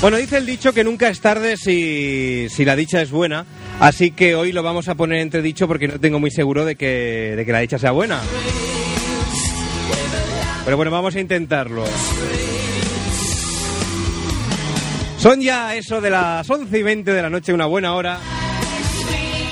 Bueno, dice el dicho que nunca es tarde si, si la dicha es buena, así que hoy lo vamos a poner entre dicho porque no tengo muy seguro de que, de que la dicha sea buena. Pero bueno, vamos a intentarlo. Son ya eso de las 11 y 20 de la noche, una buena hora.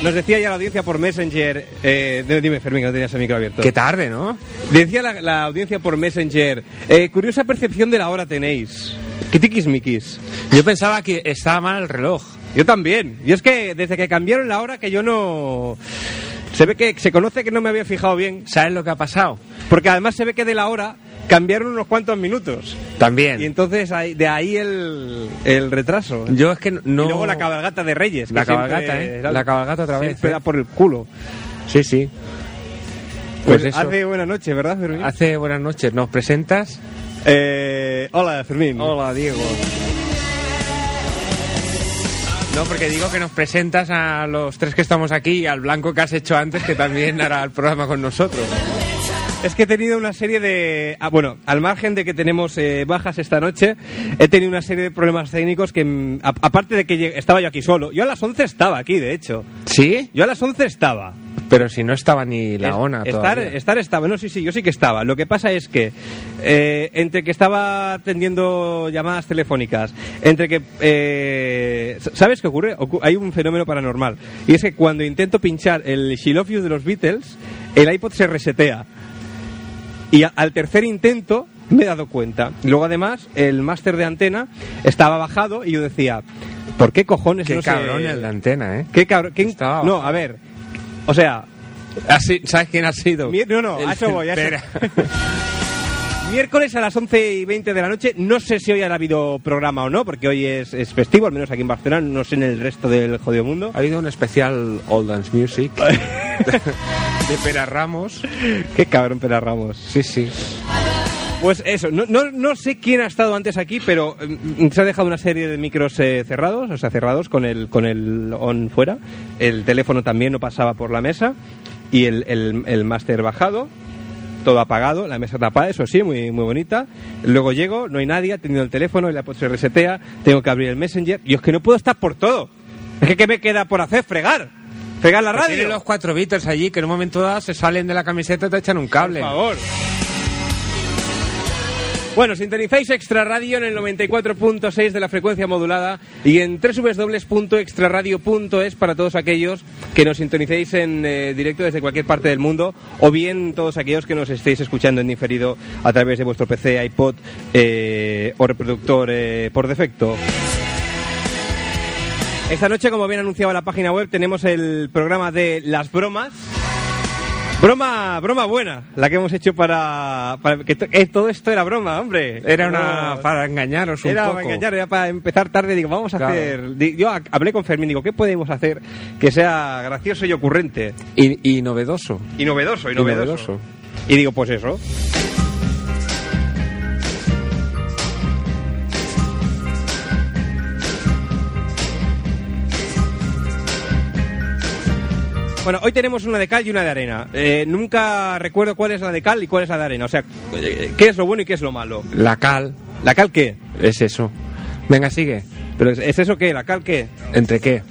Nos decía ya la audiencia por Messenger. eh, de- dime, Fermín, que no tenías el micro abierto. Qué tarde, ¿no? Decía la, la audiencia por Messenger. eh, curiosa percepción de la hora tenéis. ¿Qué tiquismiquis? Yo pensaba que estaba mal el reloj. Yo también. Y es que desde que cambiaron la hora que yo no... Se ve que se conoce que no me había fijado bien. ¿Sabes lo que ha pasado? Porque además se ve que de la hora cambiaron unos cuantos minutos. Y También. entonces ahí- de ahí el, el retraso. Yo es que no... Y luego la cabalgata de Reyes. que La siempre- cabalgata, ¿eh? La cabalgata otra vez, siempre ¿eh? da por el culo. Sí, sí. Pues, Pues eso. hace buena noche, ¿verdad, Fermín? Hace buenas noches. ¿Nos presentas? Eh, hola, Fermín. Hola, Diego. No, porque digo que nos presentas a los tres que estamos aquí y al blanco que has hecho antes, que también hará el programa con nosotros. Es que he tenido una serie de... ah, bueno, al margen de que tenemos eh, bajas esta noche, he tenido una serie de problemas técnicos que, mm, a- aparte de que lle- estaba yo aquí solo, yo a las 11 estaba aquí, de hecho. ¿Sí? Yo a las 11 estaba. Pero si no estaba ni la Es- ONA estar, todavía. estar estaba, no, sí, sí, yo sí que estaba. Lo que pasa es que eh, entre que estaba atendiendo llamadas telefónicas, entre que... eh, ¿Sabes qué ocurre? Ocu- hay un fenómeno paranormal. Y es que cuando intento pinchar el She Love You de los Beatles, el iPod se resetea. Y a- al tercer intento me he dado cuenta. Luego además el máster de antena estaba bajado y yo decía, ¿por qué cojones Qué no se- cabrón el de antena, ¿eh? ¿Qué cabrón? ¿Quién- Estaba No, a ver. O sea, Así, Ah, ¿Sabes quién ha sido? Mi- no, no, El- a eso voy, a eso- Pera. Miércoles a las 11 y 20 de la noche. No sé si hoy ha habido programa o no, porque hoy es, es festivo, al menos aquí en Barcelona, no sé en el resto del jodido mundo. Ha habido un especial Old Dance Music de, de Pera Ramos. Qué cabrón, Pera Ramos. Sí, sí. Pues eso, no, no, no sé quién ha estado antes aquí, pero mm, se ha dejado una serie de micros eh, cerrados, o sea, cerrados con el, con el on fuera. El teléfono también no pasaba por la mesa y el, el, el máster bajado. Todo apagado, la mesa tapada, eso sí, muy, muy bonita. Luego llego, no hay nadie, ha tenido el teléfono, el iPod se resetea, tengo que abrir el Messenger. Y es que no puedo estar por todo. Es que ¿qué me queda por hacer? Fregar. Fregar la Pues Tiene radio. los cuatro Beatles allí que en un momento dado se salen de la camiseta y te echan un cable. Por favor. Bueno, sintonizáis Extra Radio en el 94.6 de la frecuencia modulada y en www.extraradio.es para todos aquellos que nos sintonicéis en eh, directo desde cualquier parte del mundo o bien todos aquellos que nos estéis escuchando en diferido a través de vuestro PC, iPod eh, o reproductor eh, por defecto. Esta noche, como bien anunciaba la página web, tenemos el programa de las bromas. Broma, broma buena, la que hemos hecho para, para que to- eh, todo esto era broma, hombre. Era una... No, para engañaros un era poco. para engañar, era para empezar tarde. Digo, vamos a Claro. hacer. di- Yo ha- hablé con Fermín, digo, ¿qué podemos hacer que sea gracioso y ocurrente Y, y novedoso. y novedoso y Y novedoso? novedoso. Y digo, pues eso. Bueno, hoy tenemos una de cal y una de arena. Eh, nunca recuerdo cuál es la de cal y cuál es la de arena. O sea, eh, ¿qué es lo bueno y qué es lo malo? La cal ¿La cal qué? es eso. Venga, sigue. ¿Pero es, es eso qué? ¿La cal qué? ¿Entre qué?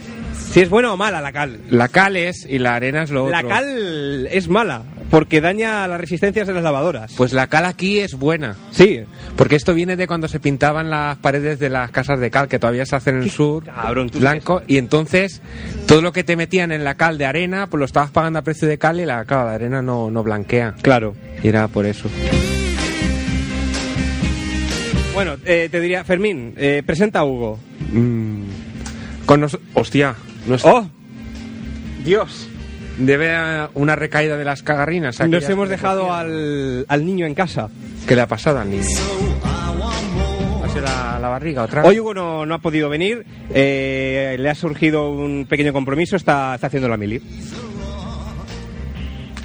Si es buena o mala la cal. La cal es y la arena es lo La otro. cal es mala porque daña las resistencias de las lavadoras. Pues la cal aquí es buena. sí. Porque esto viene de cuando se pintaban las paredes de las casas de cal, que todavía se hacen en el sur, cabrón, tú blanco, y entonces todo lo que te metían en la cal de arena, pues lo estabas pagando a precio de cal y la cal de arena no, no blanquea. Claro. Y era por eso. Bueno, eh, te diría, Fermín, eh, presenta a Hugo. Mm. Con nos... Hostia, no es- ¡Oh! Dios. debe a una recaída de las cagarrinas. Nos aquellas hemos que- dejado al, al niño en casa. que le ha pasado al niño? Ha sido la, la barriga otra vez. Hoy Hugo no, no ha podido venir, eh, le ha surgido un pequeño compromiso, está, está haciendo la mili.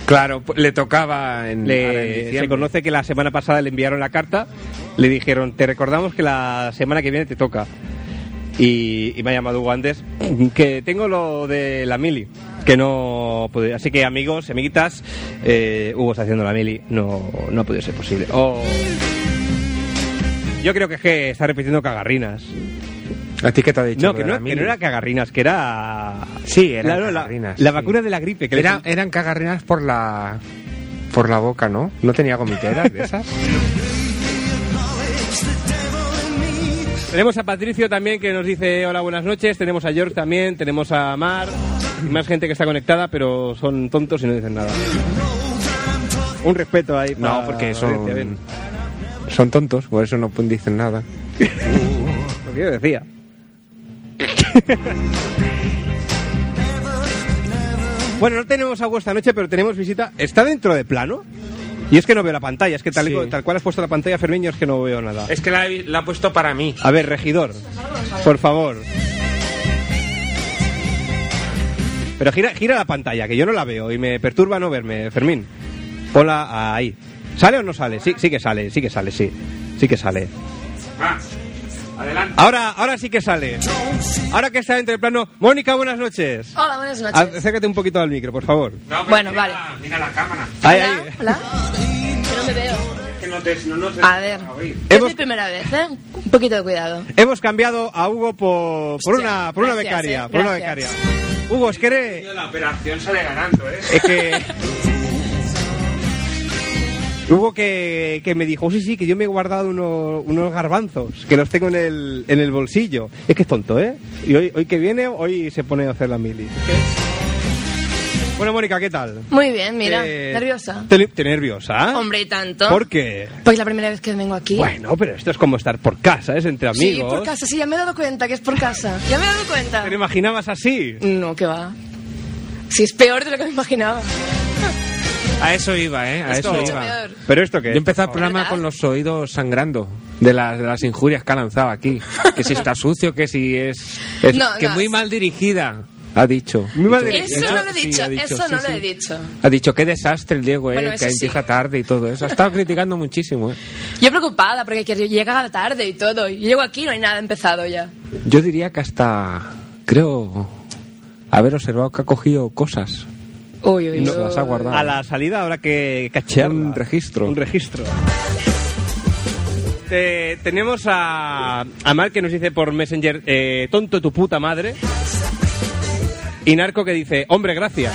Claro, pues, le tocaba en, ahora en Le, diciembre. se conoce que la semana pasada le enviaron la carta, le dijeron, te recordamos que la semana que viene te toca. Y, y me ha llamado Hugo antes, que tengo lo de la mili, que no pude. Así que amigos, amiguitas, eh, Hugo está haciendo la mili, no, no ha podido ser Oh. posible. O- Yo creo que es que está repitiendo cagarrinas. ¿A ti qué te ha dicho? No, que Lo no, de la que no mili. era cagarrinas, que era... Sí, eran Claro, la, cagarrinas, la sí. vacuna de la gripe. Que le- Era- eran cagarrinas por la por la boca, ¿no? No tenía gomiteras de esas. Tenemos a Patricio también que nos dice hola, buenas noches. Tenemos a George también, tenemos a Mar y más gente que está conectada, pero son tontos y no dicen nada. Un respeto ahí. No, para- porque Valencia, son bien. son tontos, por eso no dicen nada. Lo que yo decía. bueno, no tenemos agua esta noche, pero tenemos visita. ¿Está dentro de plano? Y es que no veo la pantalla, es que tal, y Sí. cu- tal cual has puesto la pantalla, Fermín, yo es que no veo nada. Es que la, ha puesto para mí. A ver, regidor, por favor. Pero gira, gira la pantalla, que yo no la veo y me perturba no verme, Fermín. Ponla ahí. ¿Sale o no sale? Sí, sí que sale, sí que sale, sí. Sí que sale. Ah, adelante. Ahora, ahora sí que sale. Ahora que está entre el plano. Mónica, buenas noches. Hola, buenas noches. Acércate un poquito al micro, por favor. Bueno, mira vale. la- Mira la cámara. Ahí, Hola, ahí. hola. Que no me veo. Que no te, no, A ver. Es Hemos- mi primera vez, ¿eh? Un poquito de cuidado. Hemos cambiado a Hugo por, por una, por una gracias, becaria. eh, por una becaria. gracias. Hugo, es que eres- La operación sale ganando, ¿eh? Es que. Hubo que, que me dijo, sí, sí, que yo me he guardado uno- unos garbanzos, que los tengo en el, en el bolsillo. Es que es tonto, ¿eh? Y hoy, hoy que viene, hoy se pone a hacer la mili. Bueno, Mónica, ¿qué tal? Muy bien, mira. Eh, Nerviosa. ¿Te, te nerviosa? Hombre, y tanto. ¿Por qué? Pues la primera vez que vengo aquí. Bueno, pero esto es como estar por casa, ¿eh? es entre amigos. Sí, por casa. Sí, ya me he dado cuenta que es por casa. Ya me he dado cuenta. ¿Te lo imaginabas así? No, que va. Si es peor de lo que me imaginaba. A eso iba, ¿eh? A Es eso mucho iba. peor. ¿Pero esto qué? Yo empecé el por programa ¿Verdad? con los oídos sangrando de las, de las injurias que ha lanzado aquí. Que si está sucio, que si es... es- No, que no. muy mal dirigida, ha dicho. Muy mal dirigida. Eso no lo he Sí, dicho. ha dicho, Eso no sí, lo he sí. dicho. Ha dicho, qué desastre el Diego, ¿eh? Bueno, que eso sí. empieza tarde y todo eso. Ha estado criticando muchísimo, ¿eh? Yo preocupada porque que llega tarde y todo. Y llego aquí y no hay nada empezado ya. Yo diría que hasta, creo, haber observado que ha cogido cosas. Uy, uy, No, uy. las ha guardado. A la salida habrá que cachear Un registro. Un registro. Te- tenemos a, a Mark que nos dice por Messenger, eh, tonto tu puta madre. Y Narco que dice, hombre, gracias.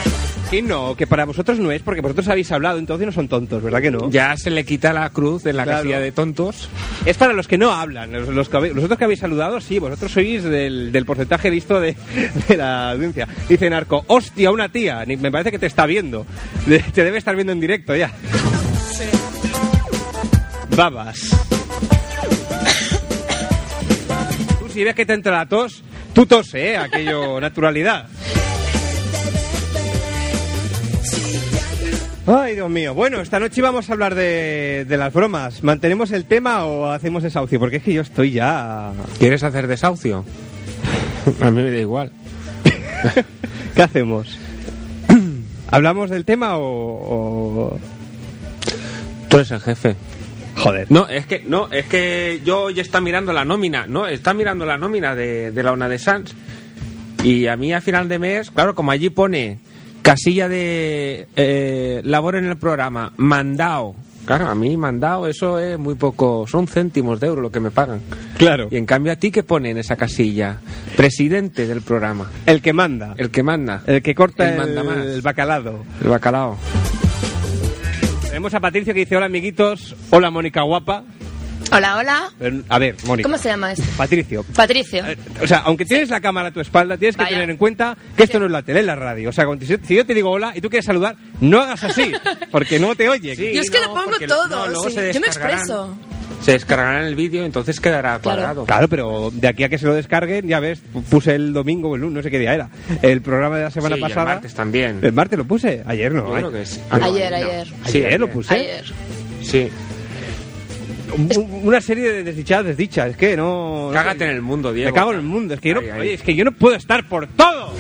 Y no, que para vosotros no es, porque vosotros habéis hablado, entonces no son tontos, ¿verdad que no? Ya se le quita la cruz de la Claro. casilla de tontos. Es para los que no hablan. Los, los que habe- los otros que habéis saludado, sí, vosotros sois del, del porcentaje visto de, de la audiencia. Dice Narco, hostia, una tía. Ni- Me parece que te está viendo. De- Te debe estar viendo en directo ya. Babas. Tú si ves que te entra la tos, tú tose, ¿eh? Aquello, naturalidad. Ay, Dios mío. Bueno, esta noche vamos a hablar de, de las bromas. ¿Mantenemos el tema o hacemos desahucio? Porque es que yo estoy ya... ¿Quieres hacer desahucio? A mí me da igual. ¿Qué hacemos? ¿Hablamos del tema o, o- Tú eres el jefe. Joder. No, es que no, es que yo ya está mirando la nómina, no, está mirando la nómina de, de la ONA de Sans. Y a mí a final de mes, claro, como allí pone casilla de eh, labor en el programa, mandado. Claro, a mí mandado eso es muy poco, son céntimos de euro lo que me pagan. Claro. Y en cambio a ti que pone en esa casilla, presidente del programa, El que manda. El, el que manda, que corta El el, mandamás. el bacalado. el bacalao. Tenemos a Patricio que dice, hola amiguitos, hola Mónica guapa. Hola, hola. Pero, A ver, Mónica. ¿Cómo se llama este? Patricio. Patricio. Eh, O sea, aunque tienes la cámara a tu espalda, tienes que Vaya. tener en cuenta que esto no es la tele, es la radio. O sea, cuando- si si yo te digo hola y tú quieres saludar, no hagas así, porque no te oye. Sí, Yo es que no, lo pongo porque todo, no, luego sí. se Yo me descargarán. expreso. Se descargará en el vídeo, entonces quedará cuadrado. Claro, pero de aquí a que se lo descarguen, ya ves, p- puse el domingo, o el lunes, no sé qué día era, el programa de la semana Sí, y el pasada. martes también. El martes lo puse, ayer no. Yo creo ay- que sí. Ah, no, Ayer, no. ayer. Sí, Sí, ayer eh. lo ayer. puse. Ayer. Sí. Un- Una serie de desdichadas desdichas, es que no... no Cágate sé. en el mundo, Diego. Me cago en el mundo, es que, yo no, Ay, ay. oye, es que yo no puedo estar por todo.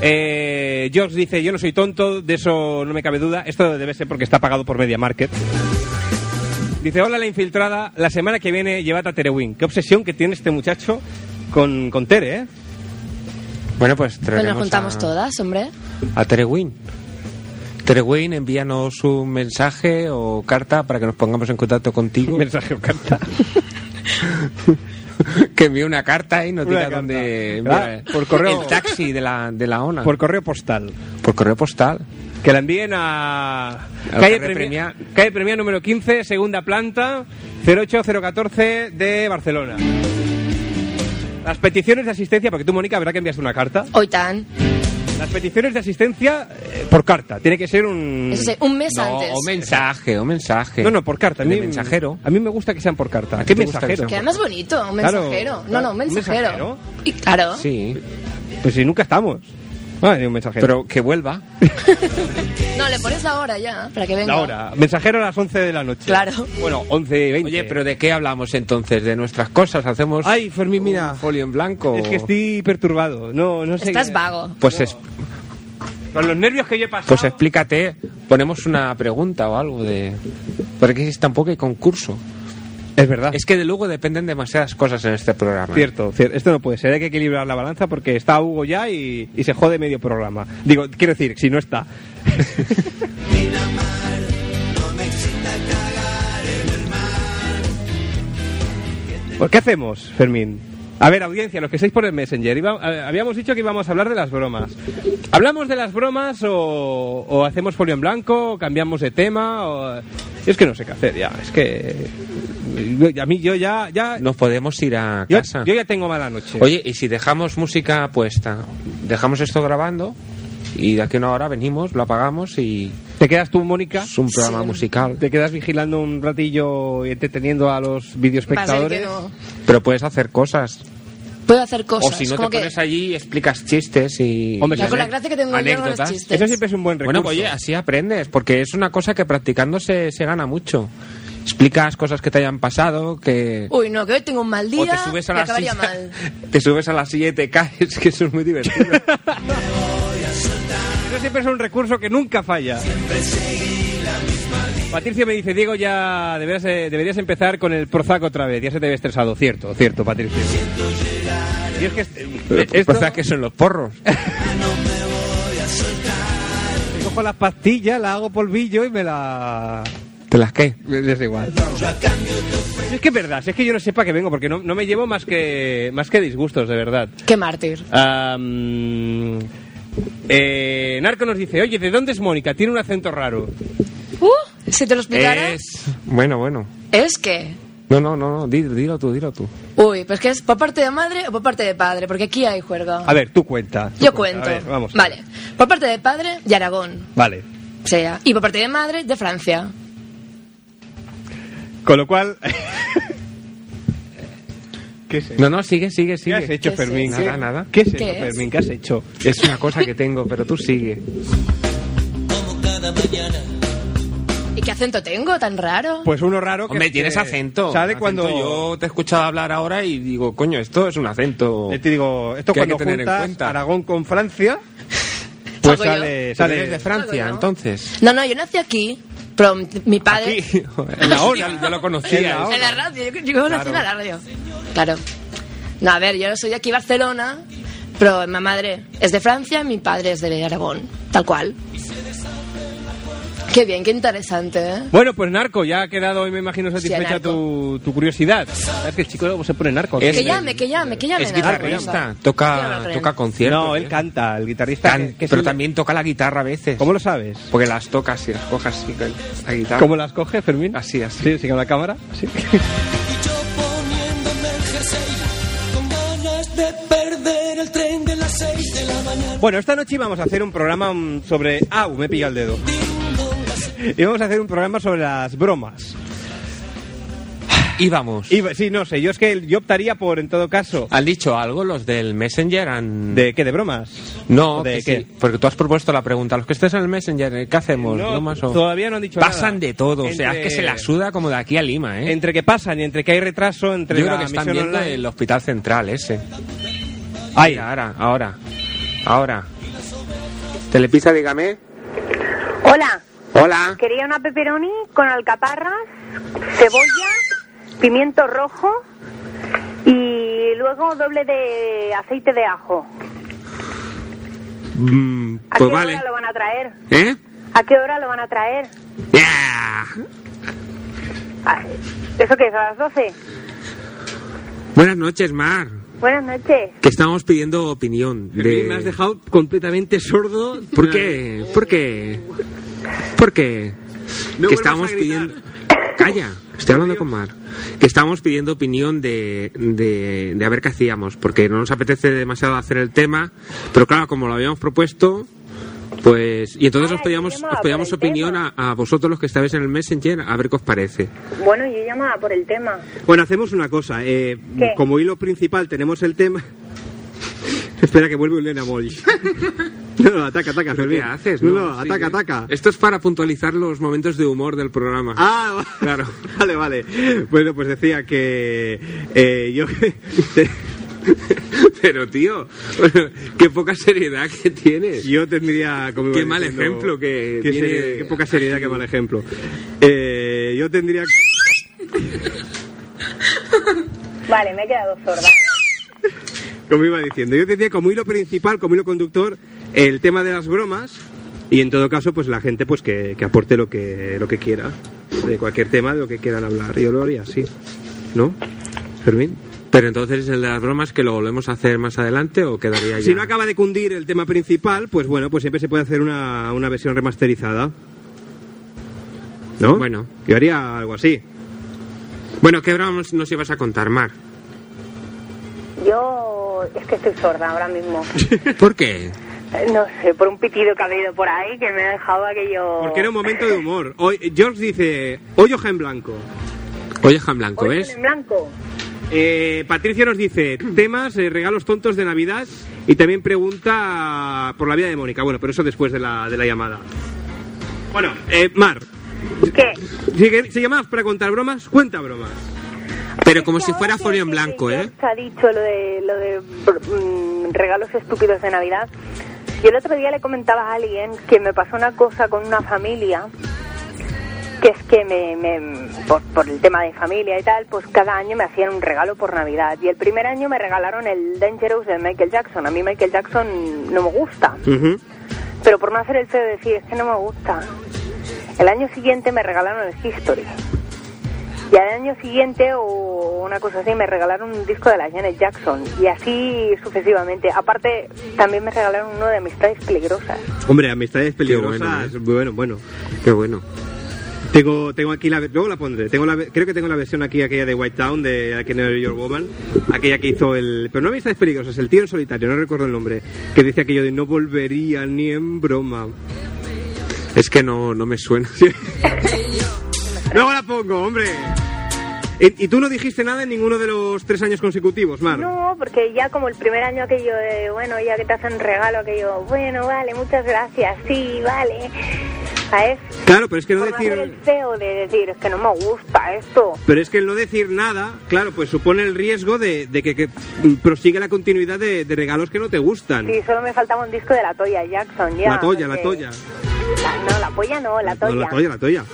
Eh, George dice, yo no soy tonto, de eso no me cabe duda. Esto debe ser porque está pagado por Media Market. Dice, hola la infiltrada, la semana que viene llévate a Terewin. Qué obsesión que tiene este muchacho con, con Tere, ¿eh? Bueno, pues Pues traeremos nos juntamos a, todas, hombre. a Terewin. Terewin, envíanos un mensaje o carta para que nos pongamos en contacto contigo. Mensaje o carta. que envíe una carta y nos Una diga carta. dónde. Claro, envía por correo. El taxi de la, de la ONA. Por correo postal. por correo postal. Que la envíen a la calle calle Premia, Premia. calle Premia número 15, segunda planta, 08014 de Barcelona. Las peticiones de asistencia, porque tú, Mónica, ¿verdad que enviaste una carta? Hoy tan. Las peticiones de asistencia eh, por carta. Tiene que ser un... Eso sí, un mes Mm. No, antes. o mensaje, o mensaje. No, no, por carta. A De mí- mensajero. A mí me gusta que sean por carta. ¿A ti ¿Qué te gusta que mensajero? Queda más bonito, un Claro, mensajero. claro, no, no, ¿un un mensajero. mensajero? Y claro. Sí, Pues si nunca estamos. No hay un mensajero. pero que vuelva. No, le pones la hora ya, para que venga. La hora. Mensajero a las 11 de la noche. Claro. Bueno, 11 y 20. Oye, pero ¿de qué hablamos entonces? ¿De nuestras cosas? ¿Hacemos Ay, Fermín, mira. un folio en blanco? Es que estoy perturbado. No, no sé. Estás vago. Pues, es- Con los nervios que yo he pasado. pues explícate, ponemos una pregunta o algo de... Porque si tampoco hay concurso. Es verdad. Es que de luego dependen demasiadas cosas en este programa. Cierto, cier- esto no puede ser, hay que equilibrar la balanza porque está Hugo ya y, y se jode medio programa. Digo, quiero decir, si no está. Pues, ¿Qué hacemos, Fermín? A ver, audiencia, los que estáis por el Messenger, iba- a- habíamos dicho que íbamos a hablar de las bromas. ¿Hablamos de las bromas o, o hacemos folio en blanco, o cambiamos de tema? o- eh, Es que no sé qué hacer ya, es que... yo- A mí yo ya... ya Nos podemos ir a yo, casa. yo ya tengo mala noche. Oye, y si dejamos música puesta, dejamos esto grabando y de aquí a una hora venimos, lo apagamos y ¿Te quedas tú, Mónica? es un programa Sí. musical. ¿Te quedas vigilando un ratillo y entreteniendo a los Va a ser que videoespectadores? no. Pero puedes hacer cosas. Puedo hacer cosas. o si no te como que... pones allí, explicas chistes y. Hombre, Ya con la ane- gracia que tengo yo con los anécdotas. chistes. Eso siempre es un buen recurso. Bueno, pues oye, así aprendes, porque es una cosa que practicando se, se gana mucho. Explicas cosas que te hayan pasado, que. Uy, no, que hoy tengo un mal día o te subes a que la acabaría silla. mal. Te subes a la silla y te caes, que eso es muy divertido. Eso siempre es un recurso que nunca falla. Patricio me dice, Diego, ya deberías, eh, deberías empezar con el Prozac otra vez. Ya se te ve estresado. Cierto, cierto, Patricio. Y es que... este- esto- Esto... que son los porros. cojo las pastillas, las hago polvillo y me la... ¿Te las qué? Es igual. Si es que es verdad, si es que yo no sé para qué vengo, porque no, no me llevo más que, más que disgustos, de verdad. Qué mártir. Am, eh, Narco nos dice, oye, ¿de dónde es Mónica? Tiene un acento raro. Uh, si te lo explicara, es, Bueno, bueno. que... No, no, no, no, di- dilo, tú, dilo tú. Uy, pues que es por parte de madre o por parte de padre, porque aquí hay juerga. A ver, tú cuenta. tú Yo cuenta. cuento. A ver, vamos. Vale. Por parte de padre, de Aragón. Vale. O sea, y por parte de madre, de Francia. Con lo cual... ¿Qué es eso? No, no, sigue, sigue, ¿Qué sigue. has hecho, ¿Qué es Fermín? eso? ¿Qué- Nada, nada. ¿Qué es eso, ¿Qué es? Fermín? ¿Qué has hecho? Es una cosa que tengo, pero tú sigue. ¿Y qué acento tengo tan raro? Pues uno raro que... Hombre, que tienes acento. Sale Acento, cuando... Yo te he escuchado hablar ahora y digo, coño, esto es un acento. Yo Pues eh, te digo, esto Que hay que cuando tener en juntas cuenta. Aragón con Francia, pues Salgo yo. sale, Sale sale de Algo, Francia, ¿no? entonces. No, no, yo nací aquí, pero mi padre... Aquí, en la hora, yo lo En conocía. ¿eh? la eso. En la radio, yo, yo nací en la radio. Claro. No, a ver, yo soy de aquí Barcelona, pero mi madre es de Francia, mi padre es de Aragón, tal cual. Qué bien, qué interesante, ¿eh? Bueno, pues narco, ya ha quedado, hoy me imagino, satisfecha narco. tu, tu curiosidad. Sabes que el chico luego se pone narco. Es- Que llame, que llame, que llame. Es Narco, guitarrista, venga. Quiero toca, hablar con él. toca conciertos. no, ¿eh? él canta, el guitarrista. eh, Can- que- que pero sí- también toca la guitarra a veces. ¿Cómo lo sabes? Porque las tocas y las cojas así con la guitarra. ¿Cómo las coge, Fermín? Así, así. Sí, sí, con la cámara. Sí. Y yo poniéndome el jersey, con ganas de perder el tren de las seis de la mañana. Bueno, esta noche íbamos a hacer un programa mm, sobre. ¡Au! Me he pillado el dedo. Íbamos a hacer un programa sobre las bromas. Y vamos. Y, sí, no sé, yo es que yo optaría por, en todo caso. ¿Han dicho algo los del Messenger? ¿Han... ¿De qué? ¿De bromas? No, ¿De que qué? sí, porque tú has propuesto la pregunta. Los que estés en el Messenger, ¿qué hacemos? No, ¿Bromas o- todavía no han dicho Pasan nada. de todo, o sea, Entre- es que se la suda como de aquí a Lima, ¿eh? Entre que pasan y entre que hay retraso, entre Yo la creo que están misión viendo online. el hospital central ese. Ay. Mira, ahora, ahora, ahora. Telepisa, dígame. Hola, Hola. quería una pepperoni con alcaparras, cebolla, pimiento rojo y luego doble de aceite de ajo. Mm, ¿A pues qué vale. hora lo van a traer? ¿Eh? ¿A qué hora lo van a traer? ¡Ya! Ah, ¿Eso qué es? ¿A las 12? Buenas noches, Mar. Buenas noches. Que estamos pidiendo opinión. De... Me has dejado completamente sordo. ¿Por qué? ¿Por qué? ¿Por qué? No que vuelvas estábamos a gritar. pidiendo. Calla, estoy hablando con Mar. Que estábamos pidiendo opinión de, de, de a ver qué hacíamos, porque no nos apetece demasiado hacer el tema, pero claro, como lo habíamos propuesto, pues. Y entonces Ah, os pedíamos, queremos os pedíamos por el opinión a, tema. a vosotros los que estáis en el Messenger, a ver qué os parece. Bueno, yo llamaba por el tema. Bueno, hacemos una cosa. eh, ¿Qué? como hilo principal tenemos el tema. Espera que vuelve Elena Moll. no, no, ataca, ataca, ¿Pero Fermín. ¿Qué haces? No, no, Sí, ataca, eh. ataca. Esto es para puntualizar los momentos de humor del programa. Ah, va- Claro. Vale, vale. Bueno, pues decía que eh, yo Pero tío, qué poca seriedad que tienes. yo tendría como iba Qué mal diciendo, ejemplo que qué, tiene- serie- qué poca seriedad, qué mal ejemplo. Eh, yo tendría Vale, me he quedado sorda. como iba diciendo, yo tendría como hilo principal, como hilo conductor, el tema de las bromas y en todo caso, pues la gente pues que, que aporte lo que, lo que quiera, de cualquier tema, de lo que quieran hablar. Yo lo haría así, ¿no? Fermín. Pero entonces el de las bromas que lo volvemos a hacer más adelante o quedaría ya. Si no acaba de cundir el tema principal, pues bueno, pues siempre se puede hacer una, una versión remasterizada. ¿No? Bueno. Yo haría algo así. Bueno, ¿qué bromas nos ibas a contar, Mar? Yo es que estoy sorda ahora mismo. ¿Por qué? Eh, No sé, por un pitido que ha habido por ahí que me ha dejado aquello... Porque era un momento de humor. Hoy, George dice, hoy hoja en blanco. Oye, Jan Blanco, Hoy ¿ves? en blanco. Eh, Patricia nos dice, temas, eh, regalos tontos de Navidad. Y también pregunta por la vida de Mónica. Bueno, pero eso después de la, de la llamada. Bueno, eh, Mar, ¿Qué? si, que- si llamas para contar bromas, cuenta bromas. Pero como si Ahora fuera que- folio en que- blanco, que ¿eh? os ha dicho lo de, lo de br- mm, regalos estúpidos de Navidad. Yo el otro día le comentaba a alguien que me pasó una cosa con una familia, que es que me, me- por, por el tema de familia y tal, pues cada año me hacían un regalo por Navidad. Y el primer año me regalaron el Dangerous de Michael Jackson. A mí Michael Jackson no me gusta. Pero por no hacer el feo de decir, es que no me gusta. El año siguiente me regalaron el History. Y al año siguiente o una cosa así me regalaron un disco de la Janet Jackson. Y así sucesivamente. Aparte, también me regalaron uno de Amistades Peligrosas. Hombre, amistades peligrosas. peligrosas. bueno, bueno. ¿eh? Qué bueno. Tengo, tengo aquí la... Luego la pondré. Tengo la, creo que tengo la versión aquí, aquella de White Town, de aquella de New York Woman. Aquella que hizo el... Pero no amistades peligrosas, el tío en solitario, no recuerdo el nombre. Que dice aquello de no volvería ni en broma. Es que no, no me suena. Luego la pongo, hombre. Y, y tú no dijiste nada en ninguno de los tres años consecutivos, Mar. No, porque ya como el primer año aquello de, bueno, ya que te hacen regalo, aquello, bueno, vale, muchas gracias, sí, vale. ¿Sabes? Claro, pero es que no Por no hacer decir... el feo de decir, es que no me gusta esto. Pero es que el no decir nada, claro, pues supone el riesgo de, de que, que prosigue la continuidad de, de regalos que no te gustan. Sí, solo me faltaba un disco de la Toya Jackson, ya. la toya, la porque- toya. La- no, la polla no, la No, toya. Pues la toya, la toya.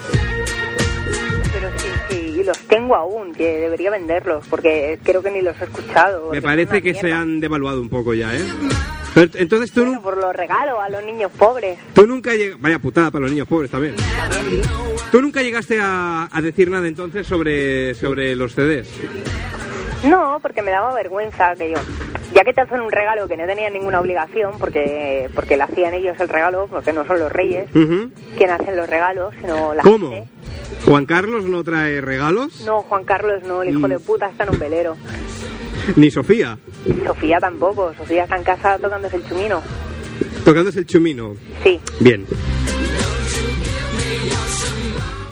Pero sí, sí, y los tengo aún, que debería venderlos, porque creo que ni los he escuchado. Me porque parece son que una se mierda. han devaluado un poco ya, ¿eh? Pero, entonces tú, Bueno, pues- nu- por los regalos a los niños pobres. tú nunca llegaste... Vaya putada para los niños pobres también. Tú nunca llegaste a, a decir nada entonces sobre, sobre los CDs. No, porque me daba vergüenza que yo. Ya que te hacen un regalo que no tenía ninguna obligación, porque porque le hacían ellos el regalo, porque no son los reyes Ujú. quienes hacen los regalos, sino la ¿Cómo? gente. ¿Juan Carlos no trae regalos? No, Juan Carlos no, el hijo Mm. de puta está en un velero. Ni Sofía, Y Sofía tampoco, Sofía está en casa tocándose el chumino. tocándose el chumino. Sí, Bien.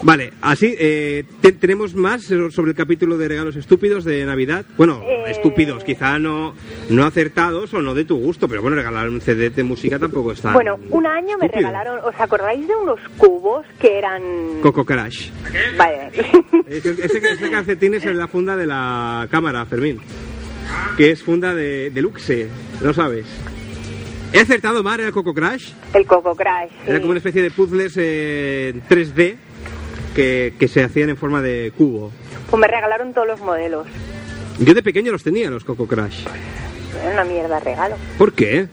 Vale, así eh, te- tenemos más sobre el capítulo de regalos estúpidos de Navidad. Bueno, Eh. estúpidos, quizá no, no acertados o no de tu gusto, pero bueno, regalar un CD de música tampoco está. Bueno, un año me regalaron, ¿os acordáis de unos cubos que eran... Coco Crash. Vale. Ese, ese- ese calcetín es en la funda de la cámara, Fermín. Que es funda de, de Luxe, lo sabes. ¿He acertado, Mar, el Coco Crash? El Coco Crash. sí. Era como una especie de puzzles eh, 3D que, que se hacían en forma de cubo. Pues me regalaron todos los modelos. Yo de pequeño los tenía, los Coco Crash. Era una mierda de regalo. ¿Por qué?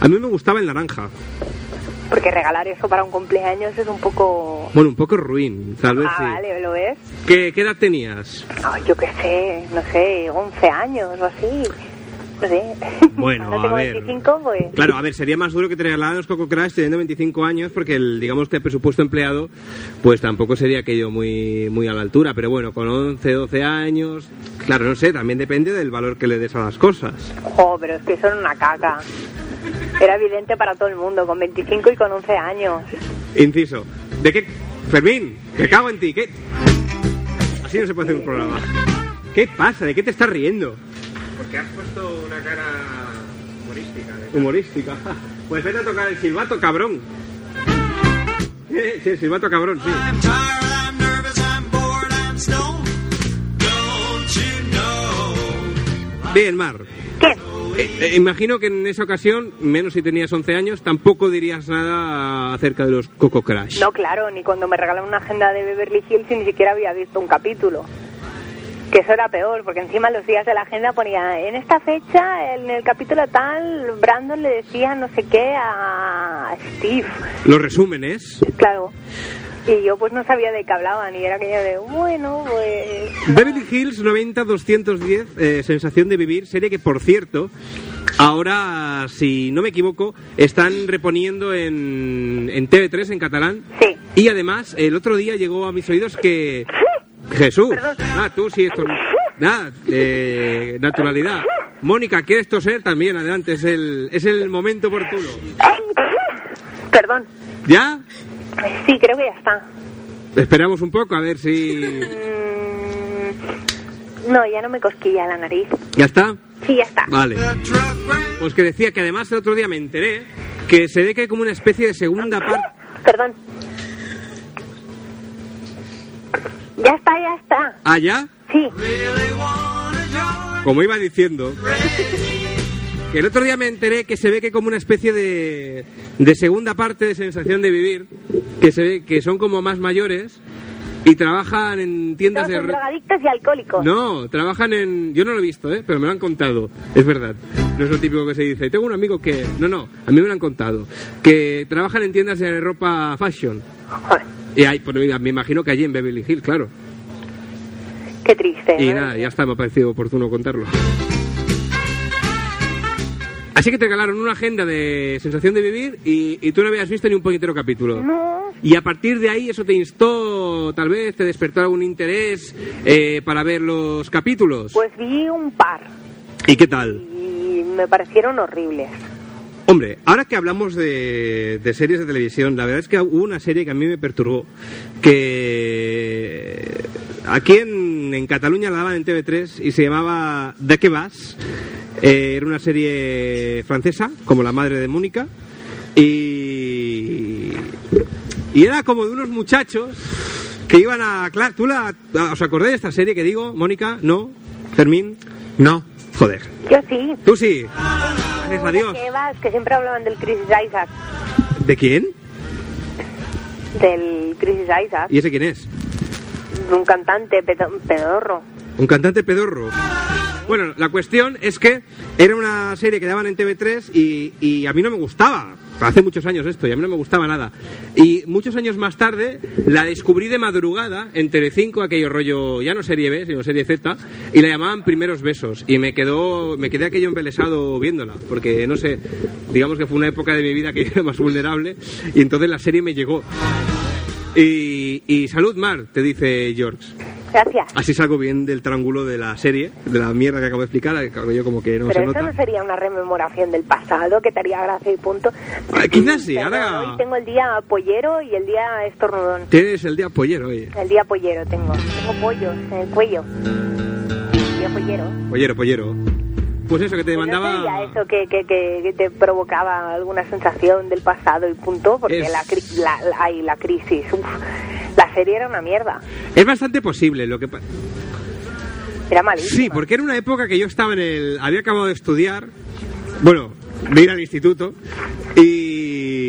A mí me gustaba el naranja. Porque regalar eso para un cumpleaños es un poco... Bueno, un poco ruin, tal vez ah, Pues sí. vale, ¿lo ves? ¿Qué, qué edad tenías? Ay, yo qué sé, no sé, 11 años o así. No sé. Bueno, Ahora tengo a ver. 25, pues. Claro, a ver, sería más duro que te regalaran los Coco Crash teniendo 25 años, porque el, digamos que el presupuesto empleado, pues tampoco sería aquello muy, muy a la altura. Pero bueno, con 11, 12 años, claro, no sé, también depende del valor que le des a las cosas. Oh, pero es que eso era una caca. Era evidente para todo el mundo, con 25 y con 11 años. Inciso. ¿De qué? Fermín, me cago en ti, ¿qué? Así no se puede hacer un programa. ¿Qué pasa? ¿De qué te estás riendo? Porque has puesto una cara humorística. Humorística. Pues vete a tocar el silbato, cabrón. Eh, Sí, el silbato, cabrón, sí. I'm tired, I'm nervous, I'm bored, I'm stoned. Don't you know? Bien, Mar. ¿Qué? Eh, eh, imagino que en esa ocasión, menos si tenías 11 años, tampoco dirías nada acerca de los Coco Crash. No, claro, ni cuando me regalaron una agenda de Beverly Hills y ni siquiera había visto un capítulo. Que eso era peor, porque encima los días de la agenda ponía, en esta fecha, en el capítulo tal, Brandon le decía no sé qué a Steve. Los resúmenes. Claro. Y yo pues no sabía de qué hablaban y era aquello de, bueno, pues... Beverly Hills 90210, eh, Sensación de Vivir, serie que, por cierto, ahora, si no me equivoco, están reponiendo en, en TV3 en catalán. Sí. Y además, el otro día llegó a mis oídos que... Jesús. Perdón. Ah, tú sí, esto... Nada, eh, naturalidad. Mónica, ¿quieres toser? También, adelante, es el, es el momento oportuno. Perdón. ¿Ya? Sí, creo que ya está. Esperamos un poco a ver si... Mm, No, ya no me cosquilla la nariz. ¿Ya está? Sí, ya está. Vale. Pues que decía que además el otro día me enteré que se ve que hay como una especie de segunda parte. Perdón. Ya está, ya está. Allá, Sí. como iba diciendo. Que el otro día me enteré que se ve que hay como una especie de, de segunda parte de sensación de vivir, que se ve que son como más mayores y trabajan en tiendas Todos de son re- drogadictos y alcohólicos. No, trabajan en. Yo no lo he visto, ¿eh? pero me lo han contado. Es verdad. No es lo típico que se dice. Tengo un amigo que. No, no, a mí me lo han contado. Que trabajan en tiendas de ropa fashion. Joder, Y hay, pues, mira, me imagino que allí en Beverly Hills, claro. qué triste. ¿eh? Y ¿no? nada, ya está, me ha parecido oportuno contarlo. Así que te regalaron una agenda de sensación de vivir y, y tú no habías visto ni un puñetero capítulo. No. Y a partir de ahí eso te instó, tal vez te despertó algún interés eh, para ver los capítulos. Pues vi un par ¿Y qué tal? y me parecieron horribles. Hombre, ahora que hablamos de, de series de televisión, la verdad es que hubo una serie que a mí me perturbó, que aquí en, en Cataluña la daban en TV3 y se llamaba ¿De qué vas? Eh, era una serie francesa, como La Madre de Mónica, y, y era como de unos muchachos que iban a... Claro, ¿tú la, os acordáis de esta serie que digo, Mónica? ¿No? ¿Fermín? No. Joder. Yo sí. Tú sí. Gracias a Dios. ¿Qué vas? Que siempre hablaban del Chris Isaac. ¿De quién? Del Chris Isaac. ¿Y ese quién es? De un cantante pedo- pedorro. Un cantante pedorro. Bueno, la cuestión es que era una serie que daban en TV3 y, y a mí no me gustaba. Hace muchos años esto y a mí no me gustaba nada. Y muchos años más tarde la descubrí de madrugada en Telecinco, aquello rollo, ya no serie B, sino serie Z, y la llamaban Primeros Besos. Y me quedó, me quedé aquello embelesado viéndola, porque no sé, digamos que fue una época de mi vida que era más vulnerable y entonces la serie me llegó. Y, y salud, Mar, te dice George. Gracias. Así salgo bien del triángulo de la serie, de la mierda que acabo de explicar, que yo como que no Pero se eso nota. no sería una rememoración del pasado, que te haría gracia y punto. Ah, quizás sí, Pero ahora- Hoy tengo el día pollero y el día estornudón. Tienes el día pollero, oye. El día pollero tengo. Tengo pollos en el cuello. El día pollero. Pollero, pollero. Pues eso, que te Pues no mandaba... sería eso que, que, que- que te provocaba alguna sensación del pasado y punto, porque Es- la, cri- la, la- ay, la crisis, uf, la serie era una mierda, Es bastante posible lo que... pa- era malísima. Sí, porque era una época que yo estaba en el... Había acabado de estudiar, bueno, de ir al instituto y...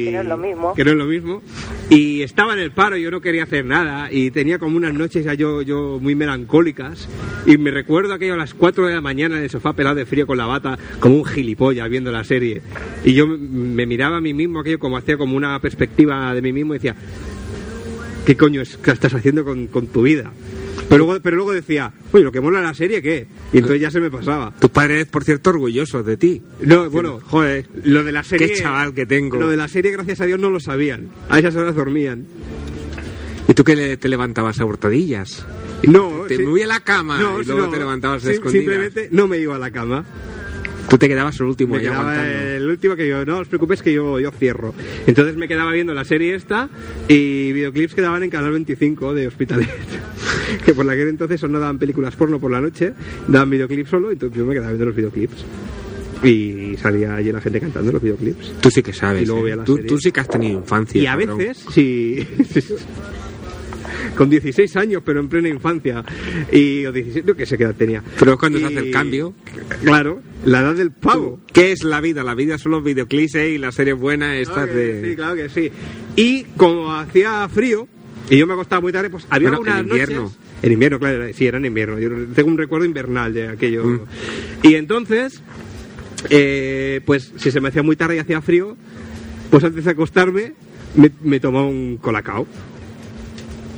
Que no es lo mismo. Que no es lo mismo. Y estaba en el paro, yo no quería hacer nada y tenía como unas noches ya yo, yo muy melancólicas y me recuerdo aquello a las 4 de la mañana en el sofá pelado de frío con la bata como un gilipollas viendo la serie y yo me- me miraba a mí mismo aquello como hacía como una perspectiva de mí mismo y decía ¿qué coño es que estás haciendo con, con tu vida? Pero luego, pero luego decía, oye, lo que mola la serie, ¿qué? Y entonces ya se me pasaba. Tus padres, por cierto, orgullosos de ti. No, bueno, Joder, lo de la serie. Qué chaval que tengo. Lo de la serie, gracias a Dios, no lo sabían. A esas horas dormían. ¿Y tú que le- te levantabas a hurtadillas? No, Te sí. movía la cama y luego te levantabas de Sim- escondidas. Simplemente no me iba a la cama. Tú te quedabas el último Me ahí quedaba aguantando. el último que yo, no os preocupéis que yo, yo cierro. Entonces me quedaba viendo la serie esta y videoclips que daban en Canal 25 de Hospitalet. que por la aquel entonces no daban películas porno por la noche, daban videoclips solo, entonces yo me quedaba viendo los videoclips. Y salía allí la gente cantando los videoclips. Tú sí que sabes. Y luego ¿eh? veía la tú, serie. tú sí que has tenido infancia. y a cabrón. veces, sí. Con 16 años, pero en plena infancia. Y, o 17, no que sé qué edad tenía. Pero es cuando se Y- hace el cambio. Claro, la edad del pavo. ¿Qué es la vida? La vida son los videoclips ¿eh? y las series buenas estas Claro que de... Sí, claro que sí. Y como hacía frío, y yo me acostaba muy tarde, pues había Bueno, unas en invierno. noches- En invierno, claro, era- sí, era en invierno. Yo tengo un recuerdo invernal de aquello. Mm. Y entonces, eh, pues si se me hacía muy tarde y hacía frío, pues antes de acostarme, me, me tomaba un colacao.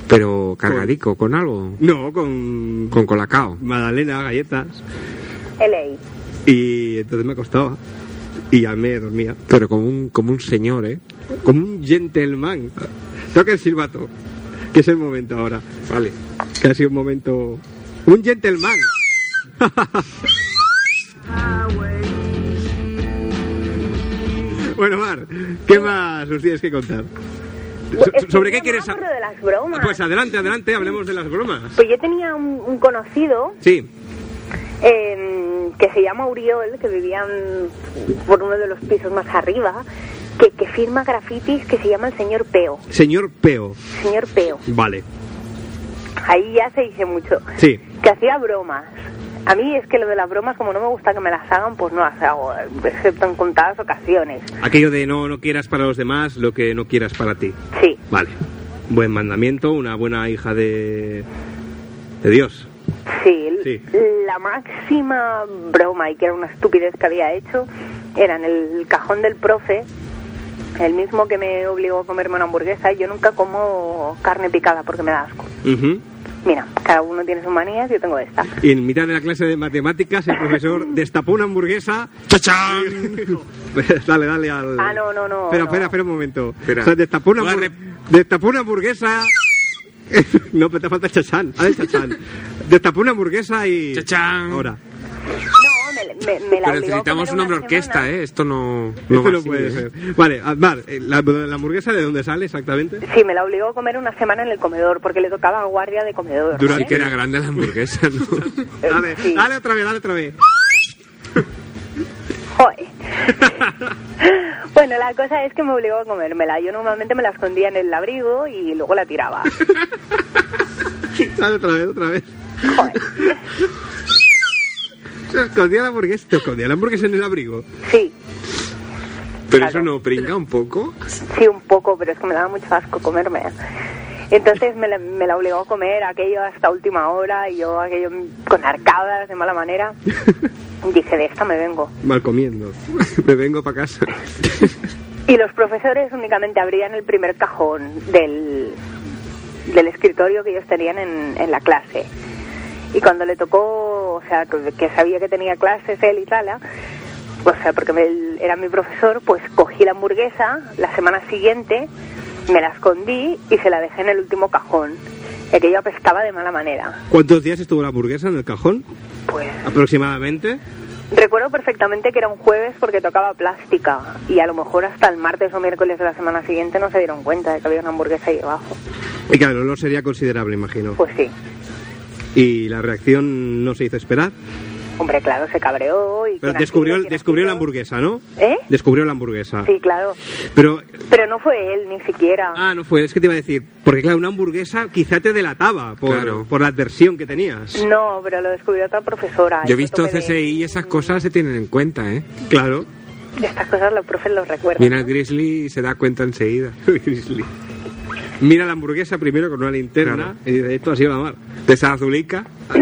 Pero cargadico, con algo. No, con, Con colacao. magdalena, galletas. pues, LA. Y entonces me acostaba. Y ya me dormía. Pero como un, como un señor, ¿eh? Como un gentleman. Toca el silbato, que es el momento ahora. Vale. que ha sido un momento. Un gentleman. bueno, Mar, ¿qué más nos tienes que contar? Pues So- so- ¿Sobre qué quieres hablar? hablar? de las bromas. Pues adelante, adelante, hablemos de las bromas. Pues yo tenía un, un conocido Sí, eh, que se llama Uriol, que vivía mm, por uno de los pisos más arriba, que, que firma grafitis que se llama el señor Peo. señor Peo. Señor Peo. Vale, Ahí ya se dice mucho. sí. Que hacía bromas. A mí es que lo de las bromas, como no me gusta que me las hagan, pues no las hago, excepto en contadas ocasiones. Aquello de no, no quieras para los demás lo que no quieras para ti. Sí, Vale. Buen mandamiento, una buena hija de. de Dios. sí. l- Sí. La máxima broma, y que era una estupidez que había hecho, era en el cajón del profe, el mismo que me obligó a comerme una hamburguesa. Yo nunca como carne picada porque me da asco. Ujú. Mira, cada uno tiene sus manías, yo tengo esta. Y en mitad de la clase de matemáticas, el profesor destapó una hamburguesa. ¡Chachán! dale, dale al. Ah, no, no, no, Espera, no. espera, espera un momento. Espera. O sea, destapó una, Voy a hambur- rep- destapó una hamburguesa. no, pero te falta el chachán. Haz el chachán. destapó una hamburguesa y. Chachán. Ahora. No, me, me- me Pero la obligó a necesitamos comer un hombre una orquesta, semana. ¿eh? Esto no... Esto va no así, puede ¿eh? ser. Vale, Mar, eh, la, la hamburguesa de dónde sale exactamente? Sí, me la obligó a comer una semana en el comedor, porque le tocaba guardia de comedor. Durante- Sí que era grande la hamburguesa, ¿no? Eh, Dale, sí. dale otra vez, dale otra vez. Joder. bueno, la cosa es que me obligó a comérmela. Yo normalmente me la escondía en el abrigo y luego la tiraba. Dale otra vez, otra vez. Joder. Se escondía la hamburguesa. Te escondía la hamburguesa en el abrigo. Sí, Pero eso no pringa un poco. sí, un poco, pero es que me daba mucho asco comerme. Entonces me la, me la obligó a comer aquello hasta última hora y yo aquello con arcadas de mala manera. Dije, de esta me vengo. Mal comiendo. Me vengo para casa. Y los profesores únicamente abrían el primer cajón del, del escritorio que ellos tenían en, en la clase. Y cuando le tocó, o sea, que que sabía que tenía clases él y tal, ¿ah? o sea, porque me- él era mi profesor, pues cogí la hamburguesa la semana siguiente, me la escondí y se la dejé en el último cajón. Y aquello apestaba de mala manera. ¿Cuántos días estuvo la hamburguesa en el cajón? Pues Aproximadamente. recuerdo perfectamente que era un jueves porque tocaba plástica y a lo mejor hasta el martes o miércoles de la semana siguiente no se dieron cuenta de que había una hamburguesa ahí debajo. Y claro, el olor sería considerable, imagino. Pues sí, Y la reacción no se hizo esperar. hombre, claro, se cabreó y... Pero con descubrió, astillas y descubrió la rastillos. hamburguesa, ¿no? ¿Eh? Descubrió la hamburguesa. Sí, claro, Pero, pero no fue él ni siquiera. ah, no fue, es que te iba a decir, porque claro, una hamburguesa quizá te delataba por, Claro. por la adversión que tenías. No, pero lo descubrió otra profesora. Yo he Ah, Eso visto tope de- CSI y esas cosas se tienen en cuenta, ¿eh? Mm. Claro. Estas cosas los profes los recuerdan. Viene al Grizzly y se da cuenta enseguida. Grizzly. mira la hamburguesa primero con una linterna Claro. y dice, esto ha sido la mar. Desazulica.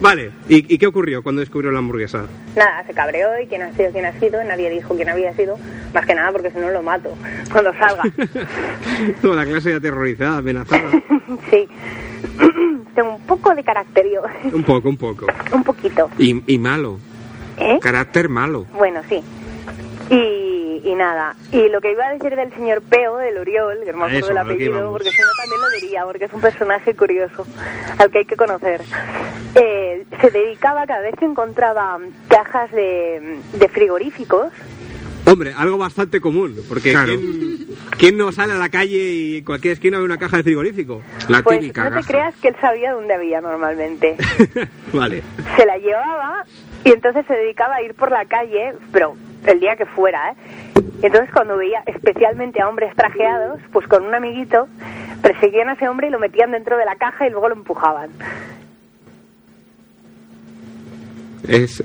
vale, ¿Y, y qué ocurrió cuando descubrió la hamburguesa? Nada, se cabreó y quién ha sido, quién ha sido, nadie dijo quién había sido, más que nada porque si no lo mato cuando salga. Toda la clase aterrorizada, amenazada. sí. Tengo un poco de carácter yo, un poco, un poco. un poquito. Y, y malo. ¿Eh? Carácter malo. Bueno, sí. Y, y nada. Y lo que iba a decir del señor Peo, del Oriol, que no me A eso, acuerdo el a lo que apellido, íbamos. porque si no también lo diría, porque es un personaje curioso al que hay que conocer. Eh, se dedicaba cada vez que encontraba mm, cajas de, de frigoríficos. Hombre, algo bastante común, porque Claro. ¿quién, quién no sale a la calle y en cualquier esquina ve una caja de frigorífico? La Pues no te típica gaja. creas que él sabía dónde había normalmente. vale. se la llevaba y entonces se dedicaba a ir por la calle, pero el día que fuera, ¿eh? Y entonces cuando veía especialmente a hombres trajeados, pues con un amiguito, perseguían a ese hombre y lo metían dentro de la caja y luego lo empujaban. Es...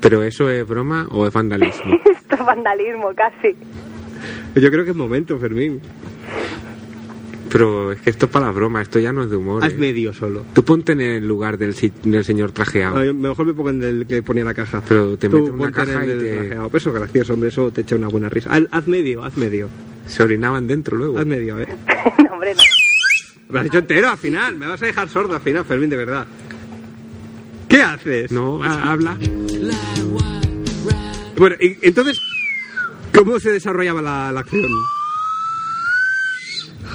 ¿Pero eso es broma o es vandalismo? Esto es vandalismo casi. Pues Yo creo que es momento, Fermín. Pero es que esto es para la broma, esto ya no es de humor. Haz ¿eh? Ah, medio solo. Tú ponte en el lugar del, si- del señor trajeado. A ver, mejor me pongo en el que ponía la caja. Pero te Tú meten una ponte en caja el y del te- trajeado. Pero Eso es gracioso, hombre, eso te echa una buena risa. Haz- haz medio, haz medio. Se orinaban dentro luego. Haz medio, eh. no, hombre, no. Lo has hecho entero al final, me vas a dejar sordo al final, Fermín, de verdad. ¿Qué haces? No, ha- habla. Bueno, y- entonces, ¿cómo se desarrollaba la, la acción?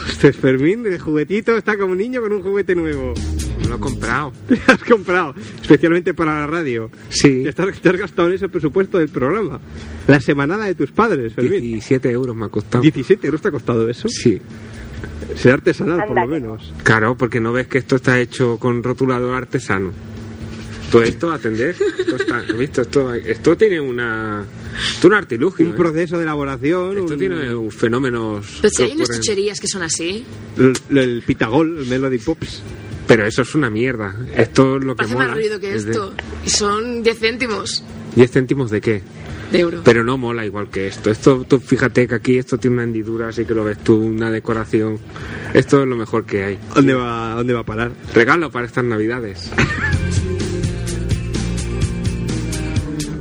Este Fermín, el juguetito está como un niño con un juguete nuevo. Me lo he comprado. Te has comprado, especialmente para la radio. Sí. Te has, te has gastado en ese presupuesto del programa. La semanada de tus padres, Fermín. 17 euros me ha costado. 17 euros te ha costado eso. Sí. Ser artesanal, por lo Ándale. menos. Claro, porque no ves que esto está hecho con rotulador artesano. Todo esto, atender. Esto está, ¿has visto? Esto, esto tiene una. Esto es un artilugio. Un ¿eh? proceso de elaboración. Esto un- tiene un fenómenos. Pero si que hay unas ocurren. chucherías que son así, el, el pitagol, el Melody Pops. Pero eso es una mierda. Esto es lo que hace mola. más ruido que Es de- esto. Y son 10 céntimos 10 céntimos de qué? de euro. Pero no mola igual que esto. Esto, tú fíjate que aquí esto tiene una hendidura, así que lo ves tú, una decoración. Esto es lo mejor que hay. ¿Dónde va, dónde va a parar? Regalo para estas navidades.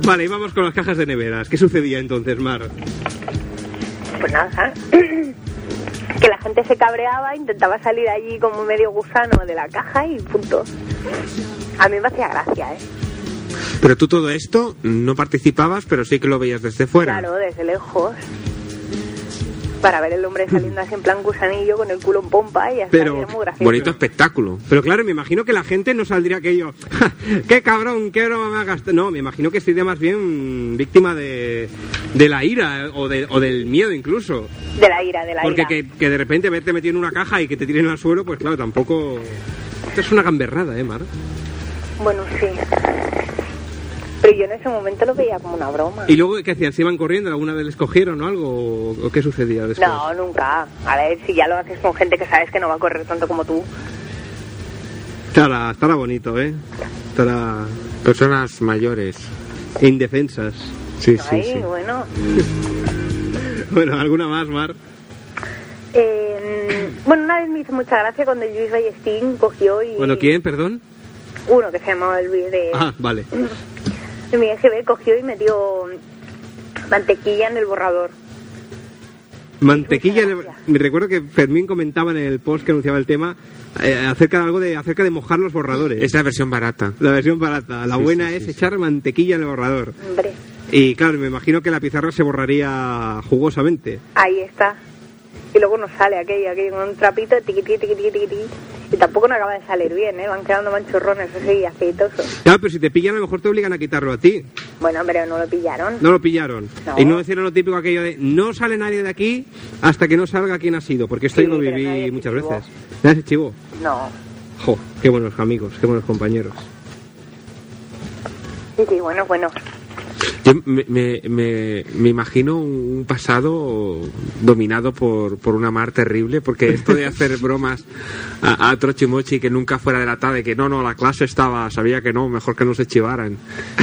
Vale, y vamos con las cajas de neveras. ¿Qué sucedía entonces, Mar? Pues nada. que la gente se cabreaba, intentaba salir allí como medio gusano de la caja y punto. A mí me hacía gracia, ¿eh? Pero tú todo esto no participabas, pero sí que lo veías desde fuera. Claro, desde lejos. Para ver el hombre saliendo así en plan gusanillo con el culo en pompa y así Pero, era muy gracioso. Bonito espectáculo. Pero claro, me imagino que la gente no saldría aquello. "Ja, ¡Qué cabrón! ¡Qué broma me ha gastado! No, me imagino que sería más bien víctima de, de la ira eh, o, de- o del miedo incluso. De la ira, de la Porque ira. que, que de repente verte metido en una caja y que te tiren al suelo, pues claro, tampoco. Esto es una gamberrada, ¿eh, Mar? Bueno, sí. Pero yo en ese momento lo veía como una broma. Y luego, ¿qué hacían? ¿Se iban corriendo? ¿Alguna vez les cogieron o algo? ¿O- ¿O qué sucedía después? No, nunca. A ver, si ya lo haces con gente que sabes que no va a correr tanto como tú. Estará, estará bonito, ¿eh? Estará Personas mayores. indefensas. Sí, sí, Ay, sí. bueno. Bueno, ¿alguna más, Mar? Eh, bueno, una vez me hizo mucha gracia cuando Luis Ballestín cogió y... Bueno, ¿quién? Perdón. Uno que se llamaba Luis de... Ah, vale. de mi EGB cogió y metió mantequilla en el borrador. Mantequilla. Muchas gracias. Me recuerdo que Fermín comentaba en el post que anunciaba el tema eh, acerca de algo de acerca de mojar los borradores. Es la versión barata. La versión barata. La Sí, buena sí, es sí, sí. echar mantequilla en el borrador. Hombre, Y claro, me imagino que la pizarra se borraría jugosamente. ahí está. Y luego nos sale aquello, aquello con un trapito, tiquití, tiquití, tiquití. Y tampoco no acaba de salir bien, ¿eh? Van quedando manchurrones así, aceitosos. Claro, pero si te pillan, a lo mejor te obligan a quitarlo a ti. Bueno, pero no lo pillaron. No lo pillaron. No. Y no decían lo típico aquello de no sale nadie de aquí hasta que no salga quién ha sido, porque esto Sí, yo lo pero nadie viví se muchas chivó. veces. Nadie se chivó. No. Jo, qué buenos amigos, qué buenos compañeros. Sí, sí, bueno, bueno. Yo me, me- me- me imagino un pasado dominado por, por una mar terrible, porque esto de hacer bromas a, a Trochimochi que nunca fuera delatada, de que no, no, la clase estaba, sabía que no, mejor que no se chivaran.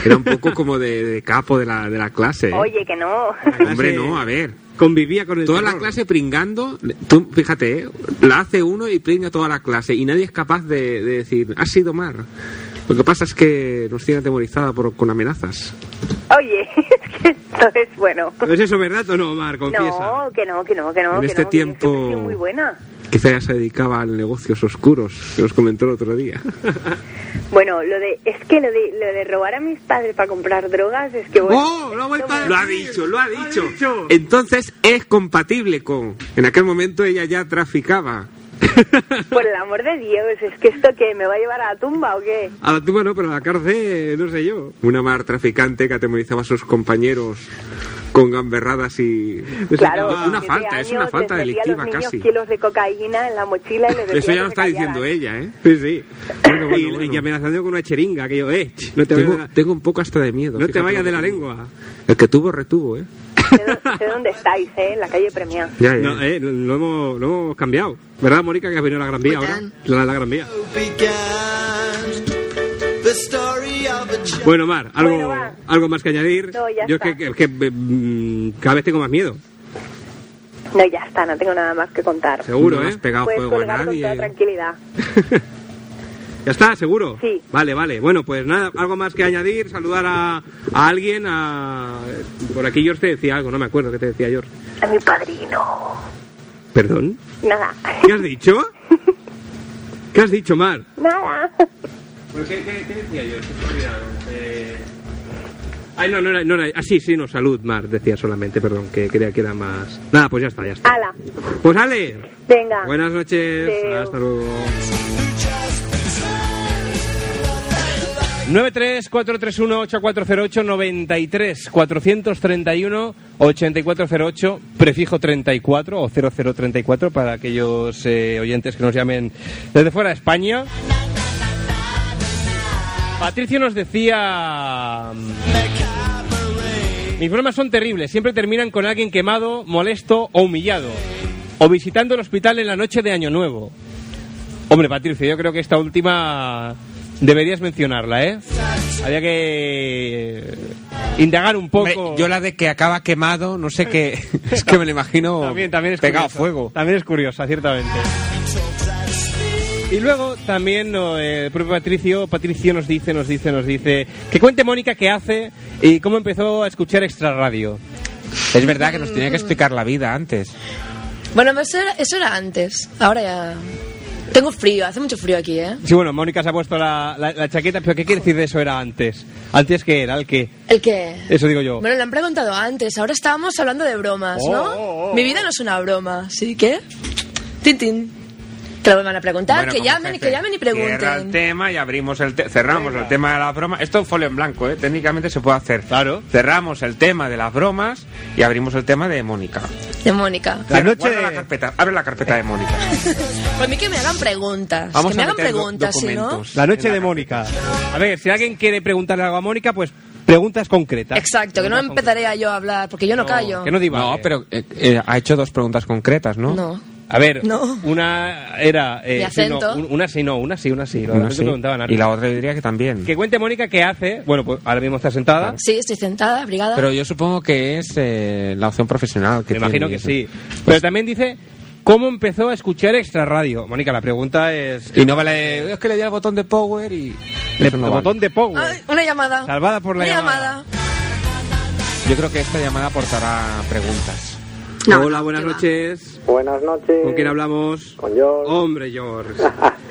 Era un poco como de, de capo de la, de la clase. ¿eh? Oye, que no. Hombre, no, a ver. Convivía con el Toda la terror. clase pringando, tú fíjate, ¿eh? la hace uno y pringa toda la clase y nadie es capaz de, de decir, ha sido mar. Lo que pasa es que nos tiene atemorizada por, con amenazas. Oye, es que esto es bueno. ¿Es eso verdad o no, Mar? Confiesa. No, que no, que no, que no. En que este no, que yo siempre he tiempo- sido muy buena. Quizá ya se dedicaba a negocios oscuros, se los comentó el otro día. Bueno, lo de, es que lo de, lo de robar a mis padres para comprar drogas es que... Bueno, ¡Oh! Lo ha vuelto a Lo decir. ha dicho, lo ha dicho. Entonces es compatible con. En aquel momento ella ya traficaba. Por el amor de Dios, es que esto que me va a llevar a la tumba o qué. A la tumba no, pero a la cárcel, no sé yo. Una mar traficante que atemorizaba a sus compañeros con gamberradas y. Claro, Es una siete falta, es una años, falta les metía a delictiva los niños casi. kilos de cocaína en la mochila y les decía Eso ya que lo se está diciendo callaran. ella, ¿eh? Sí, sí. Bueno, bueno, y, bueno. y amenazando con una cheringa, que yo, eh, ch, no te Tengo, vayas de la, tengo un poco hasta de miedo. no te fíjate vayas de lo que la tengo. lengua. El que tuvo, retuvo, ¿eh? Sé dó- Sé dónde estáis, ¿eh? En la calle Premia. Ya, ya. No, eh, lo, hemos, lo hemos cambiado. ¿Verdad, Mónica, que has venido a la Gran Vía Muy ahora? bien. La, la Gran Vía. began the story of a child. Bueno, Mar, algo, Bueno, va. algo más que añadir. No, ya yo está. es que, es que, mm, cada vez tengo más miedo, No, ya está, no tengo nada más que contar. seguro, no ¿eh? has pegado Puedes fuego a colgar con toda nadie. tranquilidad. Ya está, seguro. Sí. Vale, vale. Bueno, pues nada, algo más que añadir, saludar a, a alguien, a... Por aquí George te decía algo, no me acuerdo qué te decía George. A mi padrino. ¿Perdón? Nada. ¿Qué has dicho? ¿Qué has dicho, Mar? Nada. ¿Qué, decía yo? eh. Ay, no, no era, no era- Ah, sí, sí, no, salud, Mar, decía solamente, perdón, que creía que era más... Nada, pues ya está, ya está. Hala. Pues Ale, Venga. buenas noches, Adeu. hasta luego. 93-431-8408-93-431-8408, prefijo 34 o 0034 para aquellos eh, oyentes que nos llamen desde fuera de España. Patricio nos decía... Mis bromas son terribles, siempre terminan con alguien quemado, molesto o humillado. O visitando el hospital en la noche de Año Nuevo. Hombre, Patricio, yo creo que esta última deberías mencionarla, ¿eh? Había que indagar un Hombre, poco. yo la de que acaba quemado, no sé qué. es que me lo imagino también, también es pegado a curiosa. fuego. También es curiosa, ciertamente. Y luego también no, eh, el propio Patricio, Patricio nos dice, nos dice, nos dice que cuente Mónica qué hace y cómo empezó a escuchar Extra Radio. Es verdad que nos tenía que explicar la vida antes. Bueno, eso era, eso era antes. Ahora ya. Tengo frío, hace mucho frío aquí, ¿eh? Sí, bueno, Mónica se ha puesto la, la- la chaqueta, pero ¿qué quiere decir de eso era antes? Antes que era el que... ¿El qué? Eh, Eso digo yo. Bueno, lo han preguntado antes. Ahora estábamos hablando de bromas, Oh, ¿no? oh, oh. Mi vida no es una broma, ¿sí que? Tintín. Te lo vuelvan a preguntar, Bueno, que como llamen, jefe, que llamen y Cierra el pregunten. tema y abrimos el te- cerramos el tema de las bromas. Esto en folio en blanco, ¿eh? técnicamente se puede hacer. Claro. Cerramos el tema de las bromas y abrimos el tema de Mónica. De Mónica. La Cierra- noche- guarda la carpeta, abre la carpeta de Mónica. Por Pues mí que me hagan preguntas. Vamos que me a hagan meter do- preguntas, si no. documentos. La noche de Mónica. A ver, si alguien quiere preguntarle algo a Mónica, pues preguntas concretas. Exacto, que no Preguntas empezaré a yo a hablar, porque yo no, concretas. callo. Que no divague. No, pero eh, eh, ha hecho dos preguntas concretas, ¿no? No. A ver, No. una era... eh, Mi sí, no, acento. un- una sí, no, una sí, una sí. Lo Una demás sí. te preguntaban Y antes. la otra yo diría que también. Que cuente Mónica qué hace. Bueno, pues ahora mismo está sentada. Sí, estoy sentada, abrigada. Pero yo supongo que es eh, la opción profesional. Que Me imagino tiene y que eso. sí. Pero también dice cómo empezó a escuchar Extra Radio. Mónica, la pregunta es... Y no vale. Es que le di al botón de power y. Le, eso no el vale. botón de Power. Ay, una llamada. Salvada por la Una llamada. Yo creo que esta llamada aportará preguntas. No, Hola, no, buenas que va. noches. Buenas noches. ¿Con quién hablamos? Con George. Hombre, George.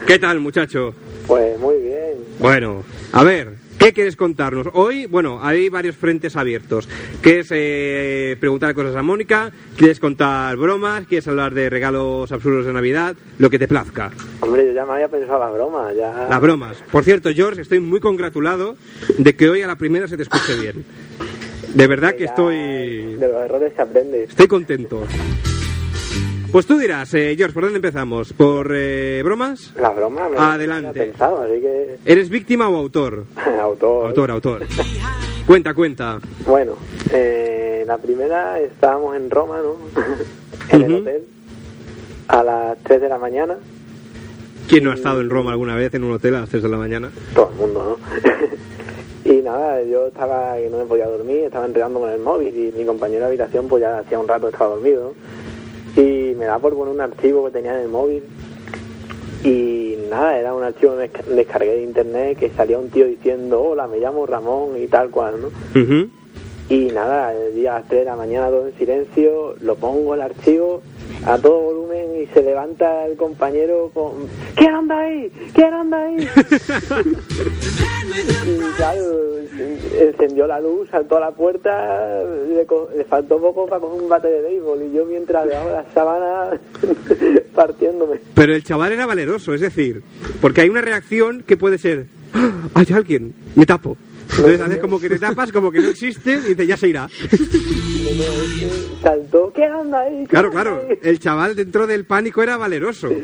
¿Qué tal, muchacho? Pues muy bien. Bueno, a ver, ¿qué quieres contarnos? Hoy, bueno, hay varios frentes abiertos. ¿Quieres eh, preguntar cosas a Mónica? ¿Quieres contar bromas? ¿Quieres hablar de regalos absurdos de Navidad? Lo que te plazca. Hombre, yo ya me había pensado las bromas. Ya... Las bromas. Por cierto, George, estoy muy congratulado de que hoy a la primera se te escuche bien. De verdad que Ya estoy... De los errores se aprende. Estoy contento. Pues tú dirás, eh, George, ¿por dónde empezamos? ¿Por eh, bromas? Las bromas me Adelante. me había pensado, así que... ¿Eres víctima o autor? Autor. Autor, autor. Cuenta, cuenta. Bueno, eh, la primera estábamos en Roma, ¿no? en el Ujú. hotel, a las 3 de la mañana, ¿Quién no ha estado en Roma alguna vez en un hotel a las 3 de la mañana? todo el mundo, ¿no? y nada, yo estaba que no me podía dormir, estaba enredando con el móvil y mi compañero de habitación pues ya hacía un rato estaba dormido y me da por poner un archivo que tenía en el móvil y nada, era un archivo que desca- descargué de internet que salía un tío diciendo, hola, me llamo Ramón y tal cual, ¿no? Ujú. Y nada, el día a las 3 de la mañana todo en silencio, lo pongo el archivo a todo volumen y se levanta el compañero con... ¿Quién anda ahí? ¿Quién anda ahí? y claro, eh, encendió la luz, saltó a la puerta, le, co- le faltó poco para coger un bate de béisbol y yo mientras veaba la sábana partiéndome. Pero el chaval era valeroso, es decir, porque hay una reacción que puede ser, "¡Ah! hay alguien, me tapo. Entonces haces como que te tapas, como que no existe, y dices, ya se irá. Saltó, ¿quién anda ahí? ¿Quién Claro, anda claro, ahí?". el chaval dentro del pánico era valeroso. Sí,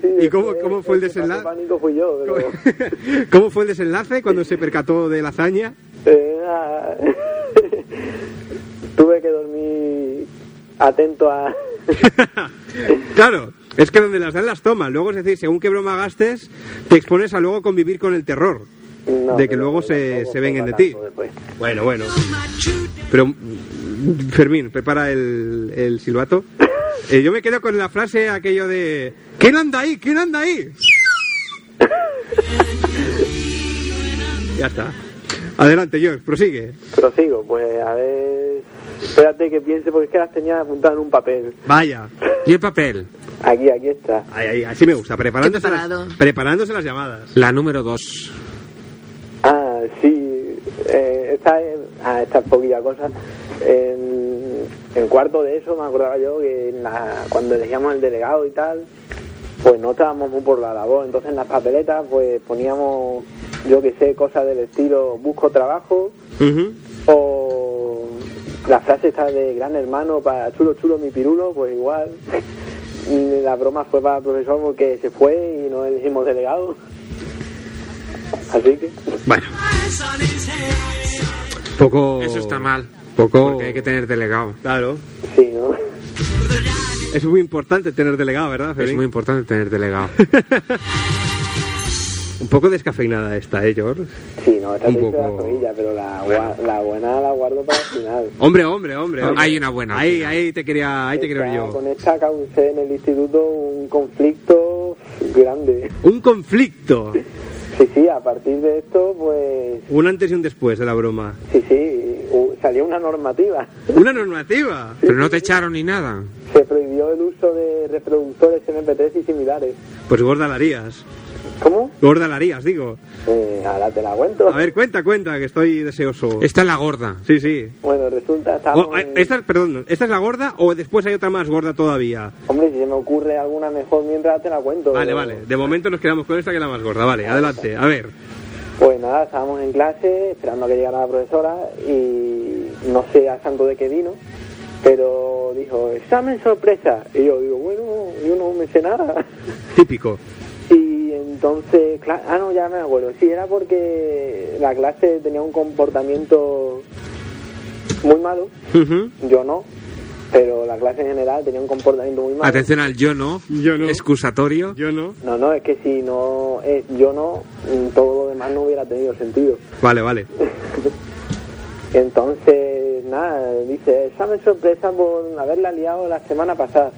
sí, ¿Y cómo, después, cómo fue el que pasó desenlace? pánico fui yo, pero... ¿Cómo fue el desenlace cuando se percató de la hazaña? Eh, nada. Tuve que dormir atento a... claro, es que donde las dan las tomas. Luego, es decir, según qué broma gastes, te expones a luego convivir con el terror. No, de que pero luego se, tampoco se vengan de fue ti. tanto después. Bueno, bueno. Pero, mm, Fermín, prepara el, el silbato. Eh, yo me quedo con la frase aquello de... ¿Quién anda ahí? ¿Quién anda ahí? ya está. Adelante, George, prosigue. Prosigo, pues a ver... Espérate que piense porque es que las tenía apuntadas en un papel. Vaya. Y el papel, Aquí, aquí está. Ahí, ahí, así me gusta, preparándose, Qué las, preparado. preparándose las llamadas. la número 2. Ah, sí. Eh, esta es... Ah, esta es poquilla cosa. En, en cuarto de eso me acordaba yo que en la- cuando elegíamos el delegado y tal, pues no estábamos muy por la labor. Entonces en las papeletas pues poníamos, yo que sé, cosas del estilo busco trabajo Ujú. o la frase está de gran hermano para chulo chulo mi pirulo, pues igual. Y La broma fue para el profesor porque se fue y no elegimos delegado. Así que, Bueno. Poco... Eso está mal. Poco... Porque hay que tener delegado. Claro. sí, ¿no? Es muy importante tener delegado, ¿verdad, Es Fermín? muy importante tener delegado. Un poco descafeinada esta, ¿eh, George? Sí, no, esta Un te hice la poco- torrilla, pero la, gua- la buena la guardo para el final. Hombre, hombre, hombre. hombre. Hay una buena. Ahí, ahí te quería, ahí te quería Esta- yo. Con esta causé en el instituto un conflicto grande. Un conflicto. Sí, sí, a partir de esto, pues, Un antes y un después de la broma. sí, sí, u- salió una normativa. Una normativa. Pero no te echaron ni nada. Se prohibió el uso de reproductores MP3 y similares. Pues gorda la harías. ¿Cómo? Gorda la harías, digo. Eh, ahora te la cuento. A ver, cuenta, cuenta, que estoy deseoso. Esta es la gorda. Sí, sí. Bueno, resulta, estamos... O- Oh, eh, esta, perdón, ¿esta es la gorda o después hay otra más gorda todavía? Hombre, si se me ocurre alguna mejor mientras te la cuento. Vale, pero- vale. De momento nos quedamos con esta que es la más gorda. Vale, adelante. A ver. Pues nada, estábamos en clase esperando a que llegara la profesora y no sé a santo de qué vino, pero dijo, examen sorpresa. Y yo digo, bueno, yo no me sé nada. Típico. Y entonces, cla- ah, no, ya me acuerdo. Sí, era porque la clase tenía un comportamiento muy malo. Ujú. Yo no, pero la clase en general tenía un comportamiento muy malo. Atención al yo no. Yo no. Excusatorio. Yo no. No, no, es que si no es yo no, mm, todo lo demás no hubiera tenido sentido. Vale, vale. Eh, Entonces, nada, dice, examen sorpresa por haberla liado la semana pasada.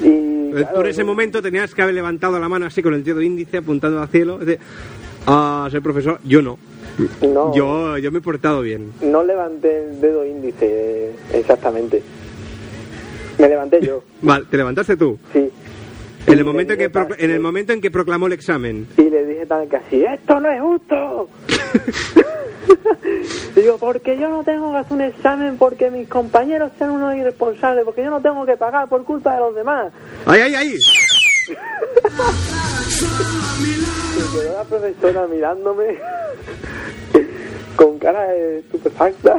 Y Eh, Tú claro, en ese no- momento tenías que haber levantado la mano así con el dedo índice apuntando al cielo. Es decir, ah, soy profesor. Yo no. no, Yo, yo me he portado bien. no levanté el dedo índice eh, exactamente. Me levanté yo, Vale, te levantaste tú. sí. En Y el momento le en que, dije tal- pro- en el momento en que proclamó el examen. Y le dije tal que así, ¡esto no es justo! Digo, porque yo no tengo que hacer un examen porque mis compañeros sean unos irresponsables, porque yo no tengo que pagar por culpa de los demás. ¡Ay, ay, ay! Se quedó la profesora mirándome con cara de estupefacta.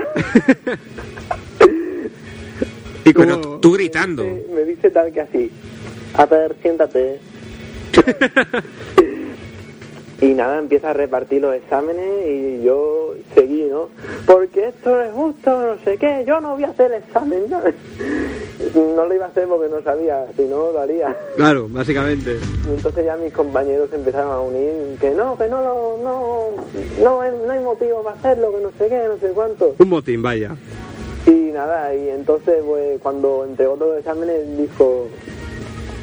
Y como- Pero tú gritando. Me dice- Me dice tal que así. A ver, siéntate. Y nada, empieza a repartir los exámenes y yo seguí, ¿no? Porque esto no es justo, no sé qué, yo no voy a hacer el examen. No, No lo iba a hacer porque no sabía, si no lo haría. Claro, básicamente. Y entonces ya mis compañeros se empezaron a unir, que no, que no, lo- no, no, hay- no hay motivo para hacerlo, que no sé qué, no sé cuánto. Un motín, vaya. Y nada, y entonces pues, cuando entregó todos los exámenes dijo,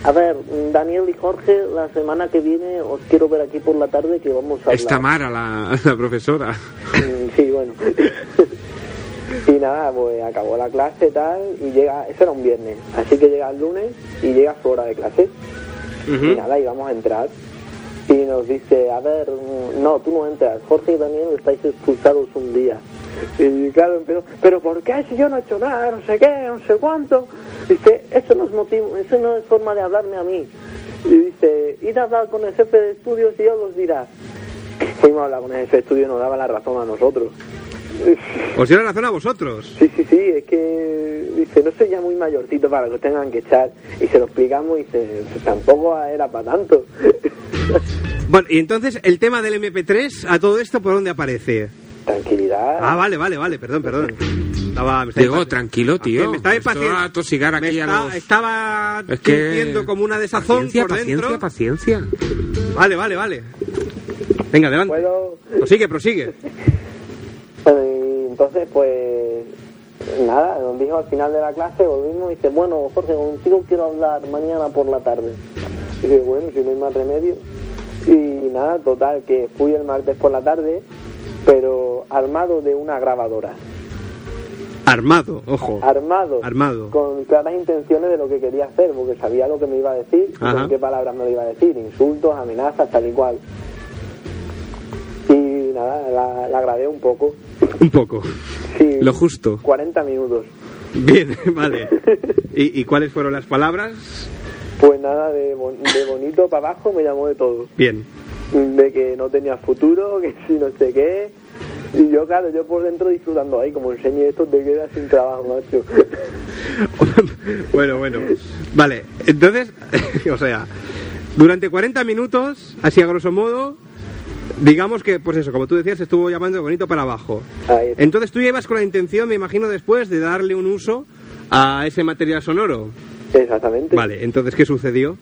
a ver, Daniel y Jorge, la semana que viene os quiero ver aquí por la tarde que vamos a... Está hablar". Mara, la, la profesora. Mm, Sí, bueno. y nada, pues acabó la clase tal, y llega, eso era un viernes, así que llega el lunes y llega su hora de clase. Y nada, íbamos a entrar. Y nos dice, a ver, mm, no, tú no entras, Jorge y Daniel estáis expulsados un día. Y claro, empezó, pero ¿por qué si yo no he hecho nada, no sé qué, no sé cuánto? Dice, eso no es motivo, eso no es forma de hablarme a mí. Y dice, id a hablar con el jefe de estudios y yo os dirá. Fuimos a hablar con el jefe de estudios y nos daba la razón a nosotros. Os dieron razón a vosotros. Sí, sí, sí, es que dice, no soy ya muy mayorcito para que os tengan que echar. Y se lo explicamos y dice, "Pues tampoco era para tanto. Bueno, y entonces el tema del MP3, ¿a todo esto por dónde aparece? Tranquilidad. Ah, vale, vale, vale, perdón, perdón. Estaba, me estaba Digo, impaci- tranquilo, Ah, tío. Me estaba Esto impaci- a tosigar me aquí a esta- los- Estaba Es que- sintiendo como una desazón paciencia, por dentro. paciencia, paciencia. Vale, vale, vale. Venga, adelante. Puedo- Prosigue, prosigue. Bueno, y entonces, pues, nada, nos dijo al final de la clase, volvimos y dice, bueno, Jorge, contigo quiero hablar mañana por la tarde. Y dije, bueno, si no hay más remedio. Y nada, total, que fui el martes por la tarde, pero armado de una grabadora. Armado, ojo. Armado. Armado. Con claras intenciones de lo que quería hacer, porque sabía lo que me iba a decir, y Ajá. con qué palabras me lo iba a decir, insultos, amenazas, tal y cual. Y nada, la, la grabé un poco. Un poco. Sí, Lo justo. 40 minutos. Bien, vale. ¿Y, y cuáles fueron las palabras? Pues nada, de, bon- de bonito para abajo me llamó de todo. Bien. De que no tenía futuro, que si no sé qué. Y yo, claro, yo por dentro disfrutando ahí, como enseñé esto, te quedas sin trabajo, macho. bueno, bueno. Vale, entonces, o sea, durante 40 minutos, así a grosso modo, digamos que, pues eso, como tú decías, estuvo llamando de bonito para abajo. Ahí está. Entonces tú llevas con la intención, me imagino, después de darle un uso a ese material sonoro. Exactamente. Vale, entonces, ¿qué sucedió?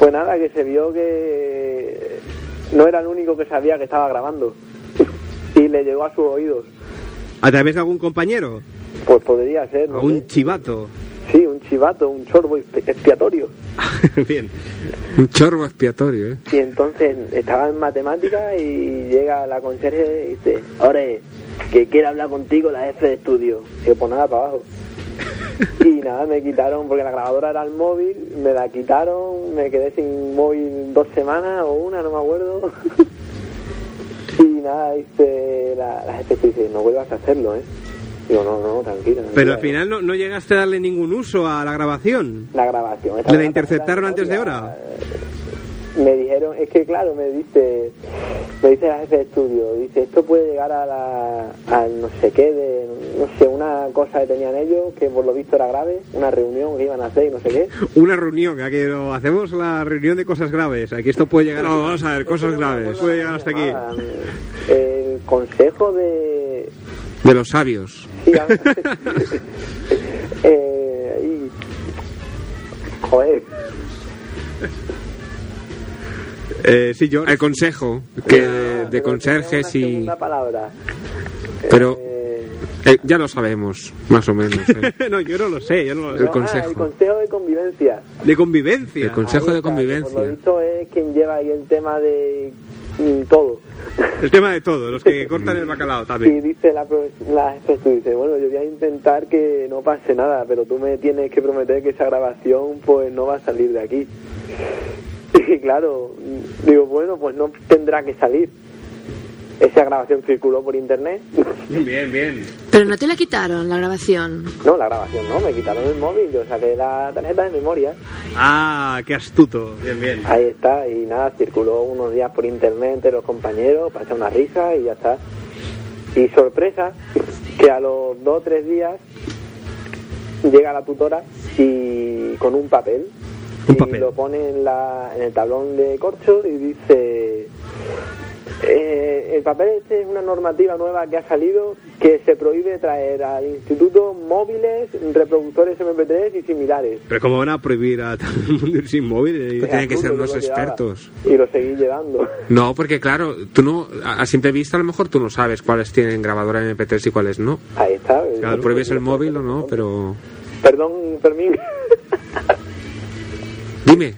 Pues nada, que se vio que no era el único que sabía que estaba grabando. Y le llegó a sus oídos. ¿A través de algún compañero? Pues podría ser, ¿A ¿no? un chivato? Sí, un chivato, un chorbo expi- expiatorio. Bien. Un chorro expiatorio, ¿eh? Y entonces estaba en matemáticas y llega la conserje y dice, Ore, que quiere hablar contigo la F de estudio. Y yo, pues nada, para abajo. Y nada, me quitaron, porque la grabadora era el móvil, me la quitaron, me quedé sin móvil dos semanas o una, no me acuerdo. Y nada, dice, la, la jefe dice, no vuelvas a hacerlo, ¿eh? Digo, no, no, tranquila. Pero tranquila". al final no, no llegaste a darle ningún uso a la grabación. La grabación. ¿Le la interceptaron antes de hora? Me dijeron, es que claro, me dice, me dice la jefe de estudio, dice, esto puede llegar a la, al no sé qué, de, no sé, una cosa que tenían ellos, que por lo visto era grave, una reunión que iban a hacer y no sé qué. Una reunión, aquí no- hacemos la reunión de cosas graves. Aquí esto puede llegar No, vamos a ver, cosas graves. Puede llegar Pues hasta aquí. Ah, El consejo de... De los sabios. sí, ah, eh, y- joder, Eh, sí, yo. El consejo que Eh, de pero conserjes tenía una y... segunda palabra. Pero Eh, eh, ya lo sabemos, más o menos. ¿eh? no, yo no lo sé, yo no lo sé. El consejo. Ah, el consejo de convivencia. De convivencia. El Consejo Ahí de está, que convivencia. Por lo visto es quien lleva ahí el tema de mm, todo. El tema de todo, los que cortan el bacalao Y también. dice la, profe- la jefe, tú dices, bueno, yo voy a intentar que no pase nada, pero tú me tienes que prometer que esa grabación pues no va a salir de aquí. Y claro, mm, digo, bueno, pues no tendrá que salir. Esa grabación circuló por internet. Bien, bien. Pero no te la quitaron la grabación. No, la grabación no, me quitaron el móvil, yo saqué la tarjeta de memoria. Ah, qué astuto. Bien, bien. Ahí está, y nada, circuló unos días por internet entre los compañeros, pasé una risa y ya está. Y sorpresa, que a los dos o tres días llega la tutora y con un papel, Un y papel. lo pone en, la, en el tablón de corcho y dice, Eh, el papel este es una normativa nueva que ha salido que se prohíbe traer al instituto móviles, reproductores MP3 y similares. Pero ¿cómo van a prohibir a todo el mundo ir sin móvil? Pero Eh, tienen que ser Yo lo unos llevaba expertos. Y lo seguí llevando. No, porque claro, tú no, a a simple vista a lo mejor tú no sabes cuáles tienen grabadora MP3 y cuáles no. Ahí está. O pruebes el móvil o no, pero... Perdón, Fermín. Dime.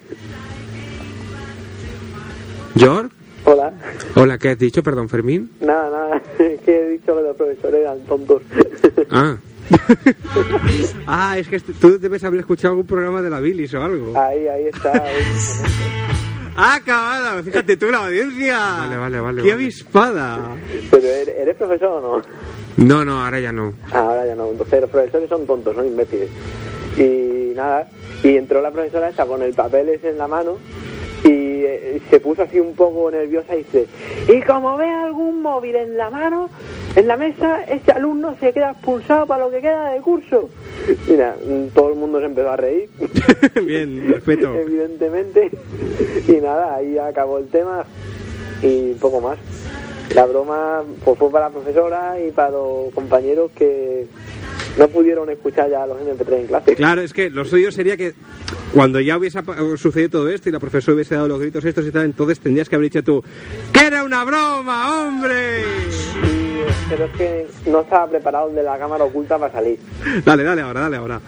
¿George? Hola. Hola, ¿qué has dicho? Perdón, Fermín. Nada, nada. Es que he dicho que los profesores eran tontos. Ah, Ah, es que est- tú debes haber escuchado algún programa de la Bilis o algo. Ahí, ahí está. ¡Ah, cabada! Fíjate tú la audiencia. Vale, vale, vale, ¡Qué vale. avispada! Pero ¿er- ¿eres profesor o no? Ah, no, no, ahora ya no. Ahora ya no. Entonces los profesores son tontos, son imbéciles. Y nada. Y entró la profesora esa con el papel ese en la mano y eh, se puso así un poco nerviosa y dice, y como ve algún móvil en la mano, en la mesa, este alumno se queda expulsado para lo que queda del curso. Mira, mm, todo el mundo se empezó a reír. Bien, respeto. Evidentemente. Y nada, ahí acabó el tema y poco más. La broma pues, fue para la profesora y para los compañeros que no pudieron escuchar ya los MP3 en clase. Claro, es que lo suyo sería que cuando ya hubiese apa- sucedido todo esto y la profesora hubiese dado los gritos estos y tal, entonces tendrías que haber dicho tú, ¡que era una broma, hombre! Y, eh, pero es que no estaba preparado el de la cámara oculta para salir. Dale, dale ahora, dale ahora.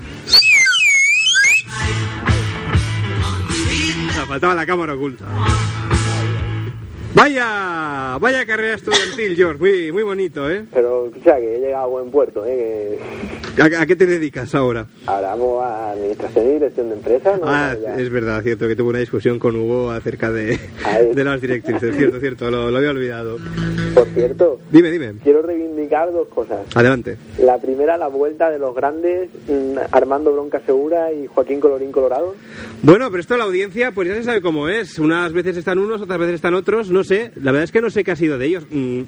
Me faltaba la cámara oculta. Vaya, vaya carrera estudiantil, George, muy, muy bonito, ¿eh? Pero escucha que he llegado a buen puerto, ¿eh? ¿A, a qué te dedicas ahora? Que Ahora vamos a administración y dirección de empresas. ¿no? Ah, Ya. es verdad, cierto, que tuve una discusión con Hugo acerca de, Ay. de las directrices, cierto, cierto, lo, lo había olvidado. Por cierto, Dime, dime, quiero reivindicar dos cosas. adelante. La primera, la vuelta de los grandes, mm, Armando Bronca Segura y Joaquín Colorín Colorado. Bueno, pero esto la audiencia, pues ya se sabe cómo es. Unas veces están unos, otras veces están otros, no sé. La verdad es que no sé qué ha sido de ellos. Mm,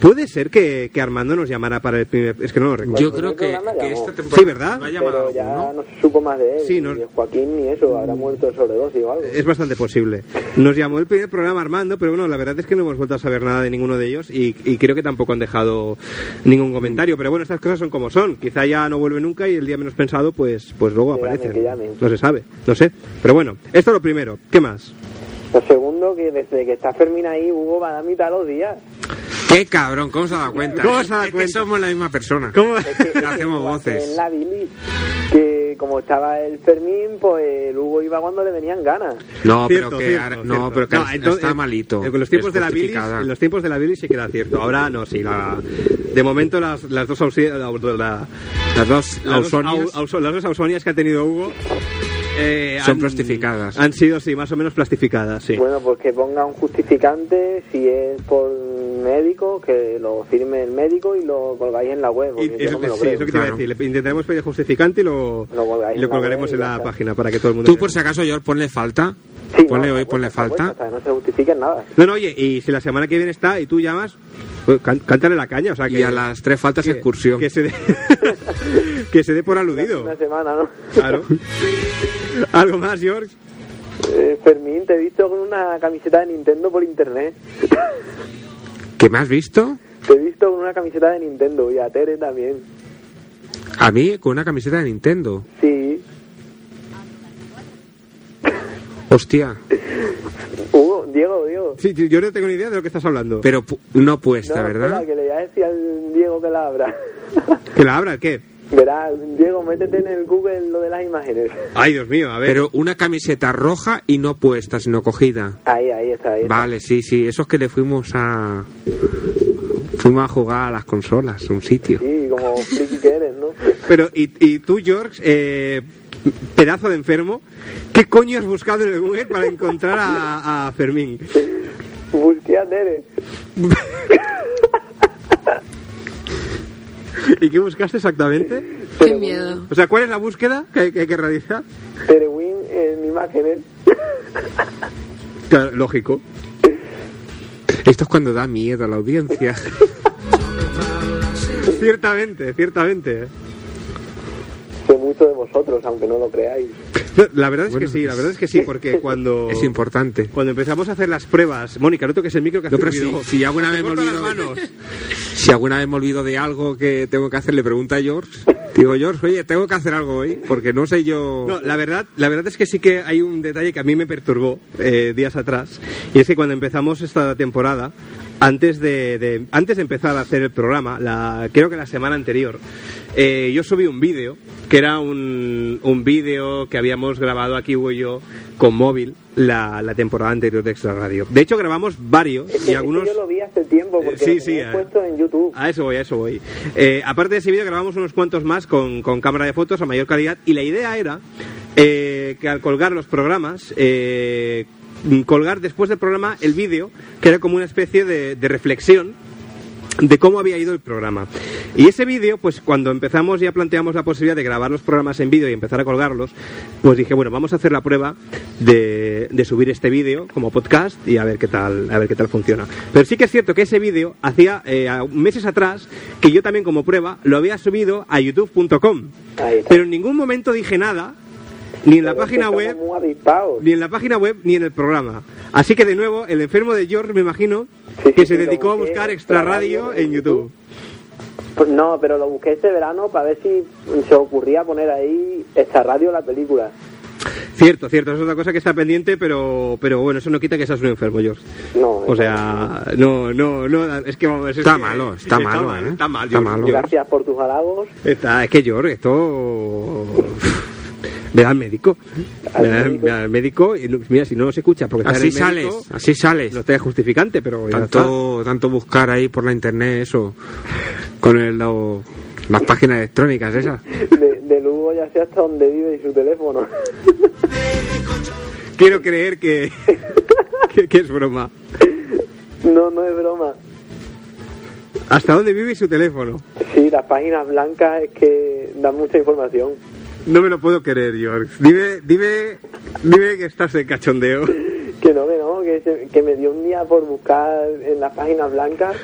Puede ser que, que Armando nos llamara para el primer... Es que no lo recuerdo. Yo Bueno, creo el que, Pues este programa que llamó. esta temporada Sí, ¿verdad? no ha llamado Pero ya alguno. no se supo más de él. Sí, no- Mm. Eh. ni de Joaquín ni eso, habrá muerto de sobredosis o algo. Es bastante posible. Nos llamó el primer programa Armando, pero bueno, la verdad es que no hemos vuelto a saber nada de ninguno de ellos y, y creo que tampoco han dejado ningún comentario. Pero bueno, estas cosas son como son. Quizá ya no vuelve nunca y el día menos pensado, pues, pues luego Que aparece. llamen, que llamen. No se sabe, no sé. Pero bueno, esto es lo primero. ¿Qué más? Lo segundo, que desde que está Fermín ahí, Hugo va a la mitad de los días. Qué cabrón, ¿cómo se ha dado cuenta? ¿Cómo se ha dado Es que cuenta? somos la misma persona. ¿Cómo? Hacemos voces. En la bilis. Que como estaba el Fermín, pues el Hugo iba cuando le venían ganas. No, Cierto, pero que, cierto, ahora- cierto. no, pero que No, entonces, está malito. eh, con los tiempos Es de la bilis, justificada. en los tiempos de la bilis sí que era cierto. Ahora no, sí. La, de momento las, las dos ausi- la- la- Las dos las dos ausonias. au- auso- las dos ausonias que ha tenido Hugo eh, Son plastificadas. Han sido sí, más o menos plastificadas, sí. Bueno, pues que ponga un justificante, si es por médico, que lo firme el médico y lo colgáis en la web. Y- porque yo eso, no me lo sí, creo. eso que te iba a Claro. decir. Le- Intentaremos pedir justificante y lo, Lo colgáis y lo en la colgaremos web y en ya la está. página para que todo el mundo. Tú, sepa. por si acaso, George, ponle falta. Sí, ponle no, está hoy, puesta, ponle está puesta, falta. o sea, no se justifica en nada. No, no, oye, y si la semana que viene está y tú llamas, pues, can- cántale la caña. O sea, que, Y a las tres faltas que- excursión. Que se dé, que se dé por aludido. Una semana, ¿no? Claro. ¿Algo más, George? Eh, Fermín, te he visto con una camiseta de Nintendo por internet. ¿Qué me has visto? Te he visto con una camiseta de Nintendo y a Tere también. A mí con una camiseta de Nintendo. Sí. Hostia. Hugo, Diego, Diego. Sí, sí, yo no tengo ni idea de lo que estás hablando. Pero pu- no No, puesta, ¿verdad? espera, que le voy a decir al Diego que la abra. ¿Que la abra? ¿Qué? Verás, Diego, métete en el Google lo de las imágenes. Ay, Dios mío, a ver. Pero una camiseta roja y no puesta, sino cogida. Ahí, ahí está, ahí. está. Vale, sí, sí. Eso es que le fuimos a. Fuimos a jugar a las consolas, a un sitio. Sí, como friki que eres, ¿no? Pero, y, y tú, George, eh, pedazo de enfermo, ¿qué coño has buscado en el Google para encontrar a, a Fermín? Busqué a Tere. ¿Y qué buscaste exactamente? Qué miedo. O sea, ¿cuál es la búsqueda que, que hay que realizar? Terewin en imágenes. Claro, lógico. Esto es cuando da miedo a la audiencia. Ciertamente, ¿eh? ciertamente. Soy mucho de vosotros, aunque no lo creáis. No, la verdad es Bueno, que sí, la verdad es que sí, porque cuando... Es importante. Cuando empezamos a hacer las pruebas... Mónica, no toques el micro que has No, pero perdido. si, si alguna Te vez me corto las olvido, manos. si alguna vez me olvido de algo que tengo que hacer, le pregunto a George. Digo, George, oye, tengo que hacer algo hoy, porque no sé yo. No, la verdad, la verdad es que sí que hay un detalle que a mí me perturbó eh, días atrás, y es que cuando empezamos esta temporada, antes de, de- antes de empezar a hacer el programa, la, creo que la semana anterior, eh, yo subí un vídeo, que era un, un vídeo que habíamos grabado aquí Hugo y yo con móvil la, la temporada anterior de Extra Radio. De hecho, grabamos varios Es que- es y que algunos... yo lo vi hace tiempo porque Eh, sí, lo sí, tenía eh. puesto en YouTube. A eso voy, a eso voy. Eh, aparte de ese vídeo, grabamos unos cuantos más con, con cámara de fotos a mayor calidad. Y la idea era eh, que al colgar los programas, eh, mm, colgar después del programa el vídeo, que era como una especie de, de reflexión de cómo había ido el programa. Y ese vídeo, pues cuando empezamos ya planteamos la posibilidad de grabar los programas en vídeo y empezar a colgarlos, pues dije, bueno, vamos a hacer la prueba de, de subir este vídeo como podcast y a ver qué tal, a ver qué tal funciona. Pero sí que es cierto que ese vídeo hacía eh, a- meses atrás que yo también como prueba lo había subido a youtube.com. Ahí está. Pero en ningún momento dije nada, ni en la Pero es que página estamos web, muy avispados. ni en la página web ni en el programa. Así que de nuevo, el enfermo de George, me imagino, Sí, sí, que sí, se lo dedicó a busqué, buscar extra radio en YouTube. Pues no, pero lo busqué este verano para ver si se ocurría poner ahí esta radio la película. Cierto, cierto, eso es otra cosa que está pendiente, pero, pero bueno, eso no quita que seas un enfermo, George. No, O sea, no, no, no, es que vamos, es Está que- malo, está malo, mal, ¿eh? Está mal, Está George, malo. George. gracias por tus halagos. Está- es que George, esto... Ve al médico. Al Ve al, médico. ve al médico y no- mira, si no nos escucha porque está en así el sales, médico, así sales. No te es justificante, pero ya está. Tanto, tanto buscar ahí por la internet eso, con el, lo- las páginas electrónicas esas. De, de Lugo ya sé hasta dónde vive y su teléfono. Quiero creer que, que, que es broma. No, no es broma. ¿Hasta dónde vive su teléfono? Sí, las páginas blancas es que dan mucha información. No me lo puedo creer, George. Dime, dime, dime que estás en cachondeo. Que no, que no, que, se- que me dio un día por buscar en las páginas blancas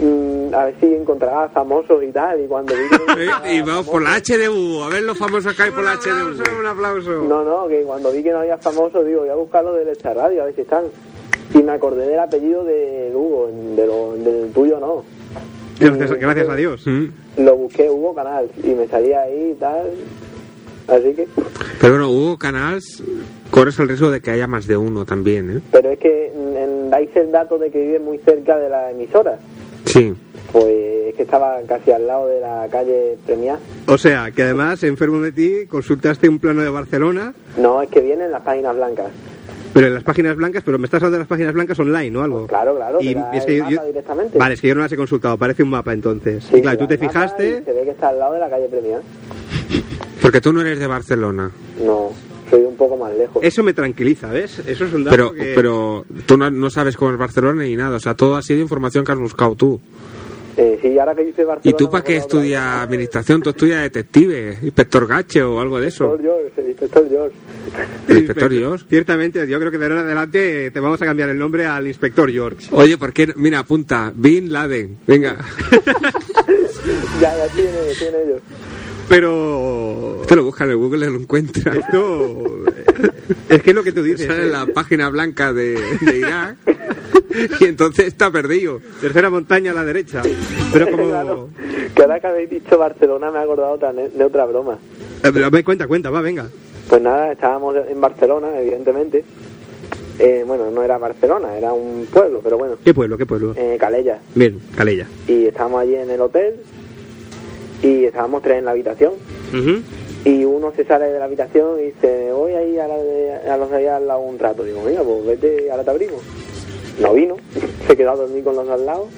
mm, a ver si encontraba famosos y tal. Y cuando vi que no Y vamos por la había famosos- HDU, a ver los famosos que hay por la HDU. un aplauso. No, no, que cuando vi que no había famosos, digo, voy a buscarlo del esta radio, a ver si están. Y me acordé del apellido de Hugo, de lo- del tuyo no. Gracias, gracias a Dios. Mm. Lo busqué Hugo Canal y me salía ahí y tal. Así que. Pero bueno, Hugo Canals, corres el riesgo de que haya más de uno también, ¿eh? Pero es que mm, en- dais el dato de que vive muy cerca de la emisora. Sí. Pues es que estaba casi al lado de la calle Premiá. O sea, que además, enfermo de ti, consultaste un plano de Barcelona, No, es que vienen las páginas blancas. pero en las páginas blancas, pero me estás hablando de las páginas blancas online, ¿no? Algo. Pues Claro, claro, te da el mapa directamente. Vale, es que yo no las he consultado, parece un mapa entonces. Sí, y claro, tú te la mapa fijaste. y Se ve que está al lado de la calle Premiá. Porque tú no eres de Barcelona. No, soy un poco más lejos. Eso me tranquiliza, ¿ves? Eso es un dato Pero, que- pero tú no, no sabes cómo es Barcelona ni nada. O sea, todo ha sido información que has buscado tú. Eh, sí, ahora que dice ¿Y Barcelona... tú para qué estudias estudiar administración? ¿Tú estudias detective, inspector Gache o algo de eso? Inspector George, el inspector George. ¿El inspector Dios? Ciertamente, yo creo que de ahora en adelante te vamos a cambiar el nombre al inspector George. Oye, ¿por qué? no- Mira, apunta, Bin Laden. Venga, Ya, ya tiene, tiene ellos. Pero. te lo busca en el Google y lo encuentra. Esto. eh, es que es lo que tú dices. Sale ¿eh? en la página blanca de, de Irak y entonces está perdido. Tercera montaña a la derecha. Pero Claro, como. que ahora que habéis dicho Barcelona me he acordado otra ne- de otra broma. Eh, pero me cuenta, cuenta, va, venga. Pues nada, estábamos en Barcelona, evidentemente. Eh, bueno, no era Barcelona, era un pueblo, pero bueno, ¿Qué pueblo, qué pueblo? eh, Calella. Bien, Calella. Y estábamos allí en el hotel y estábamos tres en la habitación. Y uno se sale de la habitación y dice, voy ahí a, la de- a los de allá al lado un rato. Digo, mira, pues vete, ahora te abrimos. No vino, se quedó a dormir con los de al lado.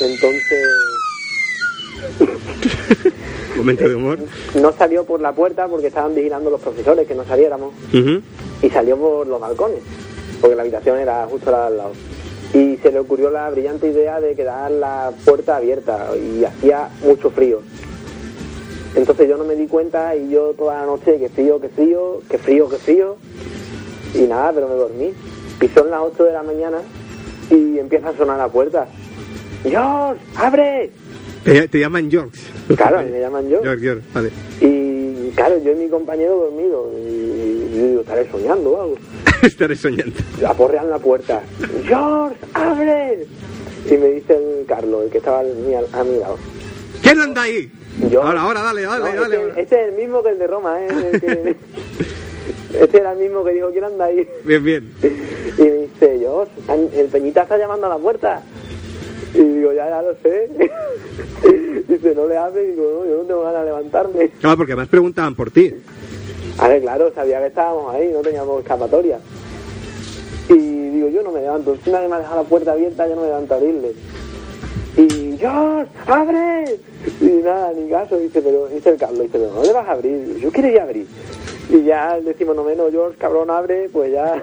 Entonces Momento de humor. no salió por la puerta porque estaban vigilando los profesores que no saliéramos. Ujú. y salió por los balcones, porque la habitación era justo la de al lado. Y se le ocurrió la brillante idea de quedar la puerta abierta y hacía mucho frío. Entonces yo no me di cuenta y yo toda la noche, que frío, que frío, que frío, que frío. Y nada, pero me dormí. Y son las 8 de la mañana y empieza a sonar la puerta. ¡George, abre! Te, te llaman George. Claro, me llaman yo. George, George, vale. Y claro, yo y mi compañero dormido. Y estaré soñando o algo. Estaré soñando. Aporrean la puerta. ¡George, abre! Y me dice el Carlos, el que estaba al- mi- a mi lado. ¿Quién anda ahí? Yo- Ahora, ahora, dale, No, dale, este- dale. este, ahora. es el mismo que el de Roma, ¿eh? El que- este era el mismo que dijo, ¿quién anda ahí? Bien, bien. Y me dice, George, el Peñita está llamando a la puerta. Y digo, ya, ya lo sé. dice, no le abre. Y digo, no, yo no tengo ganas de levantarme. Claro, porque además preguntaban por ti. A ver, claro, sabía que estábamos ahí, no teníamos escapatoria. Y digo, yo no me levanto. Si nadie me ha dejado la puerta abierta, yo no me levanto a abrirle. Y, George, abre. Y nada, ni caso. Dice, pero, dice el Carlos, dice, pero no le vas a abrir. Digo, yo quería abrir. Y ya el decimonoveno, George, cabrón, abre, pues ya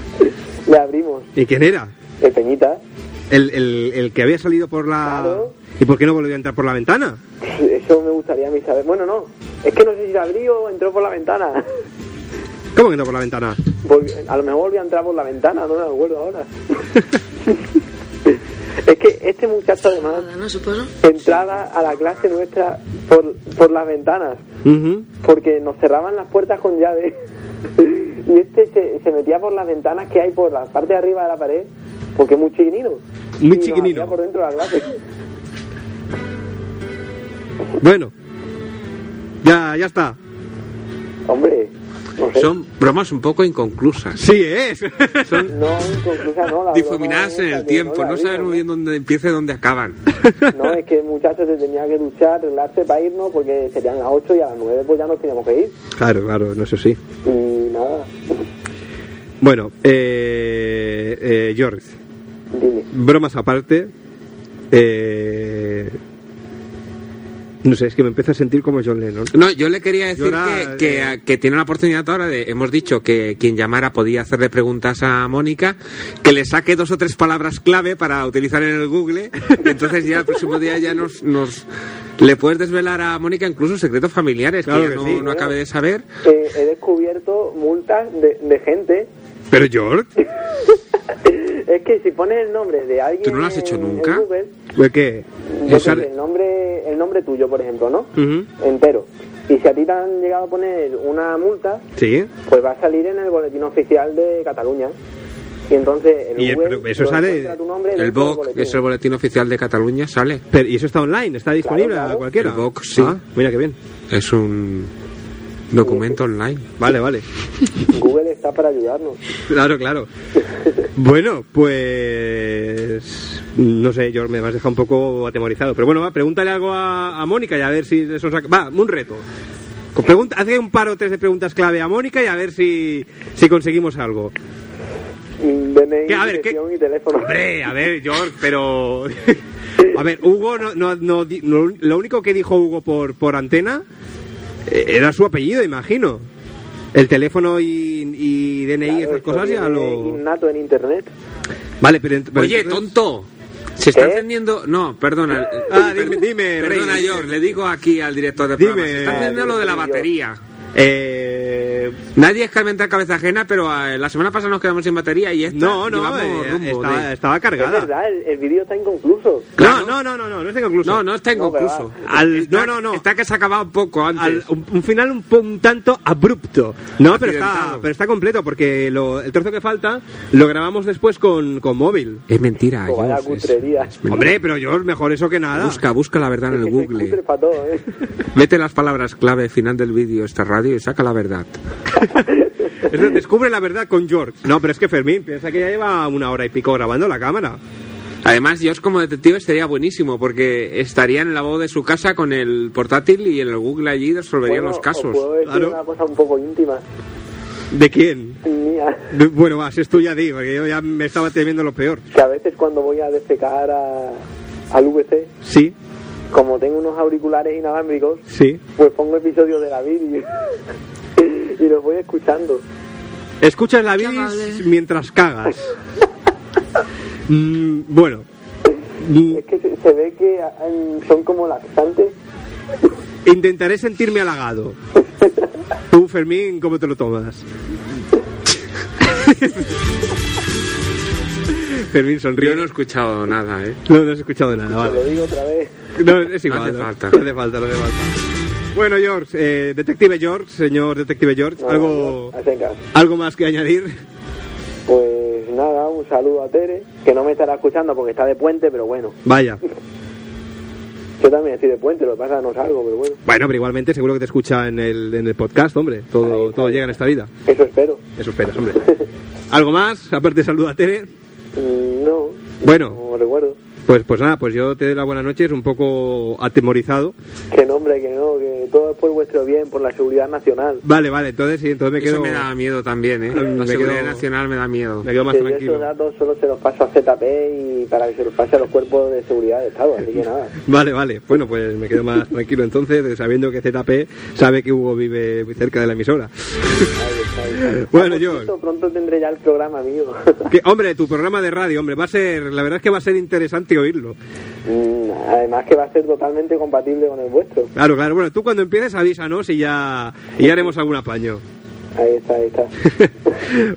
le abrimos. ¿Y quién era? El Peñita. El, el- el que había salido por la... Claro. ¿Y por qué no volvió a entrar por la ventana? Pues Eso me gustaría a mí saber. Bueno, no. Es que no sé si la abrí o entró por la ventana. ¿Cómo que entró por la ventana? Volvi- a lo mejor volví a entrar por la ventana, no me acuerdo ahora. es que este muchacho además Nada, ¿no? Supongo. entraba a la clase nuestra por, por las ventanas, Ujú. porque nos cerraban las puertas con llave. y este se, se metía por las ventanas que hay por la parte de arriba de la pared, porque es muy chiquinino. Muy Y nos chiquinino. abría por dentro de la clase. Bueno. Ya, ya está. Hombre, no sé. Son bromas un poco inconclusas. Sí es. Son No, inconclusa no, la difuminadas broma en es el que tiempo. la No saben abrimos. muy bien dónde empieza y dónde acaban. No, es que el muchacho se tenía que duchar, arreglarse para irnos porque serían las 8 y a las 9 pues ya nos teníamos que ir. claro, claro, no sé si. Y nada, Bueno, eh, eh, George, dime. bromas aparte. eh, no sé, es que me empiezo a sentir como John Lennon. No, yo le quería decir Llorar, que, que- eh. que tiene la oportunidad ahora de. Hemos dicho que quien llamara podía hacerle preguntas a Mónica, que le saque dos o tres palabras clave para utilizar en el Google. y entonces ya el próximo día ya nos. nos- le puedes desvelar a Mónica incluso secretos familiares Claro que, que ella no, sí. no acabe de saber. Eh, he descubierto multas de, de gente. Pero George, Es que si pones el nombre de alguien. ¿Tú no lo has hecho en- en nunca? Google, ¿por qué? yo Esa- creo que el nombre, el nombre tuyo, por ejemplo, ¿no? Ujú. Entero. Y si a ti te han llegado a poner una multa, Sí. pues va a salir en el boletín oficial de Cataluña. Y entonces el Y el- Google pero eso lo sale- encuentra tu nombre El dentro del BOC, que boletín. es el boletín oficial de Cataluña, sale. Pero, ¿Y eso está online? ¿Está disponible claro. a cualquiera? El Vox, sí. Ah, mira qué bien. Es un documento online. Vale, vale. Google está para ayudarnos. Claro, claro. Bueno, pues. No sé, George, me has dejado un poco atemorizado. Pero bueno, va, pregúntale algo a, a Mónica y a ver si eso saca. Va, un reto. Con pregunta- Hazle un par o tres de preguntas clave a Mónica y a ver si, si conseguimos algo. Mm, DNI, ¿Qué? A ver, dirección ¿qué? y teléfono. Hombre, a ver, George, pero. A ver, Hugo, no, no- no di- no- lo único que dijo Hugo por, por antena eh, era su apellido, imagino. El teléfono y, y DNI, Claro, esas esto cosas ya viene lo. Innato en internet. Vale, pero. ent- pero Oye, entonces- tonto. Se está ¿Eh? encendiendo. No, perdona. eh, Ah, per- dime, dime, Perdona, Rey. George, le digo aquí al director de Dime. programa. Se está encendiendo lo de la batería. Eh, Nadie es carmentar cabeza ajena, pero eh, la semana pasada nos quedamos sin batería y esta no, no, llevamos eh, rumbo estaba, de- estaba Es cargada. verdad, el, el vídeo está inconcluso. Claro. No, no, no, no, no, no está concluso. No, no está No, pero inconcluso. va. Al- no, Está- no, no. Está que se ha acabado un poco antes. Al- un, un final un, po- un tanto abrupto. No, pero está, Accidentado. pero está completo porque lo- el trozo que falta lo grabamos después con, con móvil. Es mentira, O vaya George, es- cutrería. Hombre, pero yo mejor eso que nada. Busca, busca la verdad en el Es que soy cutre Google. pa' todo, ¿eh? Vete las palabras clave final del vídeo, esta radio, y saca la verdad. Es decir, descubre la verdad con George. No, pero es que Fermín piensa que ya lleva una hora y pico grabando la cámara. Además, George como detective sería buenísimo, porque estaría en la voz de su casa con el portátil y en el Google allí resolvería Bueno, los os casos. puedo decir Claro. una cosa un poco íntima. ¿De quién? Mía. De- bueno, va, si es tuya, di, porque yo ya me estaba temiendo lo peor. Que a veces cuando voy a defecar a, al VC, Sí, como tengo unos auriculares inalámbricos, sí. pues pongo episodios de la vídeo y, y los voy escuchando. Escuchas la Qué bilis amable. mientras cagas. Mm, bueno. Mm, Es que se, se ve que ah, en- son como laxantes. intentaré sentirme halagado. Tú, Fermín, ¿cómo te lo tomas? Fermín sonríe. Yo no he escuchado nada, ¿eh? No, no has escuchado nada, Te lo vale. digo otra vez. No, es No igual. hace no. falta. No hace falta, no hace falta. Bueno, George, eh, detective George, señor detective George, Nada, algo, a secas. algo más que añadir. Pues nada, un saludo a Tere, que no me estará escuchando porque está de puente, pero bueno. Vaya. Yo también estoy de puente, lo que pasa es que no salgo, pero bueno. Bueno, pero igualmente seguro que te escucha en el, en el podcast, hombre. Todo, todo llega en esta vida. Eso espero. Eso esperas, hombre. ¿Algo más? Aparte, saluda a Tere. Mm, No. Bueno. No recuerdo. Pues, pues nada, pues yo te doy la buena noche, es un poco atemorizado. Que no, hombre, que no, que todo es por vuestro bien, por la seguridad nacional. Vale, vale, entonces sí, entonces me quedo, Eso me da miedo también, ¿eh? Me La seguridad quedo- nacional me da miedo. me quedo más Que yo esos tranquilo. datos solo se los paso a ZP y para que se los pase a los cuerpos de seguridad de Estado, así que nada. Vale, vale, bueno, pues me quedo más tranquilo entonces, eh, sabiendo que ZP sabe que Hugo vive muy cerca de la emisora. Bueno, Ah, por George. cierto, Pronto tendré ya el programa mío. Que, hombre, tu programa de radio, hombre, va a ser, la verdad es que va a ser interesante oírlo. Mm, Además que va a ser totalmente compatible con el vuestro. Claro, claro, bueno, tú cuando empieces avísanos y ya, y ya haremos algún apaño. Ahí está, ahí está.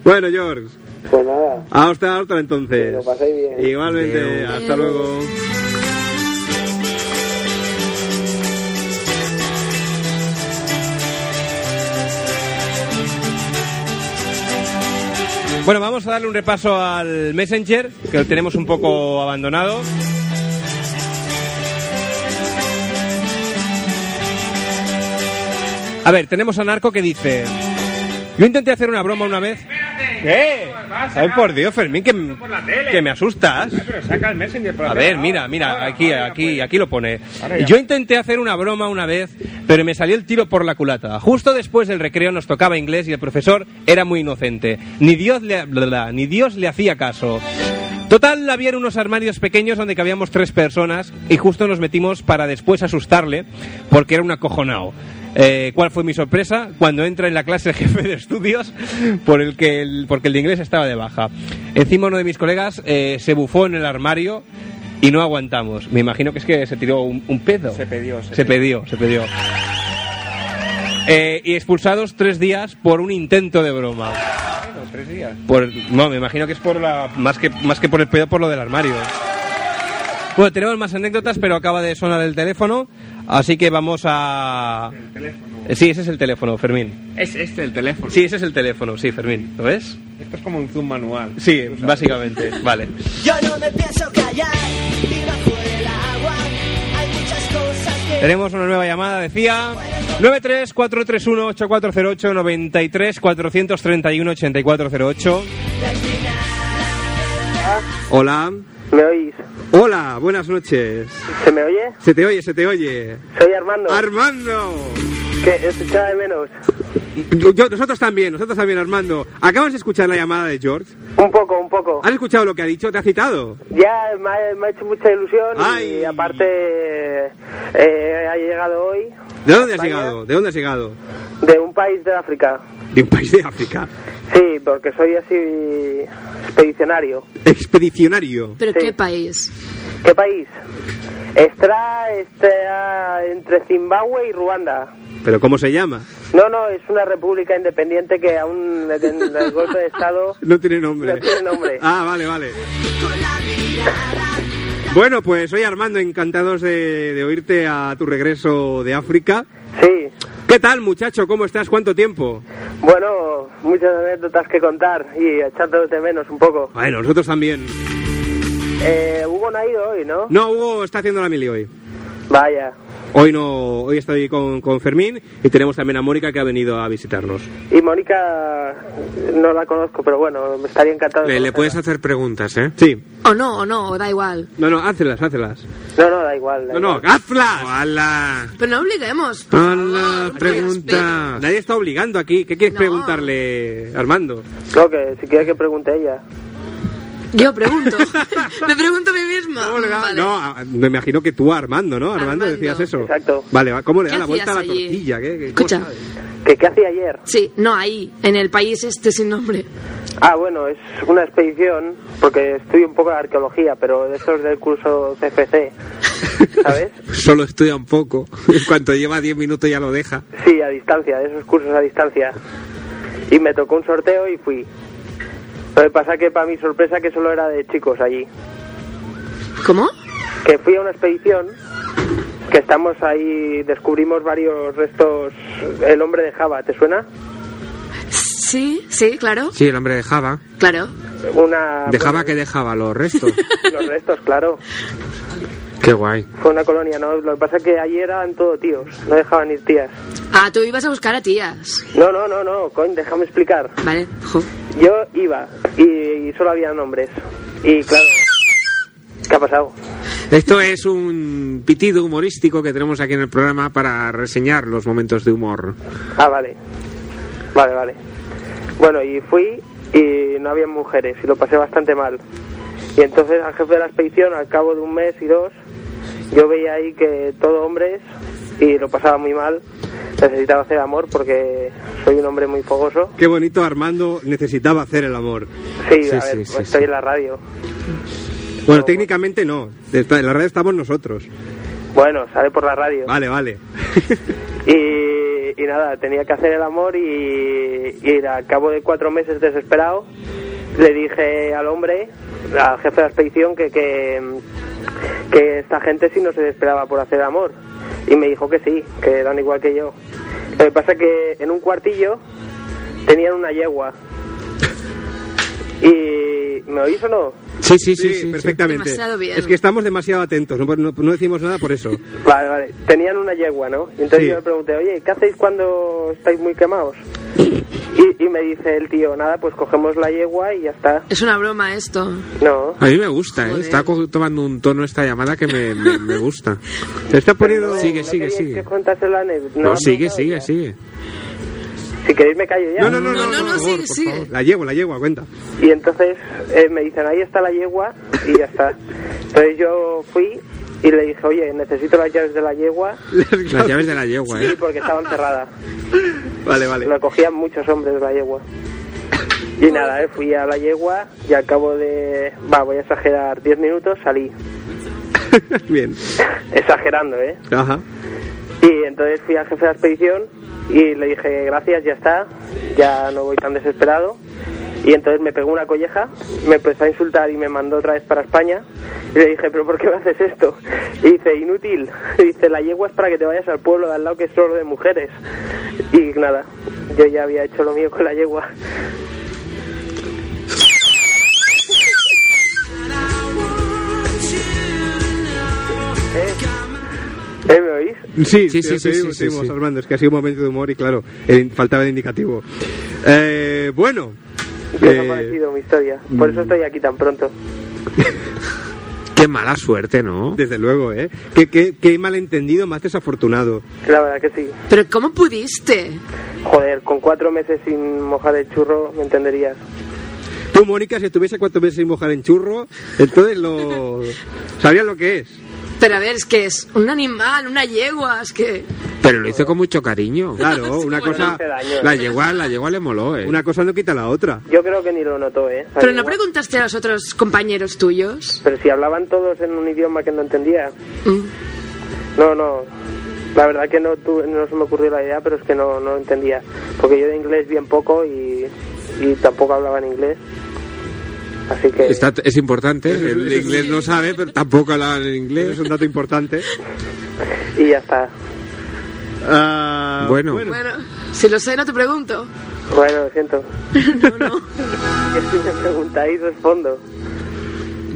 bueno, George, Pues nada, hasta otra que entonces. lo paséis bien. Igualmente, Adeu. hasta luego. Bueno, vamos a darle un repaso al Messenger, que lo tenemos un poco abandonado. A ver, tenemos a Narco que dice... Yo intenté hacer una broma una vez... ¡Eh! ¡Ay, por Dios, Fermín, que, m- Por la tele. que me asustas! Pero saca el Messenger por A la Pues ver, tele. mira, mira, Ahora, aquí, ahora ya aquí, puede. aquí lo pone. Ahora ya. Yo intenté hacer una broma una vez, pero me salió el tiro por la culata. Justo después del recreo nos tocaba inglés y el profesor era muy inocente. Ni Dios le, bla, bla, ni Dios le hacía caso. Total, había unos armarios pequeños donde cabíamos tres personas y justo nos metimos para después asustarle porque era un acojonao. Eh, ¿Cuál fue mi sorpresa? Cuando entra en la clase el jefe de estudios por el que el- porque el de inglés estaba de baja. Encima uno de mis colegas eh, se bufó en el armario y no aguantamos. Me imagino que es que se tiró un, un pedo. Se pedió, se Se pedió, se pedió. Eh, y expulsados tres días por un intento de broma. Bueno, tres días. Por, no, me imagino que es por la más que más que por el pedo por lo del armario. Bueno, tenemos más anécdotas, pero acaba de sonar el teléfono, así que vamos a Eh, Sí, ese es el teléfono, Fermín. Es este el teléfono. Sí, ese es el teléfono, sí, Fermín. ¿Lo ves? Esto es como un zoom manual. Sí, básicamente. Vale. Yo no me pienso callar y bajo el agua hay muchas cosas que Tenemos una nueva llamada, decía 934318408 93 431 8408. Hola. ¿Me oís? Hola, buenas noches. ¿Se me oye? Se te oye, se te oye. Soy Armando. Armando. que escuchaba de menos. Yo- yo- nosotros también, nosotros también, Armando. Acabas de escuchar la llamada de George. Un poco, un poco. ¿Has escuchado lo que ha dicho? ¿Te ha citado? Ya me ha, me ha hecho mucha ilusión Ay. y aparte eh, ha llegado hoy ¿De dónde has España. llegado? ¿De dónde has llegado? de un país de África. De un país de África. Sí, porque soy así expedicionario. Expedicionario. ¿Pero Sí. qué país? ¿Qué país? Está, está entre Zimbabue y Ruanda. ¿Pero cómo se llama? No, no, es una república independiente que aún en el golpe de Estado... No tiene nombre. No tiene nombre. Ah, vale, vale. Bueno, pues soy Armando, encantados de, de oírte a tu regreso de África. Sí, ¿Qué tal, muchacho? ¿Cómo estás? ¿Cuánto tiempo? bueno, muchas anécdotas que contar y echándote de menos un poco. Bueno, nosotros también. Eh, Hugo no ha ido hoy, ¿no? No, Hugo está haciendo la mili hoy. Vaya. Hoy no, hoy estoy con, con Fermín y tenemos también a Mónica que ha venido a visitarnos. Y Mónica no la conozco, pero bueno, me estaría encantado. de Le, le puedes conocerla. hacer preguntas, ¿eh? Sí. O no, o no, o da igual. No, no, hácelas, hácelas. No, no, da igual. da No, igual. no, hazlas. ¡Hala! Pero no obliguemos. Ah, por ¡Hala! favor, ¡Pregunta! Nadie está obligando aquí. ¿Qué quieres No. preguntarle, Armando? No, que si quieres que pregunte ella. respeto. Yo pregunto. Me pregunto a mí misma. ¿Cómo le da- Vale. No, a- me imagino que tú a Armando, ¿no? Armando, Armando. decías eso. Exacto. Vale, va- ¿cómo le da ¿Qué la vuelta a la hacías allí? tortilla? ¿Qué, qué- Escucha. cómo sabes? ¿Que qué hacía ayer? Sí, no ahí, en el país este sin nombre. Ah, bueno, es una expedición, porque estudio un poco de arqueología, pero de esos del curso CFC. ¿Sabes? Solo estudia un poco. En cuanto lleva 10 minutos ya lo deja. Sí, a distancia, de esos cursos a distancia. Y me tocó un sorteo y fui. Lo que pasa que para mi sorpresa que solo era de chicos allí. ¿Cómo? Que fui a una expedición que estamos ahí, descubrimos varios restos. El hombre de Java, ¿te suena? Sí, sí, claro. Sí, el hombre dejaba. Claro. Una, Ah, Dejaba que dejaba los restos. Los restos, claro. Qué guay. Fue una colonia, ¿no? Lo que pasa es que allí eran todo tíos, no dejaban ir tías. Ah, tú ibas a buscar a tías. No, no, no, no, coño, déjame explicar. Vale. jo. Yo iba y, solo había nombres. Y claro, ¿qué ha pasado? Esto es un pitido humorístico que tenemos aquí en el programa para reseñar los momentos de humor. Ah, vale. Vale, vale. Bueno, y fui y no había mujeres y lo pasé bastante mal. Y entonces al jefe de la expedición, al cabo de un mes y dos, yo veía ahí que todo hombres y lo pasaba muy mal. Necesitaba hacer amor porque soy un hombre muy fogoso. Qué bonito Armando necesitaba hacer el amor. Sí, Sí, a sí, ver, sí, estoy sí. en la radio. Bueno, técnicamente no. Está- En la red estamos nosotros. Bueno, sale por la radio. Vale, vale. Y, y nada, tenía que hacer el amor y, y al cabo de cuatro meses desesperado le dije al hombre, al jefe de la expedición, que, que, que esta gente sí no se desesperaba por hacer amor. Y me dijo que sí, que eran igual que yo. Lo que pasa que en un cuartillo tenían una yegua. Y... ¿Me oís o no? Sí, sí, sí, sí, sí. perfectamente. Demasiado bien. Es que estamos demasiado atentos, no, no- no decimos nada por eso. Vale, vale. Tenían una yegua, ¿no? Y entonces Sí. yo le pregunté, oye, ¿qué hacéis cuando estáis muy quemados? Y, y me dice el tío, nada, pues cogemos la yegua y ya está. Es una broma esto. No. A mí me gusta, ¿eh? Joder. está co- tomando un tono esta llamada que me, me- me gusta. Te está poniendo... No, Sigue, no sigue, queríais sigue. que contase la ane- No, no, sigue, no, sigue, ya. sigue. Si queréis me callo ya. No, no, no, no, No, no, por no, favor, sigue, por sigue. favor. La llevo, la llevo, a cuenta. Y entonces eh, me dicen, ahí está la yegua y ya está. Entonces yo fui y le dije, oye, necesito las llaves de la yegua. Las llaves de la yegua, Sí, ¿eh? porque estaban cerradas. Vale, vale. Lo cogían muchos hombres la yegua. Y nada, eh, fui a la yegua y al cabo de, va, voy a exagerar, 10 minutos salí. Bien. Exagerando, ¿eh? Ajá. Y entonces fui al jefe de la expedición y le dije, gracias, ya está, ya no voy tan desesperado. Y entonces me pegó una colleja, me empezó a insultar y me mandó otra vez para España. Y le dije, pero ¿por qué me haces esto? Y dice, inútil. Y dice, la yegua es para que te vayas al pueblo de al lado que es solo de mujeres. Y nada, yo ya había hecho lo mío con la yegua. ¿Eh? ¿Eh? ¿Me oís? Sí, Sí, sí, sí, sí, seguimos, sí, seguimos, sí. Armando. Es que ha sido un momento de humor y claro, el- faltaba el indicativo. Eh, bueno. ¿Qué Pues, os eh, ha parecido mi historia? Por eso estoy aquí tan pronto. Qué mala suerte, ¿no? desde luego, ¿eh? Qué, qué- qué malentendido más desafortunado. La verdad que sí. Pero ¿cómo pudiste? Joder, con cuatro meses sin mojar el churro, me entenderías. Tú, Mónica, si estuviese cuatro meses sin mojar en churro, entonces lo... ¿Sabrías lo que es? Pero a ver, es que es un animal, una yegua, es que... Pero lo hizo con mucho cariño. Claro, una Bueno, cosa... hace daño. La yegua, la yegua le moló, ¿eh? Una cosa no quita la otra. Yo creo que ni lo notó, ¿eh? Pero no Igual. preguntaste a los otros compañeros tuyos. Pero si hablaban todos en un idioma que no entendía. Mm. No, no. La verdad que no, tuve- no se me ocurrió la idea, pero es que no, no entendía. Porque yo de inglés bien poco y, y tampoco hablaba en inglés. Así que... Está- es importante, el inglés no sabe, pero tampoco habla en Es inglés. un dato importante. Y ya está. Ah, Bueno. Bueno, si lo sé, no te pregunto. Bueno, lo siento. no, no. Si me preguntáis, respondo.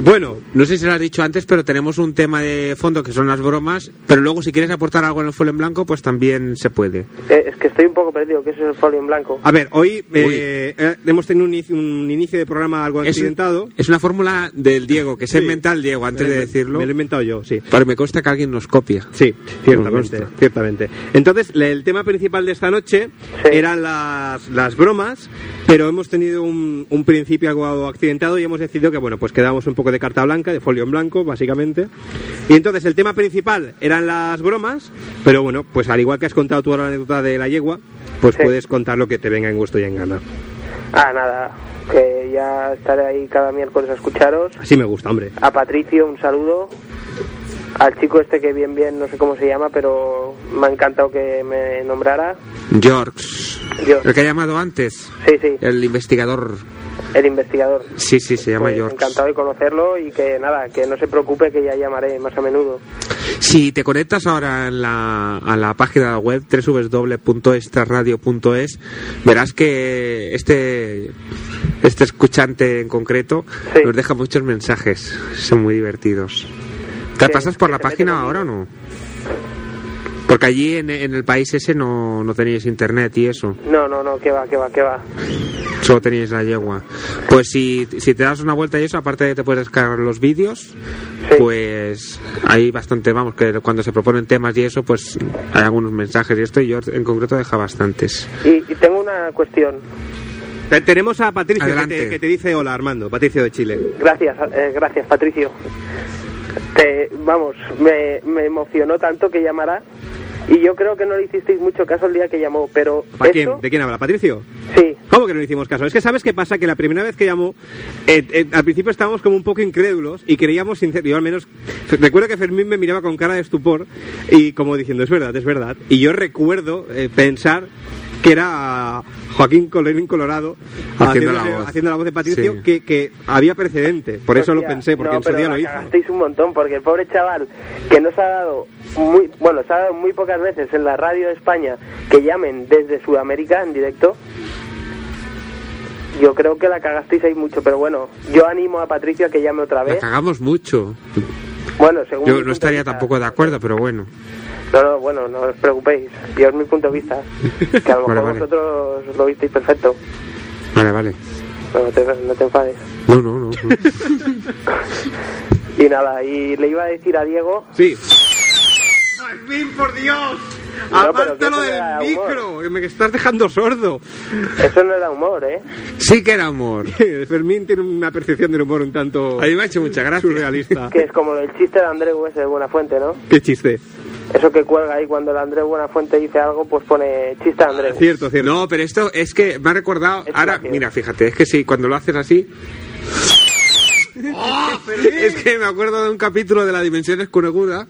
Bueno, No sé si lo has dicho antes, pero tenemos un tema de fondo que son las bromas. Pero luego, si quieres aportar algo en el fuego en blanco, pues también se puede. Eh, es que estoy un poco perdido, que eso es el folio en blanco. A ver, hoy eh, eh, hemos tenido un inicio, un inicio de programa algo Es, un- accidentado. es una fórmula del Diego, que se Sí. inventa el Diego Me antes de lo he- decirlo. Me lo he inventado yo, sí. Pero me consta que alguien nos copia. Sí, ciertamente, gusta. ciertamente. Entonces, le- el tema principal de esta noche Sí. eran las, las bromas, pero hemos tenido un, un principio algo accidentado y hemos decidido que, bueno, pues quedábamos un poco de carta blanca, de folio en blanco, básicamente. Y entonces, el tema principal eran las bromas, pero bueno, pues al igual que has contado tú ahora la anécdota de la yegua, pues Sí. puedes contar lo que te venga en gusto y en gana. Ah, nada, que ya estaré ahí cada miércoles a escucharos. Así me gusta, hombre. A Patricio, un saludo. al chico este que bien bien, no sé cómo se llama, pero me ha encantado que me nombrara. George. George. El que ha llamado antes. Sí, sí, El investigador. el investigador. Sí, sí, se llama Pues, George. Encantado de conocerlo y que nada, que no se preocupe que ya llamaré más a menudo. Si te conectas ahora en la, a la página web www.estarradio.es, verás que este, este escuchante en concreto Sí. nos deja muchos mensajes. Son muy divertidos. ¿Te Sí, pasas por que la se mete página conmigo. ahora o no? Porque allí en, en el país ese no, no teníais internet y eso. No, no, no, que va, que va, que va. Solo teníais la yegua. Pues si, si te das una vuelta y eso, aparte de que te puedes descargar los vídeos, Sí. pues hay bastante, vamos, que cuando se proponen temas y eso, pues hay algunos mensajes y esto, y yo en concreto deja bastantes. Y, y tengo una cuestión. Te- Tenemos a Patricio que Adelante. te, que te dice hola Armando, Patricio de Chile. Gracias, eh, gracias, Patricio. Te- vamos, me, me emocionó tanto que llamará. Y yo creo que no le hicisteis mucho caso el día que llamó, pero. ¿Para esto- quién? ¿De quién habla? ¿Patricio? Sí, ¿Cómo que no le hicimos caso? Es que sabes qué pasa, que la primera vez que llamó, eh, eh, al principio estábamos como un poco incrédulos y creíamos sincero, yo al menos, recuerdo que Fermín me miraba con cara de estupor y como diciendo, es verdad, es verdad. Y yo recuerdo eh, pensar que era Joaquín Colorín Colorado Haciendo la haciéndole- voz. haciendo la voz de Patricio, Sí. que, que había precedente. Por eso lo Hostia, pensé, porque no, en su pero día la lo hizo. cagasteis un montón, porque el pobre chaval que nos ha dado muy, bueno, se ha dado muy pocas veces en la radio de España que llamen desde Sudamérica en directo. Yo creo que la cagasteis ahí mucho, pero bueno, yo animo a Patricio a que llame otra La vez. cagamos mucho. Bueno, según mi Yo punto no de estaría vista. tampoco de acuerdo, pero bueno. No, no, bueno, no os preocupéis. Yo es mi punto de vista. Que a lo mejor Vale, vale. vosotros lo visteis perfecto. Vale, vale. No te, no te enfades. No, no, no. no. Y nada, y le iba a decir a Diego Sí. ¡Al fin, por Dios! No, pero ¡Apártalo que eso del era humor. micro! que me estás dejando sordo. Eso no era humor, ¿eh? Sí que era amor. Fermín tiene una percepción del humor un tanto A mí me ha hecho mucha gracia. Ah. surrealista. Que es como el chiste de Andreu ese de Buenafuente, ¿no? Qué chiste. Eso que cuelga ahí cuando el Andreu Buenafuente dice algo, pues pone chiste de Andreu. Cierto, cierto. No, pero esto es que me ha recordado. Es ahora, gracioso. mira, fíjate, es que sí, cuando lo haces así. es que me acuerdo de un capítulo de la Dimensión Escureguda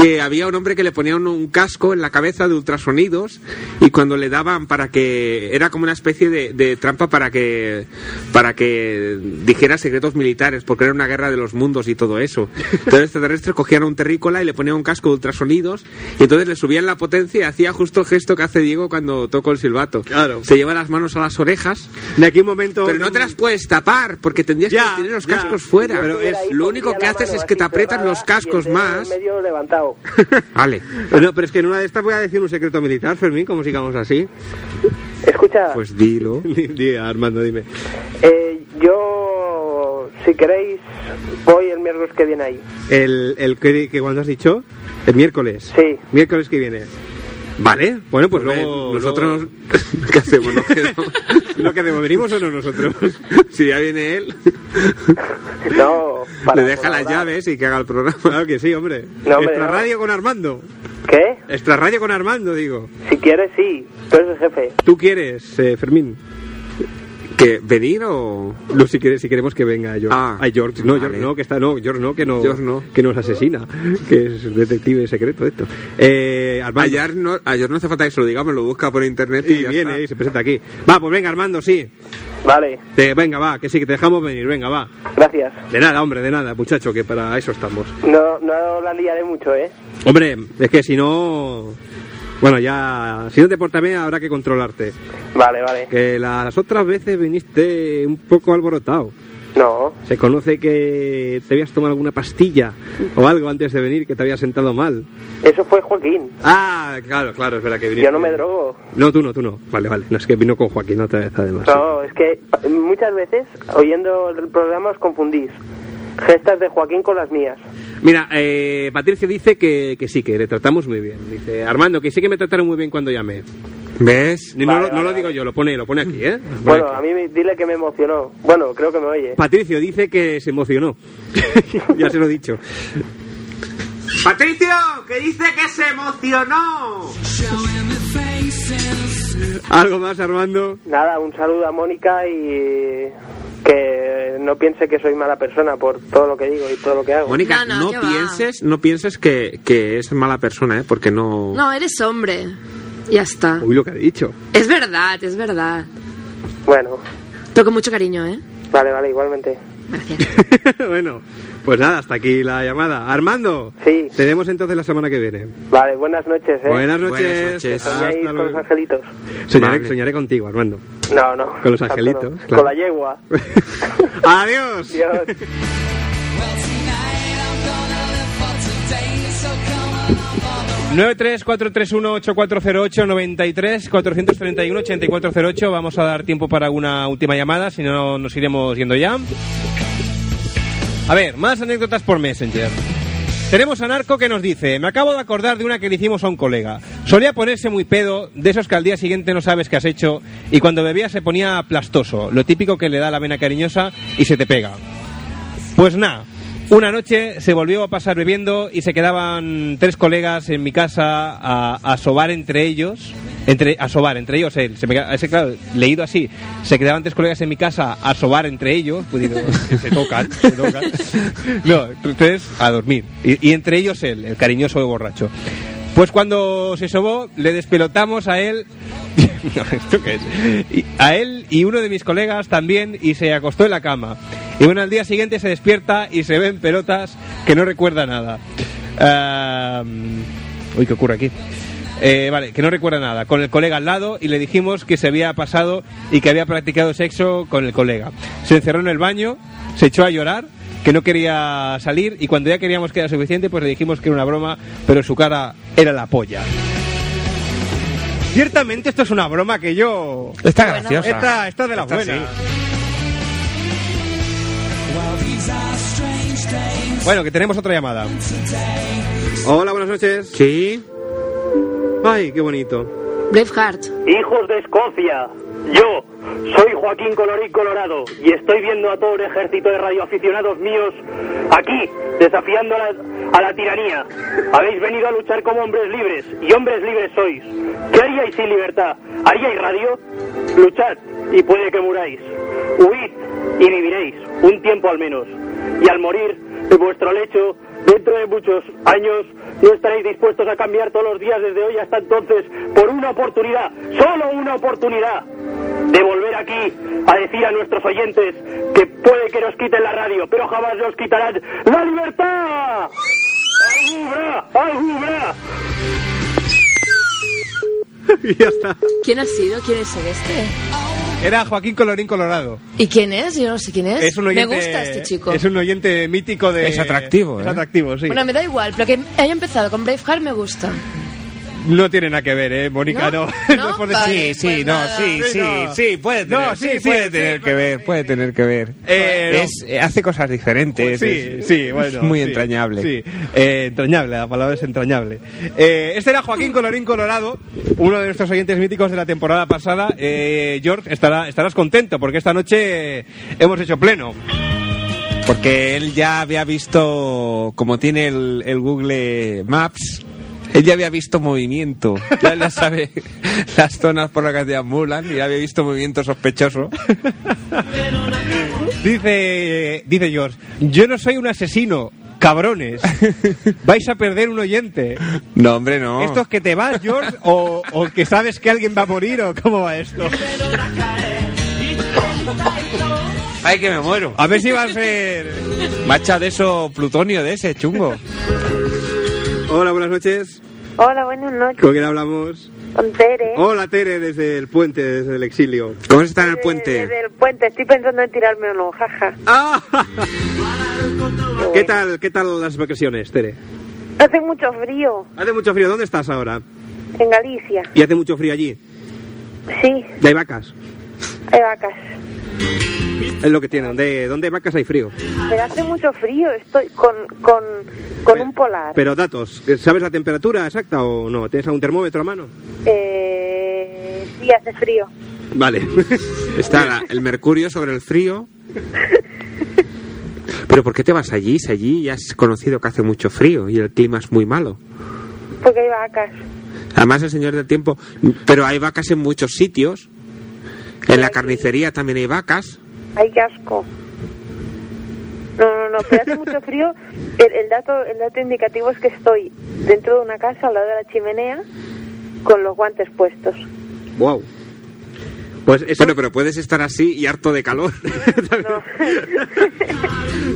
que había un hombre que le ponía un, un casco en la cabeza de ultrasonidos y cuando le daban para que era como una especie de, de trampa para que para que dijera secretos militares porque era una guerra de los mundos y todo eso. Entonces los extraterrestres cogían a un terrícola y le ponían un casco de ultrasonidos y entonces le subían la potencia y hacía justo el gesto que hace Diego cuando toco el silbato. Claro. Se lleva las manos a las orejas. De aquí un momento. Pero no te las puedes tapar porque tendrías Ya, que tener los ya. cascos fuera. Pero Estuviera es- ahí, lo único pondría que la haces mano es que así te aprietan cerrada los cascos y el dedo en más. medio levantado. Vale. No, pero es que en una de estas voy a decir un secreto militar, Fermín, como sigamos así. Escucha, Pues dilo. Di- di, Armando, dime. eh, yo, si queréis, voy el miércoles que viene ahí. El, el que, que cuando has dicho, el miércoles. Sí. Miércoles que viene. Vale, bueno, pues Hombre, luego. nosotros. ¿Qué hacemos? Nos quedamos. luego- Lo que hacemos, venimos o no nosotros. si ya viene él, No, para le deja las colaborar. llaves y que haga el programa. Claro que sí, hombre. pues No, hombre, Extra no. radio con Armando. ¿Qué? Extra radio con Armando, digo. Si quieres, sí. Tú eres el jefe. ¿Tú quieres, eh, Fermín? ¿Que venir o.? No, si, quieres, si queremos que venga George. Ah. Ay, George, no, George Vale. no, que está, no, George no, que no, George no. que nos asesina, que es detective secreto esto. Eh, Armando. Ayer no, ayer no hace falta que se lo digamos, lo busca por internet y, y Ah, ya viene está. y se presenta aquí. Va, pues venga, Armando, sí. Vale, Te- venga, va, que sí, que te dejamos venir, venga, va. gracias. De nada, hombre, de nada, muchacho, que para eso estamos. No, no la liaré mucho, ¿eh? Hombre, es que si no. Bueno, ya. Si no te portas bien, habrá que controlarte. Vale, vale. Que las otras veces viniste un poco alborotado. No, Se conoce que te habías tomado alguna pastilla o algo antes de venir que te había sentado mal. eso fue Joaquín. Ah, claro, claro, es verdad que viniste. Yo no me drogo. No, tú no, tú no. Vale, vale. No, es que vino con Joaquín otra vez, además. No, es que pa- muchas veces, oyendo el programa, os confundís. Gestas de Joaquín con las mías. Mira, eh, Patricio dice que, que sí, que le tratamos muy bien. Dice, Armando, que sí que me trataron muy bien cuando llamé. ¿Ves? No, Vale, lo- no vale, lo vale. digo yo, lo pone, lo pone aquí, ¿eh? Lo pone Bueno, aquí. a mí me- dile que me emocionó. Bueno, creo que me oye. Patricio dice que se emocionó. ya se lo he dicho. ¡Patricio! ¡Que dice que se emocionó! ¿Algo más, Armando? Nada, un saludo a Mónica y que no piense que soy mala persona por todo lo que digo y todo lo que hago. Mónica, No, no, no, qué va. pienses, no pienses que, que es mala persona, ¿eh? Porque no... No, eres hombre. Ya está. Uy, lo que ha dicho. Es verdad, es verdad. Bueno, Pero con mucho cariño, ¿eh? vale, vale, igualmente. Gracias. bueno, pues nada, hasta aquí la llamada. Armando, Sí. te vemos entonces la semana que viene. Vale, buenas noches, ¿eh? Buenas noches. Buenas noches. Hasta Soñéis con los luego. angelitos. Soñaré, Vale. soñaré contigo, Armando. No, no. Con los tanto angelitos, no. claro. Con la yegua. Adiós. Dios. cuatro Vamos a dar tiempo para una última llamada, si no nos iremos yendo ya. A ver, más anécdotas por Messenger. Tenemos a Narco que nos dice, me acabo de acordar de una que le hicimos a un colega. Solía ponerse muy pedo, de esos que al día siguiente no sabes qué has hecho, y cuando bebía se ponía plastoso, lo típico que le da la vena cariñosa y se te pega. Pues nada, una noche se volvió a pasar bebiendo y se quedaban tres colegas en mi casa a, a sobar entre ellos. Entre, a sobar, entre ellos él. Se me, queda- ese, claro, leído así. Se quedaban tres colegas en mi casa a sobar entre ellos. pues digo, que se tocan, se tocan. No, tres a dormir. Y, y entre ellos él, el cariñoso borracho. Pues cuando se sobó, le despelotamos a él. No, ¿esto qué es? Y- a él y uno de mis colegas también, y se acostó en la cama. Y bueno, al día siguiente se despierta y se ven pelotas que no recuerda nada. Ah, uy, ¿qué ocurre aquí? Eh, vale, que no recuerda nada. Con el colega al lado y le dijimos que se había pasado y que había practicado sexo con el colega. Se encerró en el baño, se echó a llorar, que no quería salir y cuando ya queríamos que era suficiente, pues le dijimos que era una broma, pero su cara era la polla. Ciertamente esto es una broma que yo... Está Bueno, graciosa. Esta, esta es de la Esta buena. sí. Bueno, que tenemos otra llamada. Hola, buenas noches. Sí. Ay, qué bonito. Braveheart. Hijos de Escocia, yo soy Joaquín Colorín Colorado y estoy viendo a todo un ejército de radioaficionados míos aquí desafiando a la, a la tiranía. Habéis venido a luchar como hombres libres y hombres libres sois. ¿Qué haríais sin libertad? ¿Haríais radio? Luchad y puede que muráis. Huid y viviréis, un tiempo al menos. Y al morir de vuestro lecho, dentro de muchos años, no estaréis dispuestos a cambiar todos los días desde hoy hasta entonces por una oportunidad, solo una oportunidad, de volver aquí a decir a nuestros oyentes que puede que nos quiten la radio, pero jamás nos quitarán la libertad. ¡Algubra! ¡Algubra! y ya está. ¿Quién ha sido? ¿Quién es este? Era Joaquín Colorín Colorado. ¿Y quién es? Yo no sé quién es. Es un oyente, me gusta este chico. Es un oyente mítico de... Es atractivo, Es ¿eh? atractivo, sí. Bueno, me da igual, pero que haya empezado con Braveheart me gusta. No tiene nada que ver, ¿eh, Mónica? No, ¿No? No es por ¿No? decir- Vale, Sí, sí, pues no, nada. sí, sí, no. sí, puede tener, No, sí, sí, sí, puede sí, tener sí, que ver, puede tener que ver. Eh, Es- eh, hace cosas diferentes. Sí, es- sí, bueno. es muy sí, entrañable. Sí, Eh, entrañable, la palabra es entrañable. Eh, este era Joaquín Colorín Colorado, uno de nuestros oyentes míticos de la temporada pasada. Eh, George, estará, estarás contento porque esta noche eh, hemos hecho pleno. Porque él ya había visto, como tiene el, el Google Maps, él ya había visto movimiento. Ya le sabe las zonas por las que se ambulan y ya había visto movimiento sospechoso. Dice, dice George, yo no soy un asesino, cabrones. Vais a perder un oyente. No, hombre, no. ¿Esto es que te vas, George, o, o que sabes que alguien va a morir o cómo va esto? Ay, que me muero. A ver si va a ser... Macha de eso, plutonio de ese, chungo. Hola, buenas noches. Hola, buenas noches. ¿Con quién hablamos? Con Tere. Hola Tere, desde el puente, desde el exilio. ¿Cómo se está en el Desde- puente? Desde el puente. Estoy pensando en tirarme uno, jaja. ¡Ah! ¿Qué tal, qué tal las vacaciones, Tere? Hace mucho frío Hace mucho frío, ¿dónde estás ahora? en Galicia. Y hace mucho frío allí. Sí, Y hay vacas. hay vacas. Es lo que tiene, donde, donde hay vacas hay frío. Pero hace mucho frío. Estoy con, con, con un polar. Pero datos, ¿sabes la temperatura exacta o no? ¿Tienes algún termómetro a mano? Eh, sí, hace frío. Vale. Está la- el mercurio sobre el frío. Pero ¿por qué te vas allí? Si allí ya has conocido que hace mucho frío y el clima es muy malo. Porque hay vacas. Además, el señor del tiempo. Pero hay vacas en muchos sitios. En la carnicería también hay vacas. Hay casco. no, pero hace mucho frío. El, el dato, el dato indicativo es que estoy dentro de una casa al lado de la chimenea con los guantes puestos. Wow. Pues eso, Bueno, pero puedes estar así y harto de calor. No.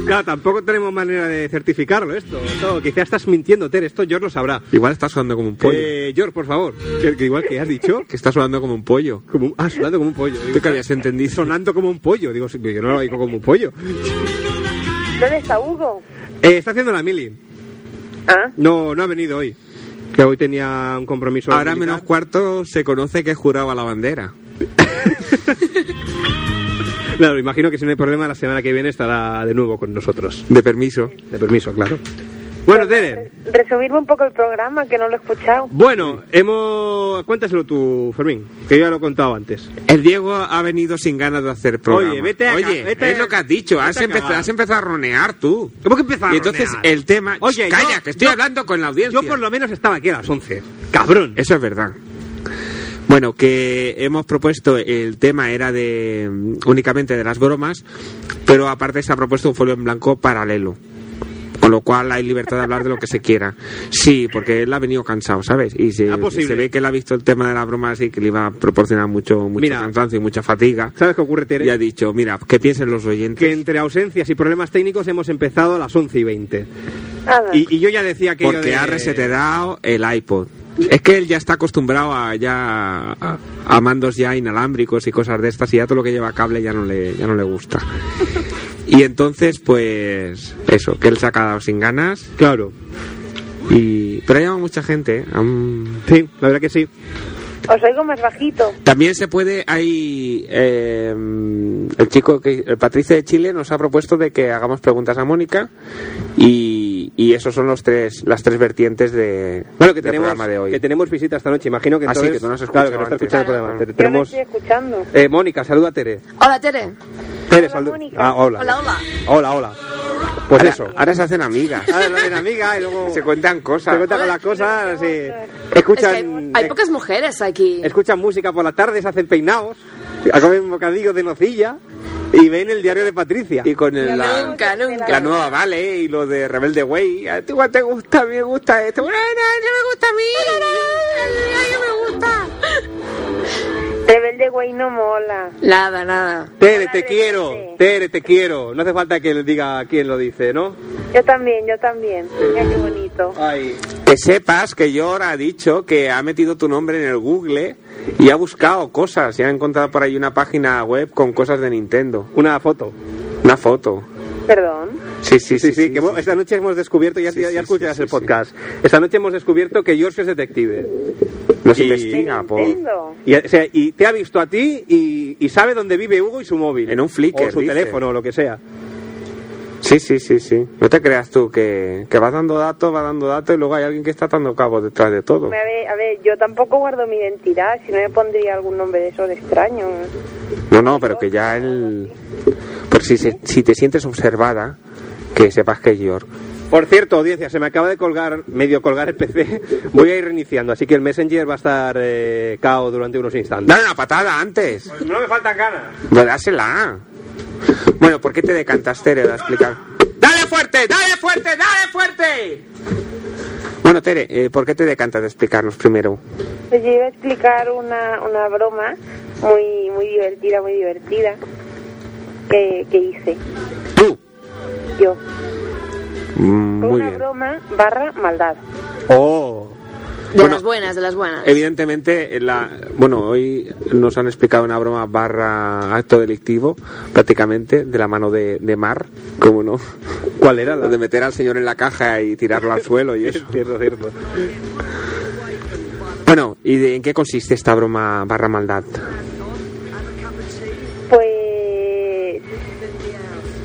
Claro, tampoco tenemos manera de certificarlo esto. No, quizás estás mintiendo, Ter. Esto George lo sabrá. Igual estás sudando como un pollo. Eh, George, por favor. Que, que igual que has dicho. Que estás sudando como un pollo. Como un- ah, sonando como un pollo. Tú que habías entendido. Sonando como un pollo. Digo, sí, pero yo no lo digo como un pollo. ¿Dónde está Hugo? Eh, está haciendo la mili. ¿Ah? No, no ha venido hoy. Que hoy tenía un compromiso. Ahora militar. menos cuarto se conoce que juraba la bandera. Claro, imagino que si no hay problema, la semana que viene estará de nuevo con nosotros. De permiso. De permiso, claro. Bueno, Tere. Resumirme un poco el programa, que no lo he escuchado. Bueno, hemos. Cuéntaselo tú, Fermín, que yo ya lo he contado antes. El Diego ha venido sin ganas de hacer programa. Oye, vete a ca- Oye, vete- es lo que has dicho. Has, vete a empezado- cagar. has empezado a ronear tú. ¿Cómo que empezaba? Y entonces el tema... Oye, ¡Calla, yo- que estoy yo- hablando con la audiencia! Yo por lo menos estaba aquí a las 11. Cabrón. Eso es verdad. Bueno, que hemos propuesto, el tema era de mm, únicamente de las bromas, pero aparte se ha propuesto un folio en blanco paralelo. Con lo cual hay libertad de hablar de lo que se quiera. Sí, porque él ha venido cansado, ¿sabes? Y se, Ah, posible. se ve que él ha visto el tema de las bromas y que le iba a proporcionar mucho, mucho Mira. cansancio y mucha fatiga. ¿Sabes qué ocurre, Tere? Y ha dicho, mira, que piensen los oyentes. que entre ausencias y problemas técnicos hemos empezado a las 11 y 20. Nada. Y, y yo ya decía que... Porque ha reseteado el iPod. Es que él ya está acostumbrado a ya a, a mandos ya inalámbricos y cosas de estas y ya todo lo que lleva cable ya no le ya no le gusta. Y entonces pues eso, que él se ha quedado sin ganas Claro. y pero ha llamado mucha gente. ¿eh? Han- Sí, la verdad que sí. Os oigo más bajito. También se puede hay eh, el chico que el Patricio de Chile nos ha propuesto de que hagamos preguntas a Mónica y, y esos son los tres las tres vertientes de Bueno, que del tenemos, programa de hoy. que tenemos visita esta noche. Imagino que Ah, sí, entonces... que tú no has escuchado claro, que no está antes. escuchando el programa. Claro. Te- Tenemos... Yo no estoy escuchando. Eh, Mónica, saluda a Tere. Hola, Tere. Tere, Hola, saluda. Mónica. Ah, hola. Hola, hola. Hola, hola. Pues ahora, eso. Ahora se hacen amigas. Ahora lo ven amiga y luego... se cuentan cosas. se cuenta con las cosas y... Es que Escuchan... hay, hay pocas mujeres aquí. escuchan música por la tarde, se hacen peinados, comen bocadillos de nocilla y ven el diario de Patricia. Y con el- la, Nunca, la nunca. nueva Vale y lo de Rebelde Way. A ti igual te gusta, a mí me gusta esto. Bueno, no, no me gusta a mí. A mí Rebelde güey no mola. Nada, nada. Tere, Hola, te Tere. quiero, Tere, te quiero. No hace falta que le diga quién lo dice, ¿no? Yo también, yo también. Mira qué bonito. Ay. no me gusta. Que sepas que yo ahora ha dicho que ha metido tu nombre en el Google y ha buscado cosas. Y ha encontrado por ahí una página web con cosas de Nintendo. Una foto. Una foto. Perdón. Sí, sí, Sí, sí, sí. que hemos- esta noche hemos descubierto, ya, Sí, ya, sí, ya escuchas sí, el sí, podcast, esta noche hemos descubierto que George es detective. Nos Y- investiga por... Entiendo. Y, o sea, y te ha visto a ti y, y sabe dónde vive Hugo y su móvil. En un Flickr, O su dice. teléfono, o lo que sea. Sí, sí, sí, sí. No te creas tú que, que vas dando datos, vas dando datos y luego hay alguien que está atando cabos detrás de todo. A ver, a ver, yo tampoco guardo mi identidad, si no me pondría algún nombre de esos extraños. No, no, pero que ya el... Por si, se- si te sientes observada, que sepas que es George. Por cierto, audiencia, se me acaba de colgar, medio colgar el PC. Voy a ir reiniciando, así que el Messenger va a estar eh, cao durante unos instantes. Dale una patada antes. No me faltan ganas. Dale, Dásela. Bueno, ¿por qué te decantas, Tere? Voy a explicar. ¡Dale fuerte! ¡Dale fuerte! ¡Dale fuerte! Bueno, Tere, eh, ¿por qué te decantas de explicarnos primero? Pues yo iba a explicar una, una broma muy muy divertida, muy divertida que, que hice Tú. yo. Mm, Fue muy una bien. broma barra maldad. Oh. De Bueno. las buenas, de las buenas. Evidentemente, en la, bueno, hoy nos han explicado una broma barra acto delictivo, prácticamente, de la mano de, de Mar, como no, ¿Cuál era la de meter al señor en la caja y tirarlo al suelo y eso. Cierto, cierto. Bueno, ¿y de, en qué consiste esta broma barra maldad? Pues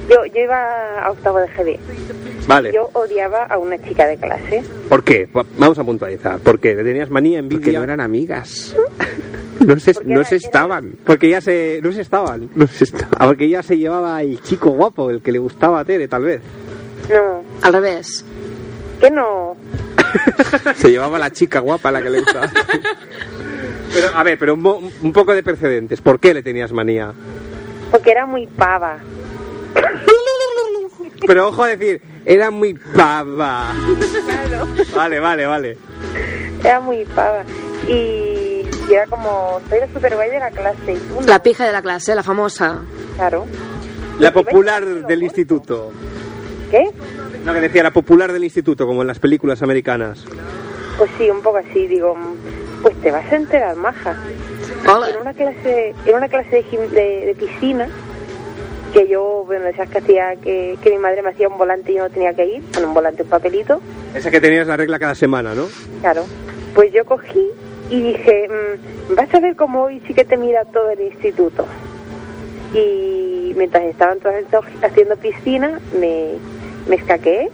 yo, yo iba a octavo de GB. Vale. Yo odiaba a una chica de clase. ¿Por qué? Va- Vamos a puntualizar. ¿Por qué? ¿Le tenías manía, envidia? Porque no eran amigas. No se, Porque no era- se era- estaban. Porque ya se... No se estaban. No se estaban. Ah, Porque ya se llevaba el chico guapo, el que le gustaba a Tere, tal vez. No, Al revés. que no. Se llevaba la chica guapa a la que le gustaba. Pero, a ver, pero un, mo- un poco de precedentes. ¿Por qué le tenías manía? Porque era muy pava. Pero ojo a decir, era muy pava. Claro, Vale, vale, vale. era muy pava. Y, y era como, soy la super guay de la clase. Y tú no, La pija de la clase, la famosa. claro. La popular del instituto. ¿Qué? No, que decía, la popular del instituto, como en las películas americanas. Pues sí, un poco así, digo, mm, pues te vas a enterar, maja. En Hola. una clase, en una clase de, gim- de- de piscina, que yo, bueno, esas que hacía, que, que mi madre me hacía un volante y yo no tenía que ir, con un volante, un papelito, Esa que tenías la regla cada semana, ¿no? claro. Pues yo cogí y dije, mm, vas a ver cómo hoy sí que te mira todo el instituto. Y mientras estaban todos haciendo piscina, me, me escaqué,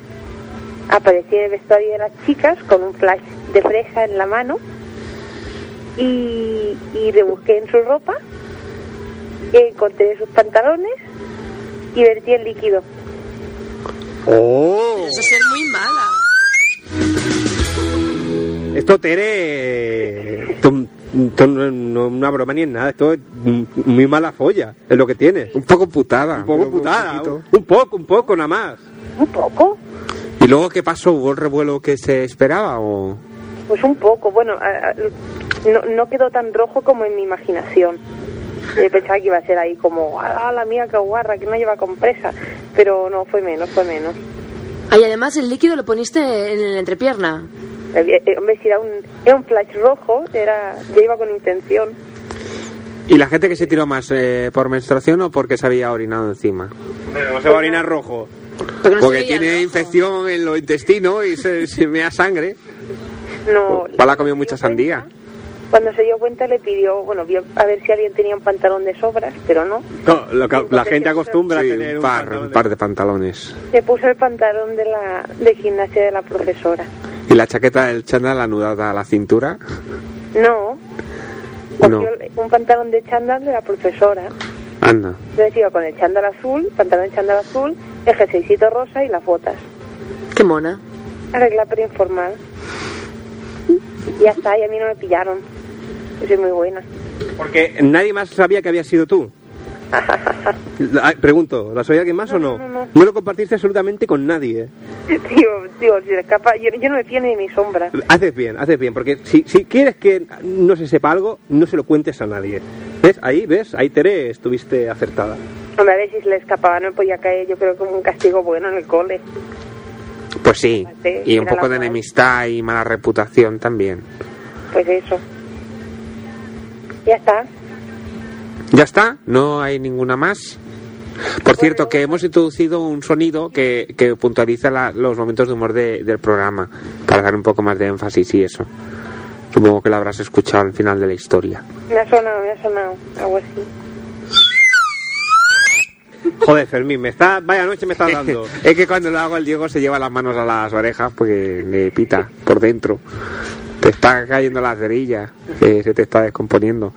aparecí en el vestuario de las chicas con un flash de fresa en la mano y, y rebusqué en su ropa, encontré sus pantalones y vertí el líquido. ¡Oh! Eso es ser muy mala. Esto, Tere. Esto, esto no no es una broma ni es nada. Esto es muy mala folla. Es lo que tiene. Un poco putada. Un poco putada. Un, un poco, un poco nada más. Un poco, ¿Y luego qué pasó? ¿Hubo el revuelo que se esperaba o...? Pues un poco, bueno, a- a- no, no quedó tan rojo como en mi imaginación. Yo pensaba que iba a ser ahí como, ah, la mía, qué guarra, que no lleva compresa. Pero no, fue menos, fue menos. Ay, Ah, además el líquido lo poniste en la entrepierna. Eh, eh, Hombre, si era un, era un flash rojo, era, yo iba con intención. ¿Y la gente que se tiró más eh, por menstruación o porque se había orinado encima? No se va a orinar rojo. Porque, no se Porque veía el tiene ojo. infección en los intestinos y se, se mea sangre. No, Pues Pala ha comido mucha cuando se dio sandía. cuenta- Cuando se dio cuenta le pidió, bueno, vio a ver si alguien tenía un pantalón de sobras, pero no. No, lo que- la gente acostumbra Sí, a tener un par, pantalón un de- par de pantalones. Se puso el pantalón de la de gimnasia de la profesora. Y la chaqueta del chándal anudada a la cintura. No. No. Cogió el- un pantalón de chándal de la profesora. Anda. Entonces iba con el chándal azul, pantalón de chándal azul, el jerseycito rosa y las botas. Qué mona. Arregla pero informal. Y ya está, y a mí no me pillaron. Yo soy muy buena. Porque nadie más sabía que había sido tú. Ah, Pregunto, ¿la sabía alguien más o no? No, no, no. lo compartiste absolutamente con nadie. ¿eh? Tío, tío, si se escapa, yo, yo no me fío ni de mi sombra. Haces bien, haces bien, porque si, si quieres que no se sepa algo, no se lo cuentes a nadie. ¿Ves? Ahí, ¿ves? Ahí, Tere, estuviste acertada. Hombre, a ver si se le escapaba, no me podía caer, yo creo que como un castigo bueno en el cole. Pues sí, Sí, y un era la poco de guay. enemistad y mala reputación también. Pues eso. Ya está. ¿Ya está? ¿No hay ninguna más? Por cierto, que hemos introducido un sonido que, que puntualiza la- los momentos de humor de- del programa, para dar un poco más de énfasis y eso. Supongo que lo habrás escuchado al final de la historia. Me ha sonado, me ha sonado. Algo así. Joder, Fermín, me está... Vaya noche me está Es que cuando lo hago el Diego se lleva las manos a las orejas porque le pita por dentro. Te está cayendo las cerillas, que se te está descomponiendo.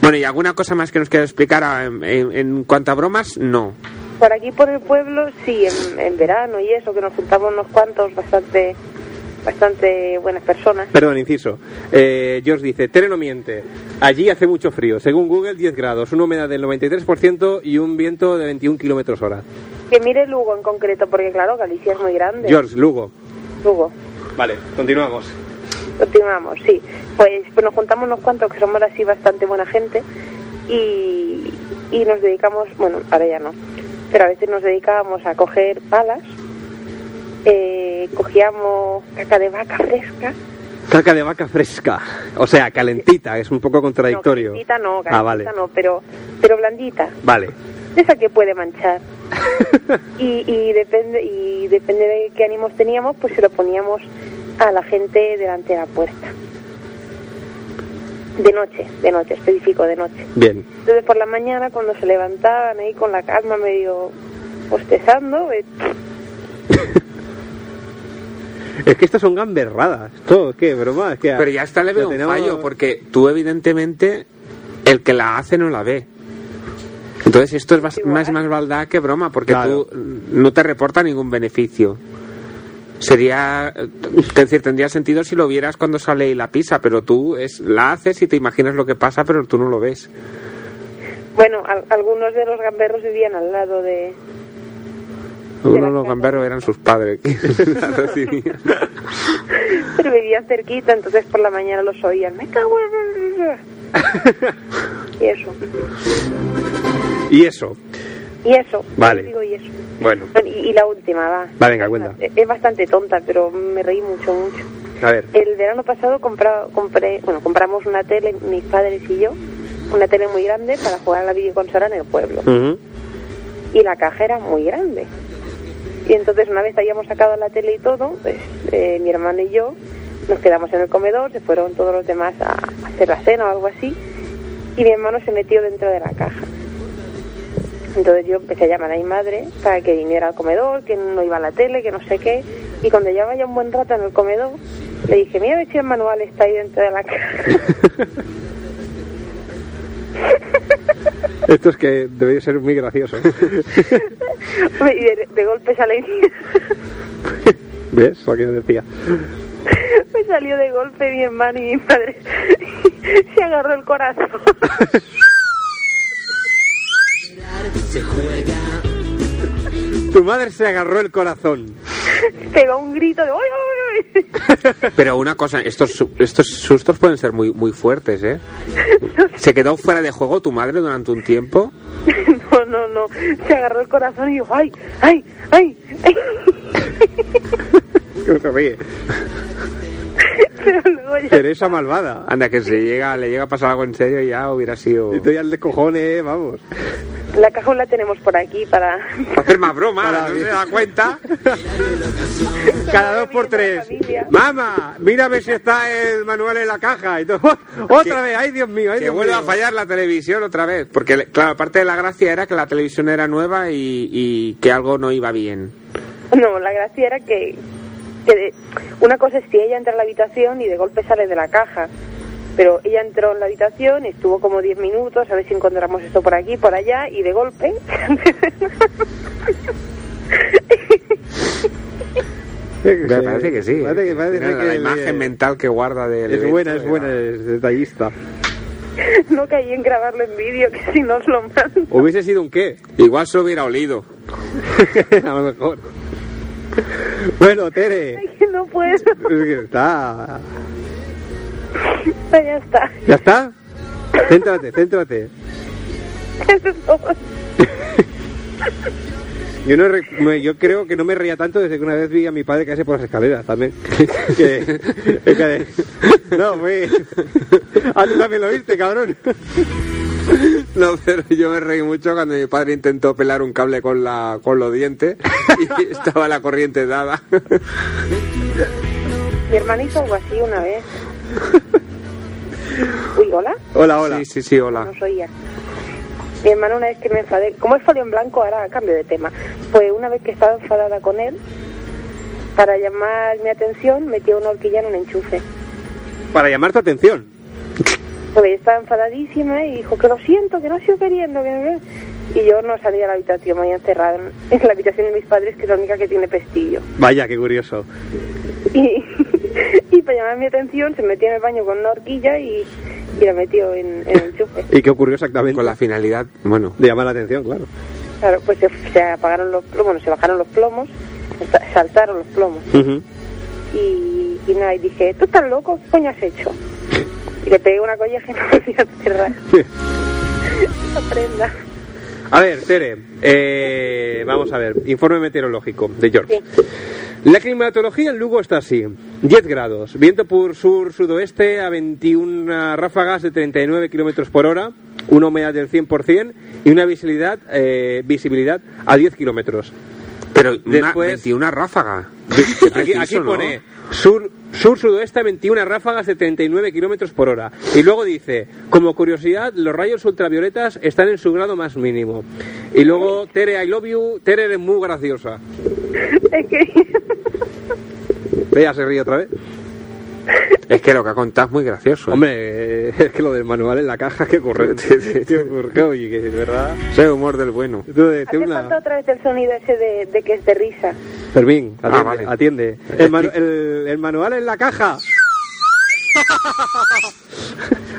Bueno, ¿y alguna cosa más que nos quieras explicar Ah, en, en- en cuanto a bromas? No. Por aquí, por el pueblo, sí, en, en verano y eso, que nos juntamos unos cuantos bastante bastante buenas personas. Perdón, inciso. Eh, George dice, Tere no miente. Allí hace mucho frío. Según Google, 10 grados, una humedad del 93% y un viento de 21 kilómetros hora. Que mire Lugo en concreto, porque claro, Galicia es muy grande. George, Lugo. Lugo. Vale, continuamos. Continuamos, sí. Pues, pues nos juntamos unos cuantos que somos así bastante buena gente y, y nos dedicamos, bueno, ahora ya no, pero a veces nos dedicábamos a coger palas, eh, cogíamos caca de vaca fresca, Caca de vaca fresca. O sea, calentita. Es un poco contradictorio. no, calentita no, ah, calentita vale. no, pero, pero blandita. Vale. de esa que puede manchar. y, y depende y depende de qué ánimos teníamos, pues se lo poníamos a la gente delante de la puerta. De noche, de noche, específico de noche. Bien. Entonces por la mañana cuando se levantaban ahí con la calma medio eh, postezando, Es que estas son gamberradas. Esto, qué broma. Es que Pero ya está le veo Lo un tenemos- fallo porque tú evidentemente el que la hace no la ve. Entonces esto es más, más, más maldad que broma porque Claro. tú no te reporta ningún beneficio. Sería, eh, es decir, tendría sentido si lo vieras cuando sale y la pisa, pero tú es, la haces y te imaginas lo que pasa, pero tú no lo ves. bueno, al- algunos de los gamberros vivían al lado de, Algunos de los gamberros eran sus padres que las recibían. Pero vivían cerquita, entonces por la mañana los oían. Me cago en... Y eso. Y eso. Y eso. Vale. Digo y eso. Bueno. Bueno, y, y la última, va. Va, venga, cuenta. Es es bastante tonta, pero me reí mucho, mucho. A ver. El verano pasado compra- compré, bueno, compramos una tele, mis padres y yo, una tele muy grande para jugar a la videoconsola en el pueblo. Ujú. Y la caja era muy grande. Y entonces una vez habíamos sacado la tele y todo, pues eh, mi hermano y yo nos quedamos en el comedor, se fueron todos los demás a hacer la cena o algo así, y mi hermano se metió dentro de la caja. Entonces yo empecé a llamar a mi madre para que viniera al comedor, que no iba a la tele, que no sé qué. Y cuando llevaba ya un buen rato en el comedor, le dije, mira a ver si el manual está ahí dentro de la caja. Esto es que debería ser muy gracioso. Hombre, y de, de golpe sale... ¿Ves? Lo que yo decía. Me salió de golpe mi hermano y mi padre. Se agarró el corazón. Tu madre se agarró el corazón. Pegó un grito de... ¡Ay, ay, Pero una cosa, estos, su- estos sustos pueden ser muy, muy fuertes, ¿eh? ¿Se quedó fuera de juego tu madre durante un tiempo? ay! No, no, no. Se agarró el corazón y dijo, ¡ay, ay, ay! ay! Que se ríe. Pero luego ya... Teresa malvada. Anda, que se llega, le llega a pasar algo en serio y ya hubiera sido... Estoy al de cojones, vamos. La caja la tenemos por aquí para... Para hacer más bromas, Para no mí. se da cuenta. Cada dos por tres. Familia. Mamá, mírame si está el manual en la caja. Y todo. Otra vez, ay Dios mío, ay Que Dios vuelva a mío. fallar la televisión otra vez. Porque, claro, parte de la gracia era que la televisión era nueva y, y que algo no iba bien. No, la gracia era que, que de- una cosa es si ella entra a la habitación y de golpe sale de la caja. Pero ella entró en la habitación, estuvo como 10 minutos, a ver si encontramos esto por aquí, por allá, y de golpe... Me parece que sí. Parece que, parece Mira, que la el- imagen mental que guarda del. Es buena, evento es buena, era- es detallista. no caí en grabarlo en vídeo, que si no os lo mando. Hubiese sido un qué. Igual se hubiera olido. a lo mejor. Bueno, Tere. Ay, que no puedo. Es que está. Ya está. ¿Ya está? Céntrate, céntrate. Eso es todo. Yo, no re- me- yo creo que no me reía tanto desde que una vez vi a mi padre caerse por las escaleras también. que, que- no, güey. Ah, tú también lo viste, cabrón. No, pero yo me reí mucho cuando mi padre intentó pelar un cable con, la, con los dientes y estaba la corriente dada. Mi hermana hizo algo así una vez. Uy, hola, Hola, hola. Sí, sí, sí, no hola. soy ya. Mi hermana una vez que me enfadé, como es folio en blanco, ahora cambio de tema. Pues una vez que estaba enfadada con él, para llamar mi atención, metió una horquilla en un enchufe. Para llamar tu atención. Porque yo estaba enfadadísima y dijo que lo siento, que no sigo queriendo, que no... Y yo no salí a la habitación, me había encerrado en en la habitación de mis padres, que es la única que tiene pestillo. Vaya, qué curioso. Y, y para llamar mi atención se metió en el baño con una horquilla y, y la metió en, en el chupe. ¿Y qué ocurrió exactamente? Con la finalidad, bueno. De llamar la atención, claro. Claro, pues se, se apagaron los plomos, bueno, se bajaron los plomos, sa- saltaron los plomos. Y, y nada, y dije, ¿tú estás loco? ¿Qué coño has hecho? Y le pegué una colleja y me volví a cerrar. Esa prenda. A ver, Tere, eh, vamos a ver. Informe meteorológico de York. Sí. La climatología en Lugo está así: 10 grados, viento por sur-sudoeste a 21 ráfagas de 39 kilómetros por hora, una humedad del 100% y una visibilidad, eh, visibilidad a 10 kilómetros. Pero una, Después- 21 ráfaga. Aquí, aquí Preciso, ¿no? pone sur, sur-sudoeste a 21 ráfagas de 39 kilómetros por hora. Y luego dice, como curiosidad, los rayos ultravioletas están en su grado más mínimo. Y luego, Tere, I love you, Tere, eres muy graciosa. Es que Ella se ríe otra vez. Es que lo que ha contado es muy gracioso. ¿eh? Hombre, eh, es que lo del manual en la caja, qué ocurre. Qué ocurre, oye, que de verdad. Ese humor del bueno. Tú, eh, hace ten falta una... otra vez el sonido ese de, de que es de risa. Fermín, Ah, atiende. vale. atiende. El, manu- el- el manual en la caja.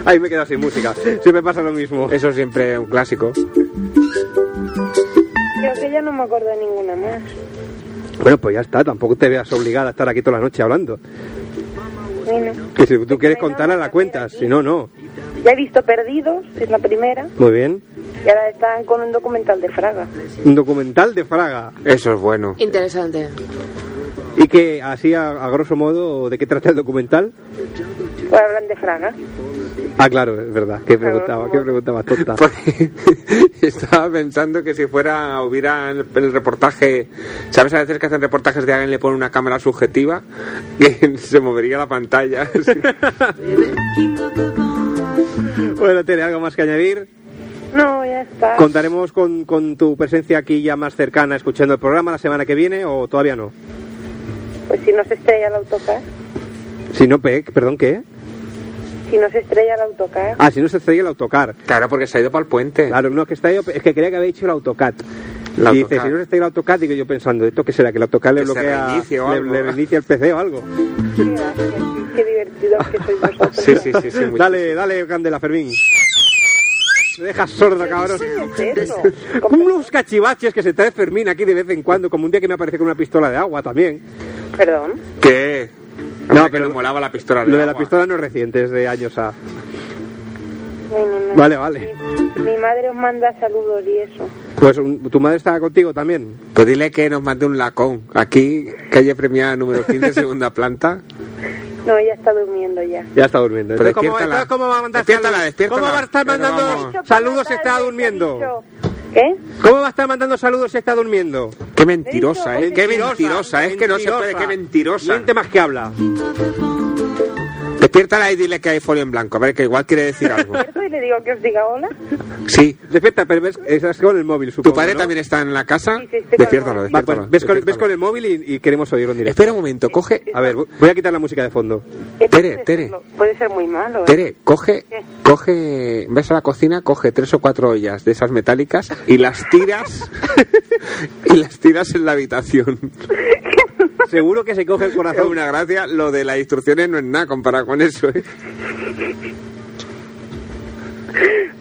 Ahí me he quedado sin música. Siempre pasa lo mismo. Eso siempre es un clásico. Creo que ya no me acuerdo de ninguna más. Bueno, pues ya está, tampoco te veas obligada a estar aquí toda la noche hablando. Bueno, Que si tú quieres contarla, la cuentas, si no, no. ya he visto Perdidos, es la primera, Muy bien. y ahora están con un documental de Fraga. Un documental de Fraga. Eso es bueno. Interesante. ¿Y que así, a, a grosso modo, de qué trata el documental? Pues hablan de Fraga. Ah, claro, es verdad. Qué preguntaba, qué pregunta más tonta. Estaba pensando que si fuera, hubiera el, el reportaje, ¿sabes a veces que hacen reportajes de alguien le pone una cámara subjetiva? Que se movería la pantalla. Bueno, Tere, ¿algo más que añadir? No, ya está. ¿Contaremos con, con tu presencia aquí ya más cercana escuchando el programa la semana que viene o todavía no? Pues si no se estrella el autocar, Si no, pe- perdón, ¿qué? si no se estrella el autocar, Ah, si no se estrella el autocar. Claro, porque se ha ido para el puente. Claro, no, es que está ido, es que creía que había dicho el autocat. La y dice, AutoCAD. si no se estrella el autocat, digo yo pensando, ¿esto qué será? ¿Que el autocat le Que se bloquea, reinicie o le, algo. le reinicia el PC o algo? qué divertido que sois vosotros. Sí, sí, sí, sí. muy- dale, dale, Candela Fermín. Me dejas sorda, cabrón. ¿Qué es eso? Unos cachivaches que se trae Fermín aquí de vez en cuando, como un día que me aparece con una pistola de agua también. Perdón. ¿Qué? No, No, pero pero- me molaba la pistola. Lo de la agua. pistola no es reciente, es de años A. Bueno, no. Vale, vale. Mi, mi madre os manda saludos y eso. Pues un- tu madre estaba contigo también. Pues dile que nos mande un lacón. Aquí, calle premiada número 15, segunda planta. No, ella está durmiendo ya. Ya está durmiendo. Pero Entonces, ¿cómo, despiértala. entonces, ¿cómo va a mandar Despiértala, saludos? despiértala. ¿Cómo va a estar Pero mandando vamos. saludos si está durmiendo? ¿Qué? ¿Cómo va a estar mandando saludos si está durmiendo? Qué mentirosa, ¿eh? Qué Mentirosa, mentirosa, es que no se puede, qué mentirosa. Miente más que habla. Despiértala y dile que hay folio en blanco. A ver, que igual quiere decir algo. ¿Eso y le digo que os diga hola? Sí. Despierta, pero ves, estás con el móvil, ¿Tu supongo, padre ¿no? también está en la casa? Sí, sí, estoy Despiértalo, con- Va, despiértalo. pues, ves, con, ves despiértalo. con el móvil y, y queremos oírlo en directo. Espera un momento, coge... A ver, voy a quitar la música de fondo. Eh, Tere, puede Tere. serlo- Puede ser muy malo. ¿eh? Tere, coge, ¿Qué? coge, ves a la cocina, coge tres o cuatro ollas de esas metálicas y las tiras y las tiras en la habitación. Seguro que se coge el Es corazón. una gracia, lo de las instrucciones no es nada comparado con eso. ¿eh?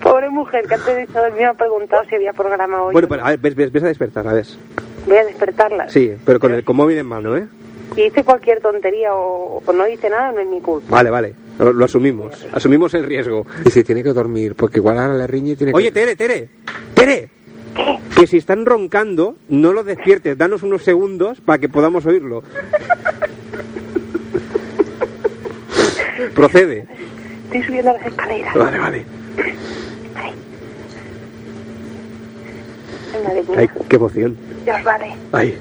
Pobre mujer, que antes de irse a dormir me ha preguntado si había programa hoy. Bueno, pero a ver, ves, ves, ves a despertar, a ver. pues- Voy a despertarla. Sí, pero con el con móvil en mano, ¿eh? Si dice cualquier tontería o, o no dice nada, no es mi culpa. Vale, vale, lo, lo asumimos. Asumimos el riesgo. Y si tiene que dormir, porque igual ahora le riñe y tiene Oye, que... Tere, Tere, Tere. Que si están roncando, no los despiertes. Danos unos segundos para que podamos oírlo. Procede. Estoy subiendo las escaleras. Vale, vale. Venga, de Ay, mía. qué emoción. Ya os vale. Ay,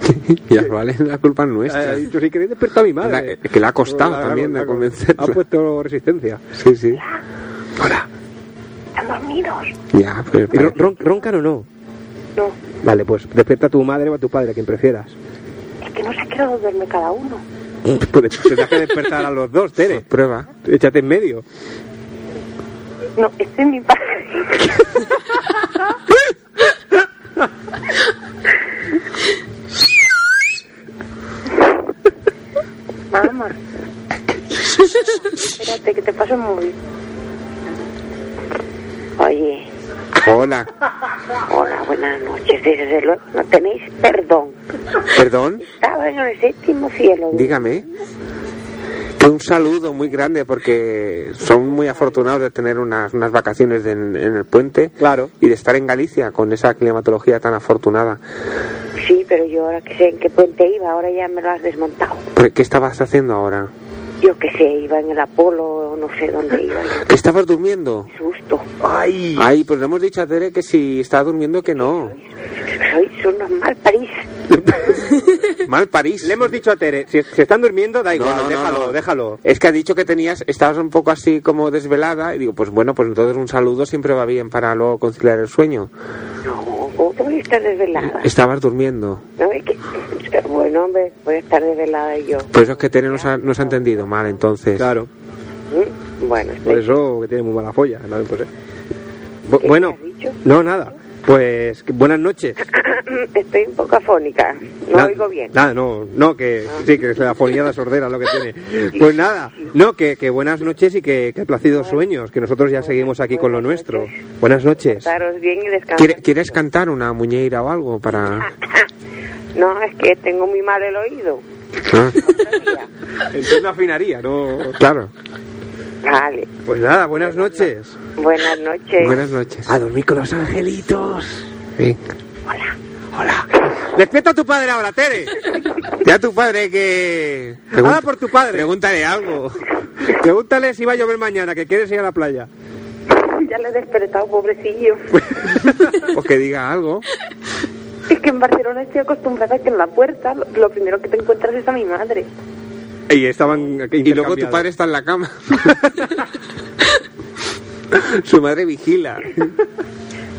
ya vale, la culpa es nuestra. ay, yo sí que le he despertado a mi madre. La- eh, que le ha costado también de la- convencerla. Ha puesto resistencia. Sí, sí. Hola. Están dormidos. Ya, pero... ¿Y ron- ron- ¿Roncan o no? No, Vale, pues despierta a tu madre o a tu padre, a quien prefieras. es que no sé a qué hora duerme cada uno. Eh, Pues tendrás que despertar a los dos, Tere. Prueba. Échate en medio. No, este es mi padre. Mamá. Espérate, que te paso el móvil. Oye, Hola. hola, buenas noches. Desde luego no tenéis perdón. ¿Perdón? Estaba en el séptimo cielo. Dígame. Que un saludo muy grande porque son muy afortunados de tener unas, unas vacaciones en, en el puente. Claro. Y de estar en Galicia con esa climatología tan afortunada. Sí, pero yo ahora que sé en qué puente iba, ahora ya me lo has desmontado. Pero, ¿Qué estabas haciendo ahora? Yo que sé, iba en el Apolo o no sé dónde iba. ¿Que estabas durmiendo? Qué susto. ¡Ay! Ay, pues le hemos dicho a Tere que si está durmiendo que no. Sois unos mal París. Mal París. Le hemos dicho a Tere, si, si están durmiendo, da No, igual, no, no, déjalo, no. déjalo. Es que ha dicho que tenías, estabas un poco así como desvelada y digo, pues bueno, pues entonces un saludo siempre va bien para luego conciliar el sueño. No, ¿cómo voy a estar desvelada? Estabas durmiendo. No, es que, bueno, hombre, voy a estar desvelada yo. Por eso es que Tere nos ha, nos ha entendido mal entonces. Claro, ¿Mm? Bueno, por estoy- eso que tiene muy mala folla. ¿no? Pues, eh. Bu- ¿Qué bueno, has dicho? no, nada. Pues que- buenas noches. estoy un poco afónica. No Nada, oigo bien. Ah. Nada, no, no, que sí, que es la fonía de la sordera lo que tiene. Pues nada, no, que, que buenas noches y que, que placidos sueños, que nosotros ya seguimos aquí con lo nuestro. Buenas noches. Estaros bien y descansar. ¿Quiere- ¿Quieres cantar una muñeira o algo para...? No, es que tengo muy mal el oído. Entonces no afinaría, ¿no? Claro. Vale. Pues nada, buenas noches. Buenas noches. Buenas noches. A dormir con los angelitos. Venga. Despierta a tu padre ahora, Tere. Ya tu padre que... Habla por tu padre. Pregúntale algo. Pregúntale si va a llover mañana, que quieres ir a la playa. Ya le he despertado, pobrecillo. Pues que diga algo. Es que en Barcelona estoy acostumbrada a que en la puerta lo, lo primero que te encuentras es a mi madre. Y estaban Y luego tu padre está en la cama. Su madre vigila.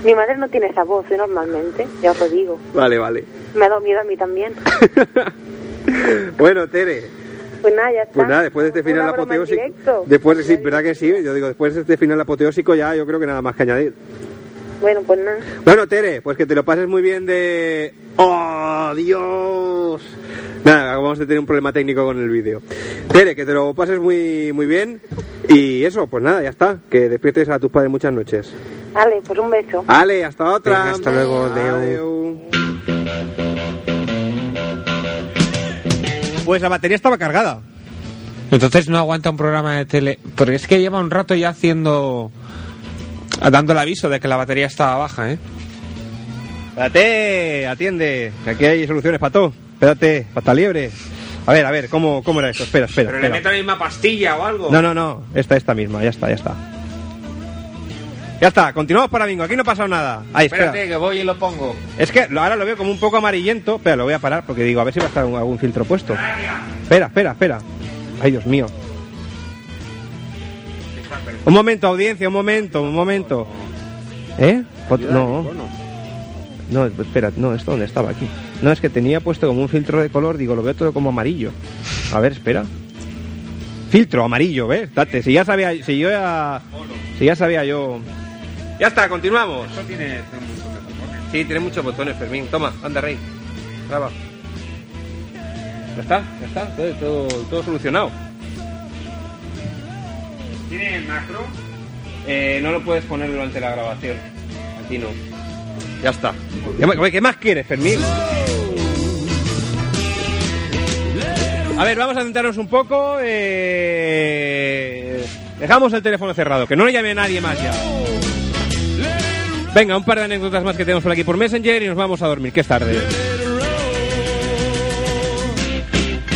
Mi madre no tiene esa voz, ¿eh? normalmente, ya os lo digo. Vale, vale. Me ha dado miedo a mí también. Bueno, Tere, Pues nada, ya está. pues nada, después de este Una final broma en apoteósico... directo. Después, sí, ¿verdad que sí? Yo digo, después de este final apoteósico ya yo creo que nada más que añadir. Bueno, pues nada. Bueno, Tere, pues que te lo pases muy bien de... ¡Oh, Dios! Nada, vamos a tener un problema técnico con el vídeo. Tere, que te lo pases muy, muy bien. Y eso, pues nada, ya está. Que despiertes a tus padres muchas noches. Vale, pues un beso. Ale, hasta otra. Venga, hasta luego, Deu. Adeu. Pues la batería estaba cargada. Entonces no aguanta un programa de tele. Porque es que lleva un rato ya haciendo. dando el aviso de que la batería estaba baja, ¿eh? Espérate, atiende. Que aquí hay soluciones para todo. Espérate, pata liebre. A ver, a ver, ¿cómo, cómo era esto? Espera, espera. Pero le espera. meto la misma pastilla o algo. No, no, no. Esta, esta misma. Ya está, ya está. Ya está, continuamos para bingo. Aquí no ha pasado nada. Ahí, espera. Espérate, que voy y lo pongo. Es que lo- ahora lo veo como un poco amarillento. Espera, lo voy a parar porque digo, a ver si va a estar un- algún filtro puesto. Espera, espera, espera. Ay, Dios mío. Un momento, audiencia, un momento, un momento. ¿Eh? Ot- No. No, espera, no, ¿esto dónde estaba aquí? No, es que tenía puesto como un filtro de color, digo, lo veo todo como amarillo. A ver, espera. Filtro amarillo, ¿ves? Date, si ya sabía, si yo ya, si ya sabía yo. Ya está, continuamos. Sí, tiene muchos botones, Fermín. Toma, anda, Rey. Graba. Ya está, ya está, todo, todo- todo solucionado. ¿Tiene el macro? Eh, no lo puedes poner durante la grabación. Aquí no. Ya está. Ya me- ¿Qué más quieres, Fermín? A ver, vamos a centrarnos un poco. eh, Dejamos el teléfono cerrado, que no le llame nadie más ya. Venga, un par de anécdotas más que tenemos por aquí por Messenger y nos vamos a dormir, que es tarde.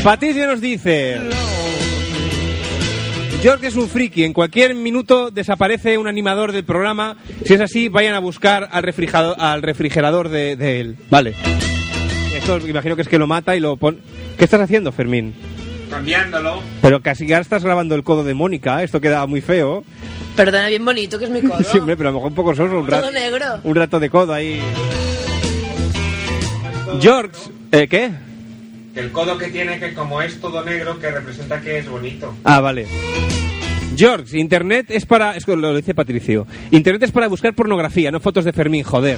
Patricio nos dice... George es un friki. En cualquier minuto desaparece un animador del programa. Si es así, vayan a buscar al refrigerador, al refrigerador de, de él. Vale. Esto imagino que es que lo mata y lo pone. ¿Qué estás haciendo, Fermín? Cambiándolo. Pero casi ya estás grabando el codo de Mónica. Esto queda muy feo. Perdona, bien bonito que es mi codo. Sí, hombre, pero a lo mejor un poco soso. Un rato, Todo negro. un rato de codo ahí. George, ¿eh, ¿qué? El codo que tiene, que como es todo negro, que representa que es bonito. Ah, vale. George, Internet es para... Es que lo dice Patricio. Internet es para buscar pornografía, no fotos de Fermín, joder.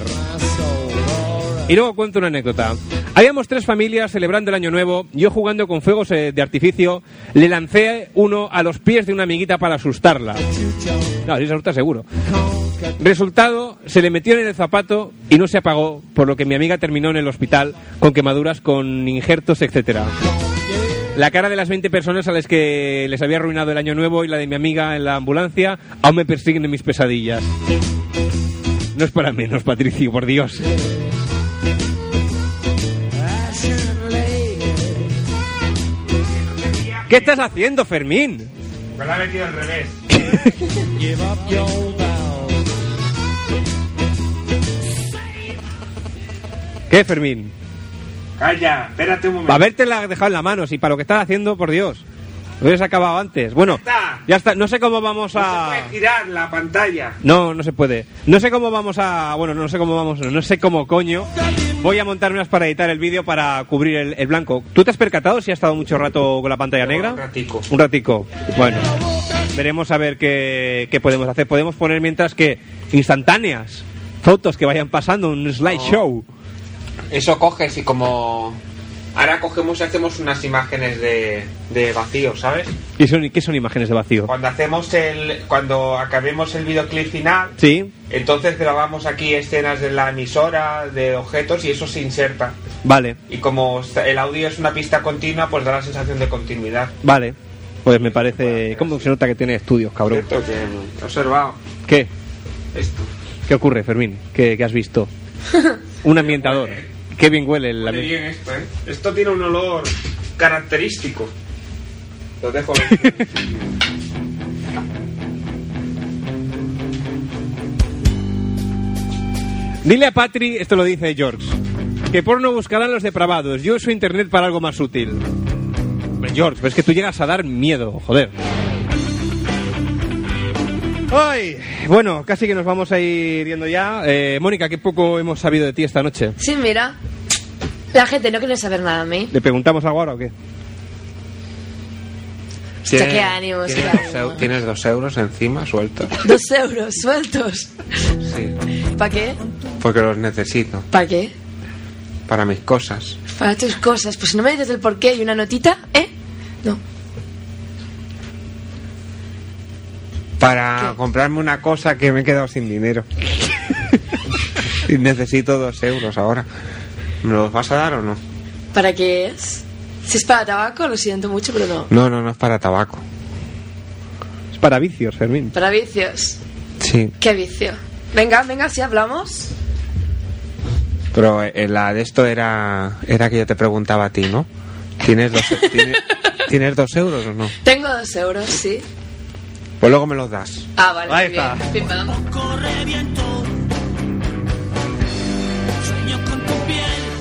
Y luego cuento una anécdota. Habíamos tres familias celebrando el Año Nuevo, yo jugando con fuegos eh, de artificio, le lancé uno a los pies de una amiguita para asustarla. No, sí se asusta seguro. Resultado, se le metió en el zapato y no se apagó, por lo que mi amiga terminó en el hospital con quemaduras, con injertos, etcétera. La cara de las 20 personas a las que les había arruinado el año nuevo y la de mi amiga en la ambulancia aún me persiguen en mis pesadillas. No es para menos, Patricio, por Dios. ¿Qué estás haciendo, Fermín? Me la ha metido al revés. ¿Qué, Fermín? Calla, espérate un momento. Va a verte la dejado en la mano, si para lo que estás haciendo, por Dios. Lo hubieras acabado antes. Bueno, está. ya está. No sé cómo vamos a... girar la pantalla. No, no se puede. No sé cómo vamos a. Bueno, no sé cómo vamos. No sé cómo coño. Voy a montar unas para editar el vídeo para cubrir el, el blanco. ¿Tú te has percatado si has estado mucho rato con la pantalla negra? Un ratico. Un ratico. Bueno, veremos a ver qué, qué podemos hacer. Podemos poner mientras que instantáneas, fotos que vayan pasando, un slideshow. Eso coges y como Ahora cogemos y hacemos unas imágenes de, de vacío, ¿sabes? ¿Y son, qué son imágenes de vacío? Cuando hacemos el, cuando acabemos el videoclip final, Sí, entonces grabamos aquí escenas de la emisora, de objetos y eso se inserta. vale, Y como está- el audio es una pista continua, pues da la sensación de continuidad. vale. Pues me parece... ¿Cómo se nota que tiene estudios, cabrón? Esto que he observado. ¿Qué? Esto. ¿Qué ocurre, Fermín? ¿Qué, qué has visto? Un ambientador. Qué bien huele el Huele ambientador. bien esto, ¿eh? Esto tiene un olor característico. Lo dejo. Dile a Patri, esto lo dice George, que porno buscarán los depravados. Yo uso internet para algo más útil. Hombre, George, pero es que tú llegas a dar miedo, joder. Ay, bueno, casi que nos vamos a ir yendo ya. Eh, Mónica, qué poco hemos sabido de ti esta noche. Sí, mira. La gente no quiere saber nada de mí. ¿Le preguntamos algo ahora o qué? Hostia, qué ánimos, qué ánimos. ¿Tienes dos euros encima sueltos? Dos euros sueltos. Sí. ¿Para qué? Porque los necesito ¿Para qué? para mis cosas. Para tus cosas. Pues si no me dices el porqué y una notita, ¿eh? Para comprarme una cosa que me he quedado sin dinero. y necesito dos euros ahora. ¿Me los vas a dar o no? ¿Para qué es? Si es para tabaco, lo siento mucho, pero no. No, no, no es para tabaco. Es para vicios, Fermín. Para vicios. Sí. ¿Qué vicio? Venga, venga, si hablamos. Pero eh, la de esto era, era que yo te preguntaba a ti, ¿no? ¿Tienes dos, tiene- ¿tienes dos euros o no? Tengo dos euros, sí. Pues luego me los das. Ah, vale. Ahí muy bien. está. Pim, pam.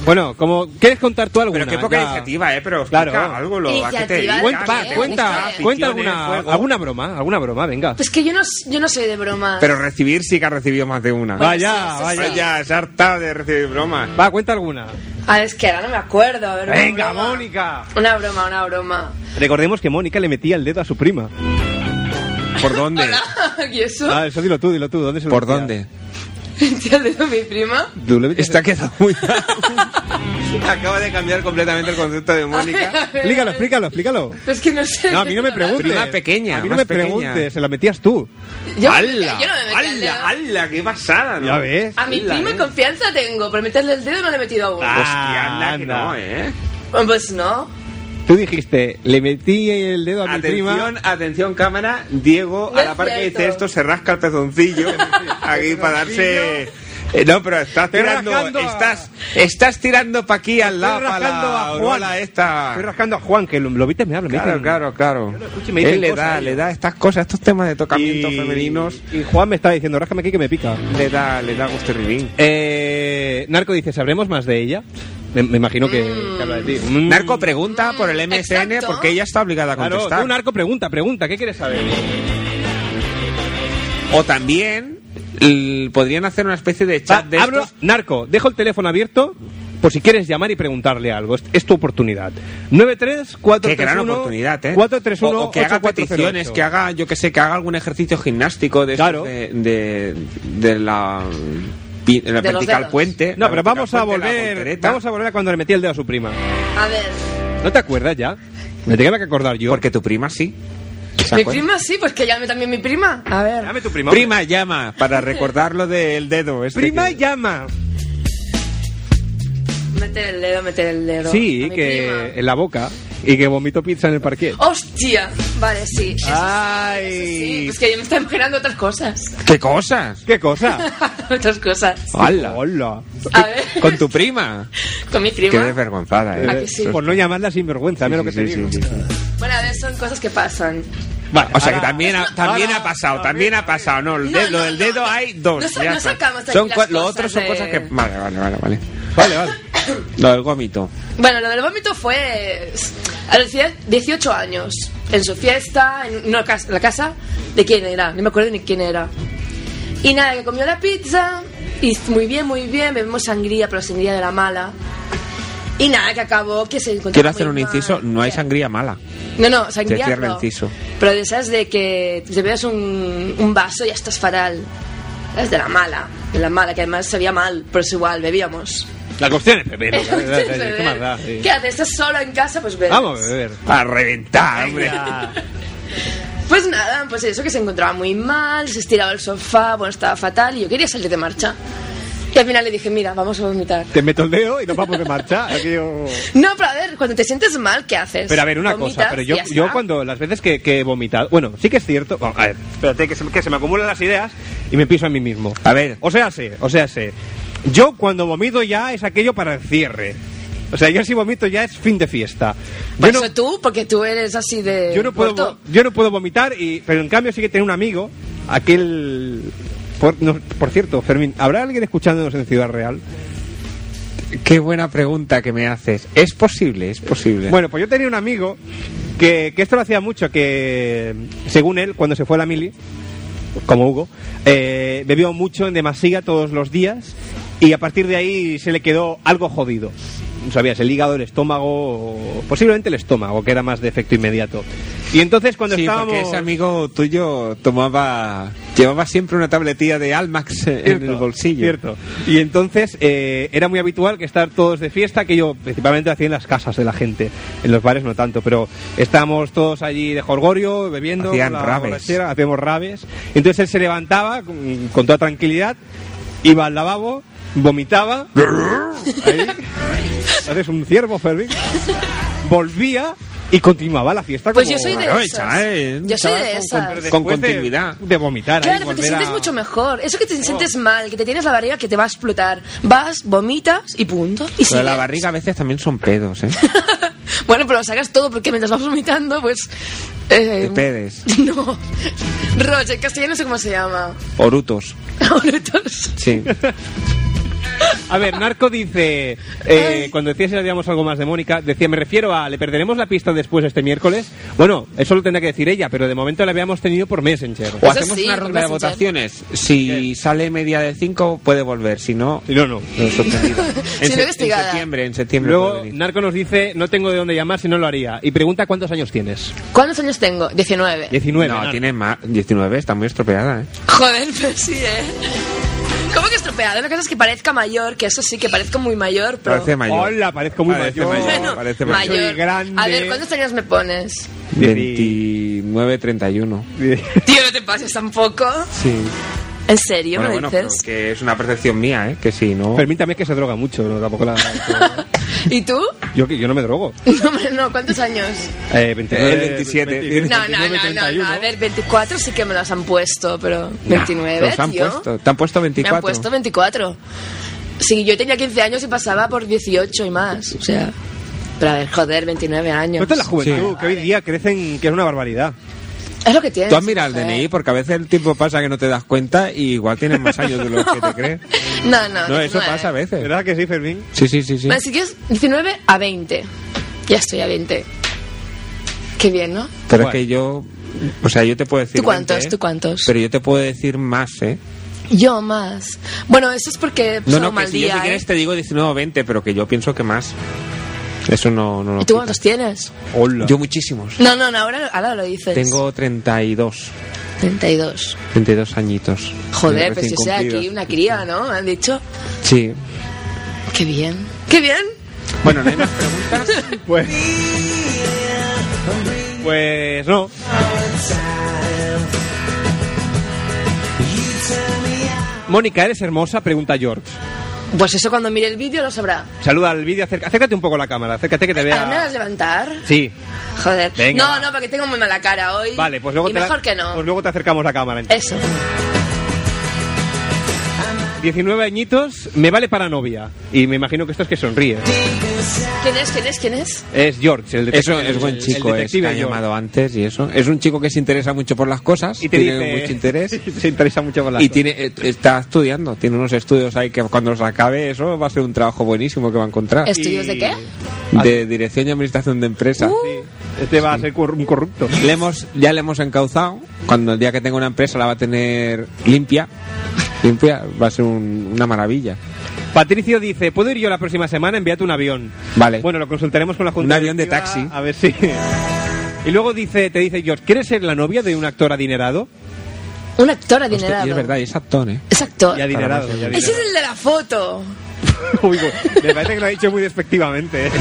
Bueno, como quieres contar tú alguna. Pero qué poca Ya. iniciativa, ¿eh? Pero Claro. explica algo, lo, ¿a qué te dedicas? Cuenta, ¿Qué va, te cuenta, gusta? cuenta Aficiones, alguna, juegos. alguna broma, alguna broma, venga. Pues que yo no, yo no soy de broma. Pero recibir sí que ha recibido más de una. Bueno, Vaya, sí, sí, vaya. sí. Vaya, es harta de recibir bromas. Va, cuenta alguna. Ah, es que ahora no me acuerdo. A ver, una Venga, broma. Mónica. Una broma, una broma. Recordemos que Mónica le metía el dedo a su prima. ¿Por dónde? ¿Y eso? Ah, eso dilo tú, dilo tú. ¿Dónde se ¿Por dónde? ¿Te de mi prima? Está quedado muy... Acaba de cambiar completamente el concepto de Mónica. Explícalo, explícalo, explícalo. Es que no sé. No, a mí no me preguntes. Prima pequeña, A mí no más me pequeña. preguntes, se la metías tú. Yo, ¡Hala! yo no me metí el dedo. ¡Hala, hala! ¡Qué pasada! ¿no? Ya ves. A mi ¡Hala, prima eh! confianza tengo, pero meterle el dedo no le he metido Ah. aún. Hostia, anda, que anda. no, ¿eh? Bueno, Pues no. Tú dijiste, le metí el dedo a mi prima. Atención, atención cámara, Diego No a es la par que cierto. dice esto se rasca el pezoncillo aquí para darse Eh, no, pero estás Estoy rascando tirando, a- estás, estás tirando para aquí al lado, para rascando la a Juan. aureola esta. Estoy rascando a Juan, que lo, lo viste, me habla. me Claro, dicen- claro, claro. lo escucho y me Él dicen le cosas, da, yo. le da estas cosas, estos temas de tocamiento Y- femeninos, Y Juan me estaba diciendo, ráscame aquí que me pica. le da, le da gusto y ribín. Eh, Narco dice, ¿sabremos más de ella? Me, me imagino que, que habla de ti. Mm. Narco pregunta por el MSN exacto. porque ella está obligada a Claro, contestar. Mm. tú, Narco, pregunta, pregunta, ¿qué quieres saber? Ah, O también l- podrían hacer una especie de Va, chat de abro- estos. narco, dejo el teléfono abierto por si quieres llamar y preguntarle algo. Es, es tu oportunidad. 93 Qué gran oportunidad, ¿eh? O, o que haga peticiones, que haga, yo que sé, que haga algún ejercicio gimnástico de, Claro. estos de, de, de la, pi- de la De los vertical dedos. puente. No, pero la vertical vamos a puente, la volver. voltereta. Vamos a volver a cuando le metí el dedo a su prima. A ver. ¿No te acuerdas ya? Me tenía que acordar yo. Porque tu prima sí. ¿Se Mi acuerda? prima sí, pues que llame también mi prima. A ver. Llame tu prima. hombre. Prima llama, para recordarlo del dedo. este Prima que- llama. Meter el dedo, meter el dedo. A Sí, mi que prima. en la boca y que vomito pizza en el parquet. ¡Hostia! Vale, sí. Eso sí, Ay. eso sí. Pues que yo me estaba imaginando otras cosas. ¿Qué cosas? ¿Qué cosa? otras cosas. ¡Hala! Hola. A ver. Con tu prima. Con mi Qué prima. desvergonzada, ¿A ¿eh? que sí? Por no llamarla sinvergüenza, a mí lo que Sí, te sí, digo. sí, sí. Bueno, a ver, son cosas que pasan. Vale, O sea que ahora- también ha, también ha pasado, también ha pasado. No, el No, de- no, lo del no, dedo no. hay dos. No sa- ya no está. sacamos de son aquí cua- las Lo cosas otro son de- cosas que. Vale, vale, vale. Vale, Vale, vale. Lo del gómito. Bueno, lo del vómito fue a los 18 años, en su fiesta, en una casa, la casa de quién era, no me acuerdo ni quién era. Y nada, que comió la pizza, y muy bien, muy bien, bebimos sangría, pero sangría de la mala. Y nada, que acabó, que se encontró Quiero muy hacer un mal. inciso. No hay ¿Qué? sangría mala. No, no, sangría Se cierra no. el inciso. Pero de esas de que te bebes un, un vaso y ya estás fatal. Es de la mala, de la mala, que además sabía mal, pero es igual, bebíamos. La cuestión es beber. Es ¿no? cuestión de ¿Qué más da? Sí. beber. eh, ¿Qué haces? ¿Estás solo en casa? Pues bebes. Vamos a beber. A reventar, hombre. Pues nada, pues eso, que se encontraba muy mal, se estiraba al sofá, bueno, estaba fatal y yo quería salir de marcha. Y al final le dije, mira, vamos a vomitar. Te meto el dedo y nos vamos de marcha. Aquello- No, pero a ver, cuando te sientes mal, ¿qué haces? Pero a ver, una cosa, Vomitas pero yo, y ya yo está. cuando las veces que, que he vomitado, bueno, sí que es cierto, bueno, a ver, espérate que se, que se me acumulan las ideas y me piso a mí mismo. A ver, o sea, sé, o sea, sé. Yo cuando vomito ya es aquello para el cierre. O sea, yo si vomito ya es fin de fiesta. Yo Por no, eso tú, porque tú eres así de... yo no puedo, muerto. vo- yo no puedo vomitar y pero en cambio sí que tengo un amigo, aquel por, no, por cierto, Fermín, ¿habrá alguien escuchándonos en Ciudad Real? Qué buena pregunta que me haces. Es posible, es posible. Bueno, pues yo tenía un amigo que, que esto lo hacía mucho, que según él, cuando se fue a la mili, como Hugo, eh, bebió mucho en demasía todos los días y a partir de ahí se le quedó algo jodido. No sabías, el hígado, el estómago, o posiblemente el estómago, que era más de efecto inmediato. Y entonces cuando sí, estábamos... porque ese amigo tuyo tomaba, llevaba siempre una tabletilla de Almax en Cierto, el bolsillo. Cierto. Y entonces eh, era muy habitual que estar todos de fiesta, que yo principalmente lo hacía en las casas de la gente, en los bares no tanto, pero estábamos todos allí de jorgorio, bebiendo, Hacían con la rabes. borrachera, hacíamos rabes. Entonces él se levantaba con, con toda tranquilidad, iba al lavabo, vomitaba, ahí, haces un ciervo, Fermín, volvía y continuaba la fiesta Pues como yo soy de una esas. noche, ¿eh? Yo soy Estaba de con- esas. Con, Con continuidad. continuidad. De, vomitar. ahí, Claro, porque te volver a- Oh. sientes mucho mejor. Eso que te sientes mal, que te tienes la barriga que te va a explotar. Vas, vomitas y punto. Y Pero la sigues. barriga a veces también son pedos, ¿eh? Bueno, pero lo sacas todo porque mientras vas vomitando, pues... eh, Este, De pedes. no. Roche, en castellano no sé cómo se llama. Orutos. Orutos. Sí. A ver, Narco dice, eh, cuando decía si sabíamos algo más de Mónica, decía, me refiero a, ¿le perderemos la pista después este miércoles? Bueno, eso lo tendrá que decir ella, pero de momento la habíamos tenido por Messenger. O Eso hacemos sí, una por ronda de Messenger. votaciones. Si sale media de 5, puede volver. Si no, Si no, no. no, sorprendido. Si en, no, se- en investigada. septiembre, en septiembre. Luego, puede venir. Narco nos dice, no tengo de dónde llamar si no lo haría. Y pregunta, ¿cuántos años tienes? ¿Cuántos años tengo? 19. 19. No, Narco. tiene más. 19, está muy estropeada, ¿eh? Joder, pero sí, ¿eh? ¿Cómo que estropeado? Una cosa es que parezca mayor, que eso sí, que parezco muy mayor, pero... Parece mayor. Hola, parezco muy Parece mayor. mayor. Bueno, parece mayor. mayor. Soy grande. A ver, ¿cuántos años me pones? 29, 31. Tío, no te pases tampoco. Sí. ¿En serio Bueno, me bueno, pero dices? que es una percepción mía, ¿eh? Que si no. Fermín también es que se droga mucho, ¿no? tampoco la... ¿Y tú? yo, que- yo no me drogo. No, hombre, no, ¿cuántos años? Eh, 29, El 27. 29, No, no, no, no, 31. no, A ver, 24 sí que me las han puesto, pero 29, Los han tío. puesto. Te han puesto Me 24. han puesto 24. Sí, yo tenía 15 años y pasaba por 18 y más, o sea... Pero a ver, joder, 29 años. Nota la juventud, que hoy día crecen, que es una barbaridad. Es lo que tienes. Tú has mirado el joder. DNI porque a veces el tiempo pasa que no te das cuenta y igual tienes más años de lo que te crees. No, no, Pues No, eso 19. pasa a veces. ¿Verdad que sí, Fermín? Sí, sí, sí, sí. Bueno, si quieres, 19 a 20. Ya estoy a 20. Qué bien, ¿no? Pero Bueno. es que yo, o sea, yo te puedo decir. ¿Tú cuántos? 20, ¿eh? ¿Tú cuántos? Pero yo te puedo decir más, ¿eh? Yo más. Bueno, eso es porque No, son no, que mal si yo día, si ¿eh? quieres te digo 19 o 20, pero que yo pienso que más. Eso no, no lo ¿Y tú quita. cuántos tienes? Hola. Yo muchísimos. No, no, no ahora, ahora lo dices. Tengo 32. 32. 32 añitos. Recién Joder, pues yo soy aquí cumplidos. una cría, ¿no? Me han dicho. Sí. Qué bien. ¡Qué bien! Bueno, no hay más preguntas. Pues, pues no. Mónica, ¿eres hermosa? Pregunta George. Pues eso cuando mire el vídeo lo sabrá. Saluda al vídeo, acerca- acércate un poco a la cámara, acércate que te ¿Ahora me vas a vea. levantar? Sí, Joder. Venga, no, va. no, porque tengo muy mala cara hoy. vale, pues luego Y te la- mejor que no. Eh. Pues luego te acercamos la cámara. Eso. 19 añitos, me vale para novia. Y me imagino que esto es que sonríe. ¿Quién es? ¿Quién es? ¿Quién es? Es George, el Eso detective. es buen el- chico, el es que detective ha George. llamado antes y eso. Es un chico que se interesa mucho por las cosas, Y te tiene dice- mucho interés se interesa mucho por la y tiene eh, está estudiando, tiene unos estudios ahí que cuando los acabe eso va a ser un trabajo buenísimo que va a encontrar ¿Estudios de qué? Ah. de dirección y administración de empresas. Uh. Este va a ser corru- un corrupto. Le hemos, ya le hemos encauzado. Cuando el día que tenga una empresa la va a tener limpia, limpia, va a ser un- una maravilla. Patricio dice, ¿puedo ir yo la próxima semana? Envíate un avión. Vale. Bueno, lo consultaremos con la Junta. Un avión de Directiva, taxi. A ver si... Y luego dice, te dice George, ¿quieres ser la novia de un actor adinerado? Un actor Hostia, adinerado. y es verdad, y es actor, ¿eh? Es actor. Y adinerado. y Para adinerado. Ese es el de la foto. Uy, pues, me parece que lo ha dicho muy despectivamente. ¿eh?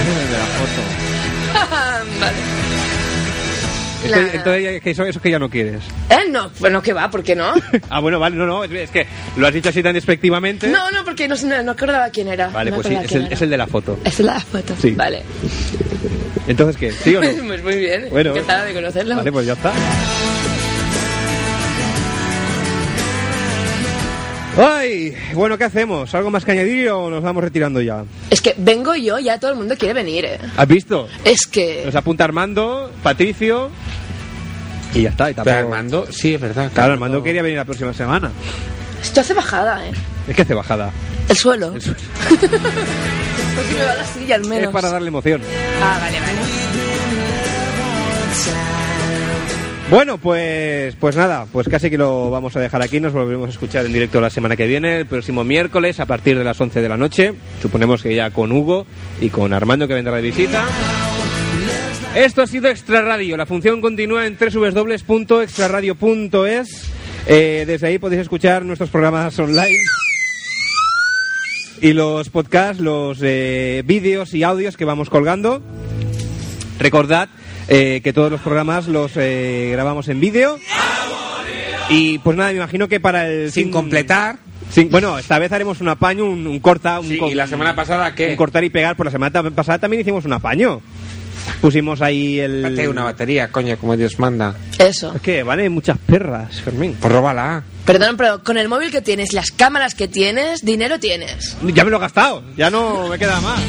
vale. Este- Nah. entonces, ya- que eso, eso que ya no quieres. Eh, no, bueno, que va, ¿por qué no? Ah, bueno, vale, no, no, es- es que lo has dicho así tan despectivamente. No, no, porque no, sé, no, no acordaba quién era. Vale, No pues sí, acordaba es quién el, era. es el de la foto. Es la foto. Sí. Vale. Entonces, ¿qué? ¿Sí o no? pues muy bien. Bueno. Encantada de conocerlo. Vale, pues ya está. Ay, bueno, ¿qué hacemos? ¿Algo más que añadir o nos vamos retirando ya? Es que vengo yo, ya todo el mundo quiere venir, eh. ¿Has visto? Es que. Nos apunta Armando, Patricio y ya está. Y tampoco... Armando, sí, es verdad. Claro, Armando quería venir la próxima semana. Esto hace bajada, eh. Es que hace bajada. El suelo. Porque me va la silla al menos. Es para darle emoción. Ah, vale, vale. Bueno, pues, pues nada, pues casi que lo vamos a dejar aquí. Nos volveremos a escuchar en directo la semana que viene, el próximo miércoles, a partir de las 11 de la noche. Suponemos que ya con Hugo y con Armando que vendrá de visita. Esto ha sido Extra Radio. La función continúa en www.extraradio.es. Eh, desde ahí podéis escuchar nuestros programas online. Y los podcasts, los eh, vídeos y audios que vamos colgando. Recordad eh, que todos los programas los eh, grabamos en vídeo. Y pues nada, me imagino que para el... Sin completar. bueno, esta vez haremos un apaño, un, un corta... Un y la semana pasada, ¿qué? Un cortar y pegar. Por la semana tam- pasada también hicimos un apaño. Pusimos ahí el... Date una batería, coño, como Dios manda. Eso. Es que vale muchas perras, Fermín. Pues róbala. Perdón, pero con el móvil que tienes, las cámaras que tienes, dinero tienes. Ya me lo he gastado, ya no me queda más.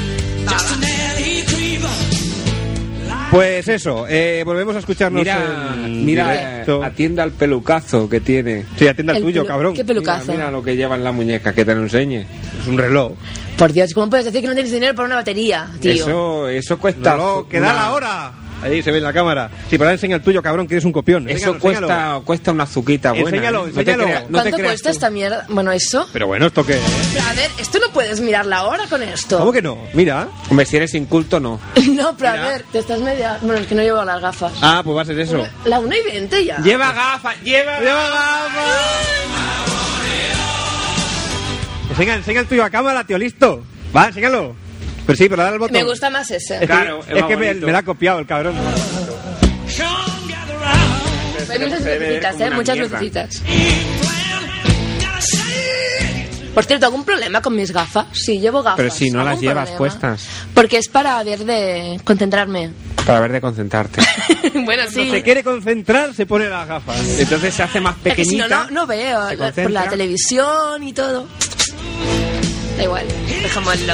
Pues eso, eh, volvemos a escucharnos Mira, en mira eh, directo. atienda al pelucazo que tiene. Sí, atienda al El tuyo, pelu- cabrón. ¿qué pelucazo? Mira, mira lo que lleva en la muñeca, que te lo enseñe. Es un reloj. Por Dios, ¿cómo puedes decir que no tienes dinero para una batería, tío? Eso, eso cuesta. Reloj, que da una- la hora. Ahí se ve en la cámara. Sí, pero ahora enseña el tuyo, cabrón, que eres un copión. Eso Enséñalo, cuesta, enséñalo. cuesta una azuquita buena. Enséñalo, ¿eh? No te enséñalo. creas- no te ¿Cuánto creas cuesta esta mierda? Bueno, eso. Pero bueno, esto que... Pero a ver, esto no puedes mirar la hora con esto. ¿Cómo que no? Mira. Hombre, si eres inculto, no. No, pero a ver, te estás media. Bueno, es que no llevo las gafas. Ah, pues va a ser eso. La 1 y 20 ya. Lleva gafas, lleva, Enseña, enseña el tuyo a cámara, tío, listo. Va, enséñalo. Pero sí, pero dale al botón. Me gusta más ese. Es que, Claro, es es más que me, bonito. me la ha copiado el cabrón. Hay muchas se debe ver lucecitas, como ¿eh? una Muchas mierda. lucecitas. Por cierto, ¿algún problema con mis gafas? Sí, llevo gafas. Pero si no las ¿Algún llevas problema? puestas. Porque es para ver de concentrarme. Para ver de concentrarte. bueno, sí. Cuando se quiere concentrar, se pone las gafas. Entonces se hace más Es que si pequeñita. no, no, no veo. se la- por concentra. la televisión y todo. Da igual, dejémoslo.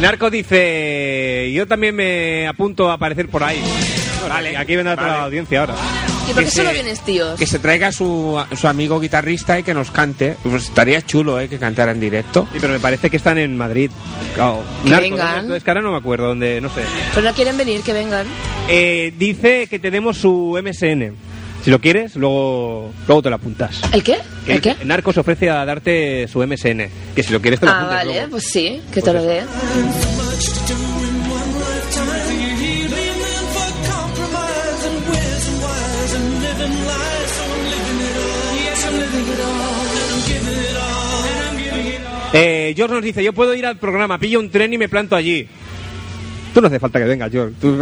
Narco dice, yo también me apunto a aparecer por ahí. Vale, aquí vendrá toda la audiencia ahora. ¿Y por Que qué solo se- vienes, tíos? Que se traiga su, su amigo guitarrista y que nos cante. Pues estaría chulo, ¿eh? Que cantara en directo. Sí, pero me parece que están en Madrid. Claro, Que Narco, vengan. ¿dónde? Es que ahora no me acuerdo dónde, no sé. Pero no quieren venir, que vengan. Eh, dice que tenemos su MSN. Si lo quieres, luego, luego te lo apuntas. ¿El qué? Que ¿El qué? Narcos ofrece a darte su MSN. Que si lo quieres te lo Ah, apuntas. vale, luego. pues sí, que Pues te lo eso. dé. Eh, George nos dice, yo puedo ir al programa, pillo un tren y me planto allí. Tú no hace falta que vengas, George. tú-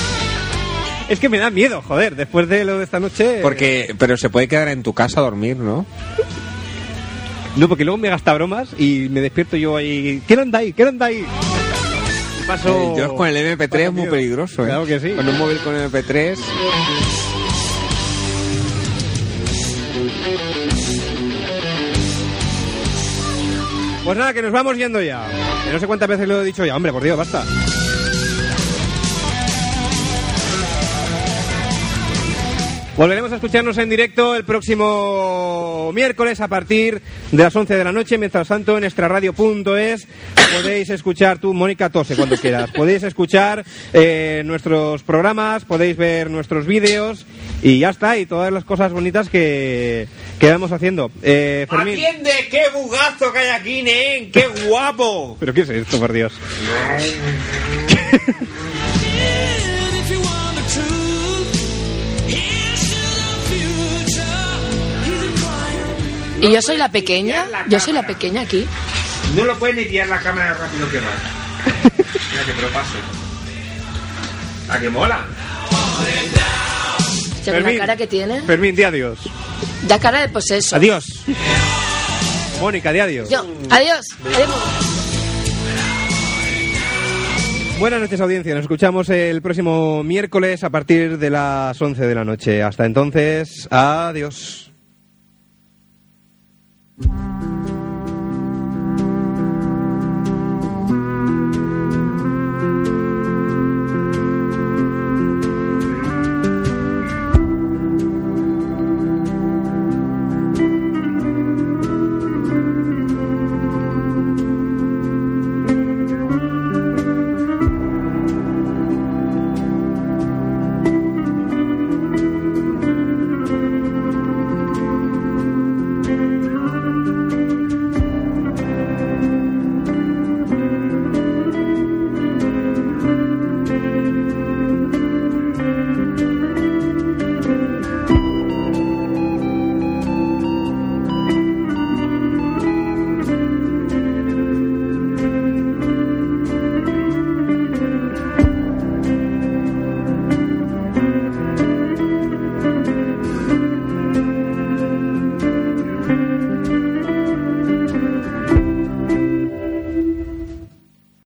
es que me da miedo, joder, después de lo de esta noche... Porque, pero se puede quedar en tu casa a dormir, ¿no? eh, No, porque luego me gasta bromas y me despierto yo ahí... ¿Quién anda ahí? ¿Quién anda ahí? Y Paso... Eh, George con el MP3 es muy tío. peligroso, ¿eh? Claro que sí. Con un móvil con MP3. Pues nada, que nos vamos yendo ya. Que no sé cuántas veces lo he dicho ya. Hombre, por Dios, basta. Volveremos a escucharnos en directo el próximo miércoles a partir de las 11 de la noche. Mientras tanto, en extraradio.es podéis escuchar tú, Mónica Tose, cuando quieras. Podéis escuchar eh, nuestros programas, podéis ver nuestros vídeos y ya está. Y todas las cosas bonitas que, que vamos haciendo. Eh, Fermín. ¡Atiende! ¡Qué bugazo que hay aquí, nen! ¡Qué guapo! ¿Pero qué es esto, por Dios? ¿Y yo soy la pequeña? ¿Yo soy la pequeña aquí? No lo puede ni tirar la cámara rápido que va. Mira que te lo paso. ¿A que mola? Ya ves la Fermín. cara que tiene. Fermín, di adiós. Ya cara de poseso. Adiós. Mónica, di adiós. Yo, adiós. Adiós. Buenas noches, audiencia. Nos escuchamos el próximo miércoles a partir de las 11 de la noche. Hasta entonces, adiós.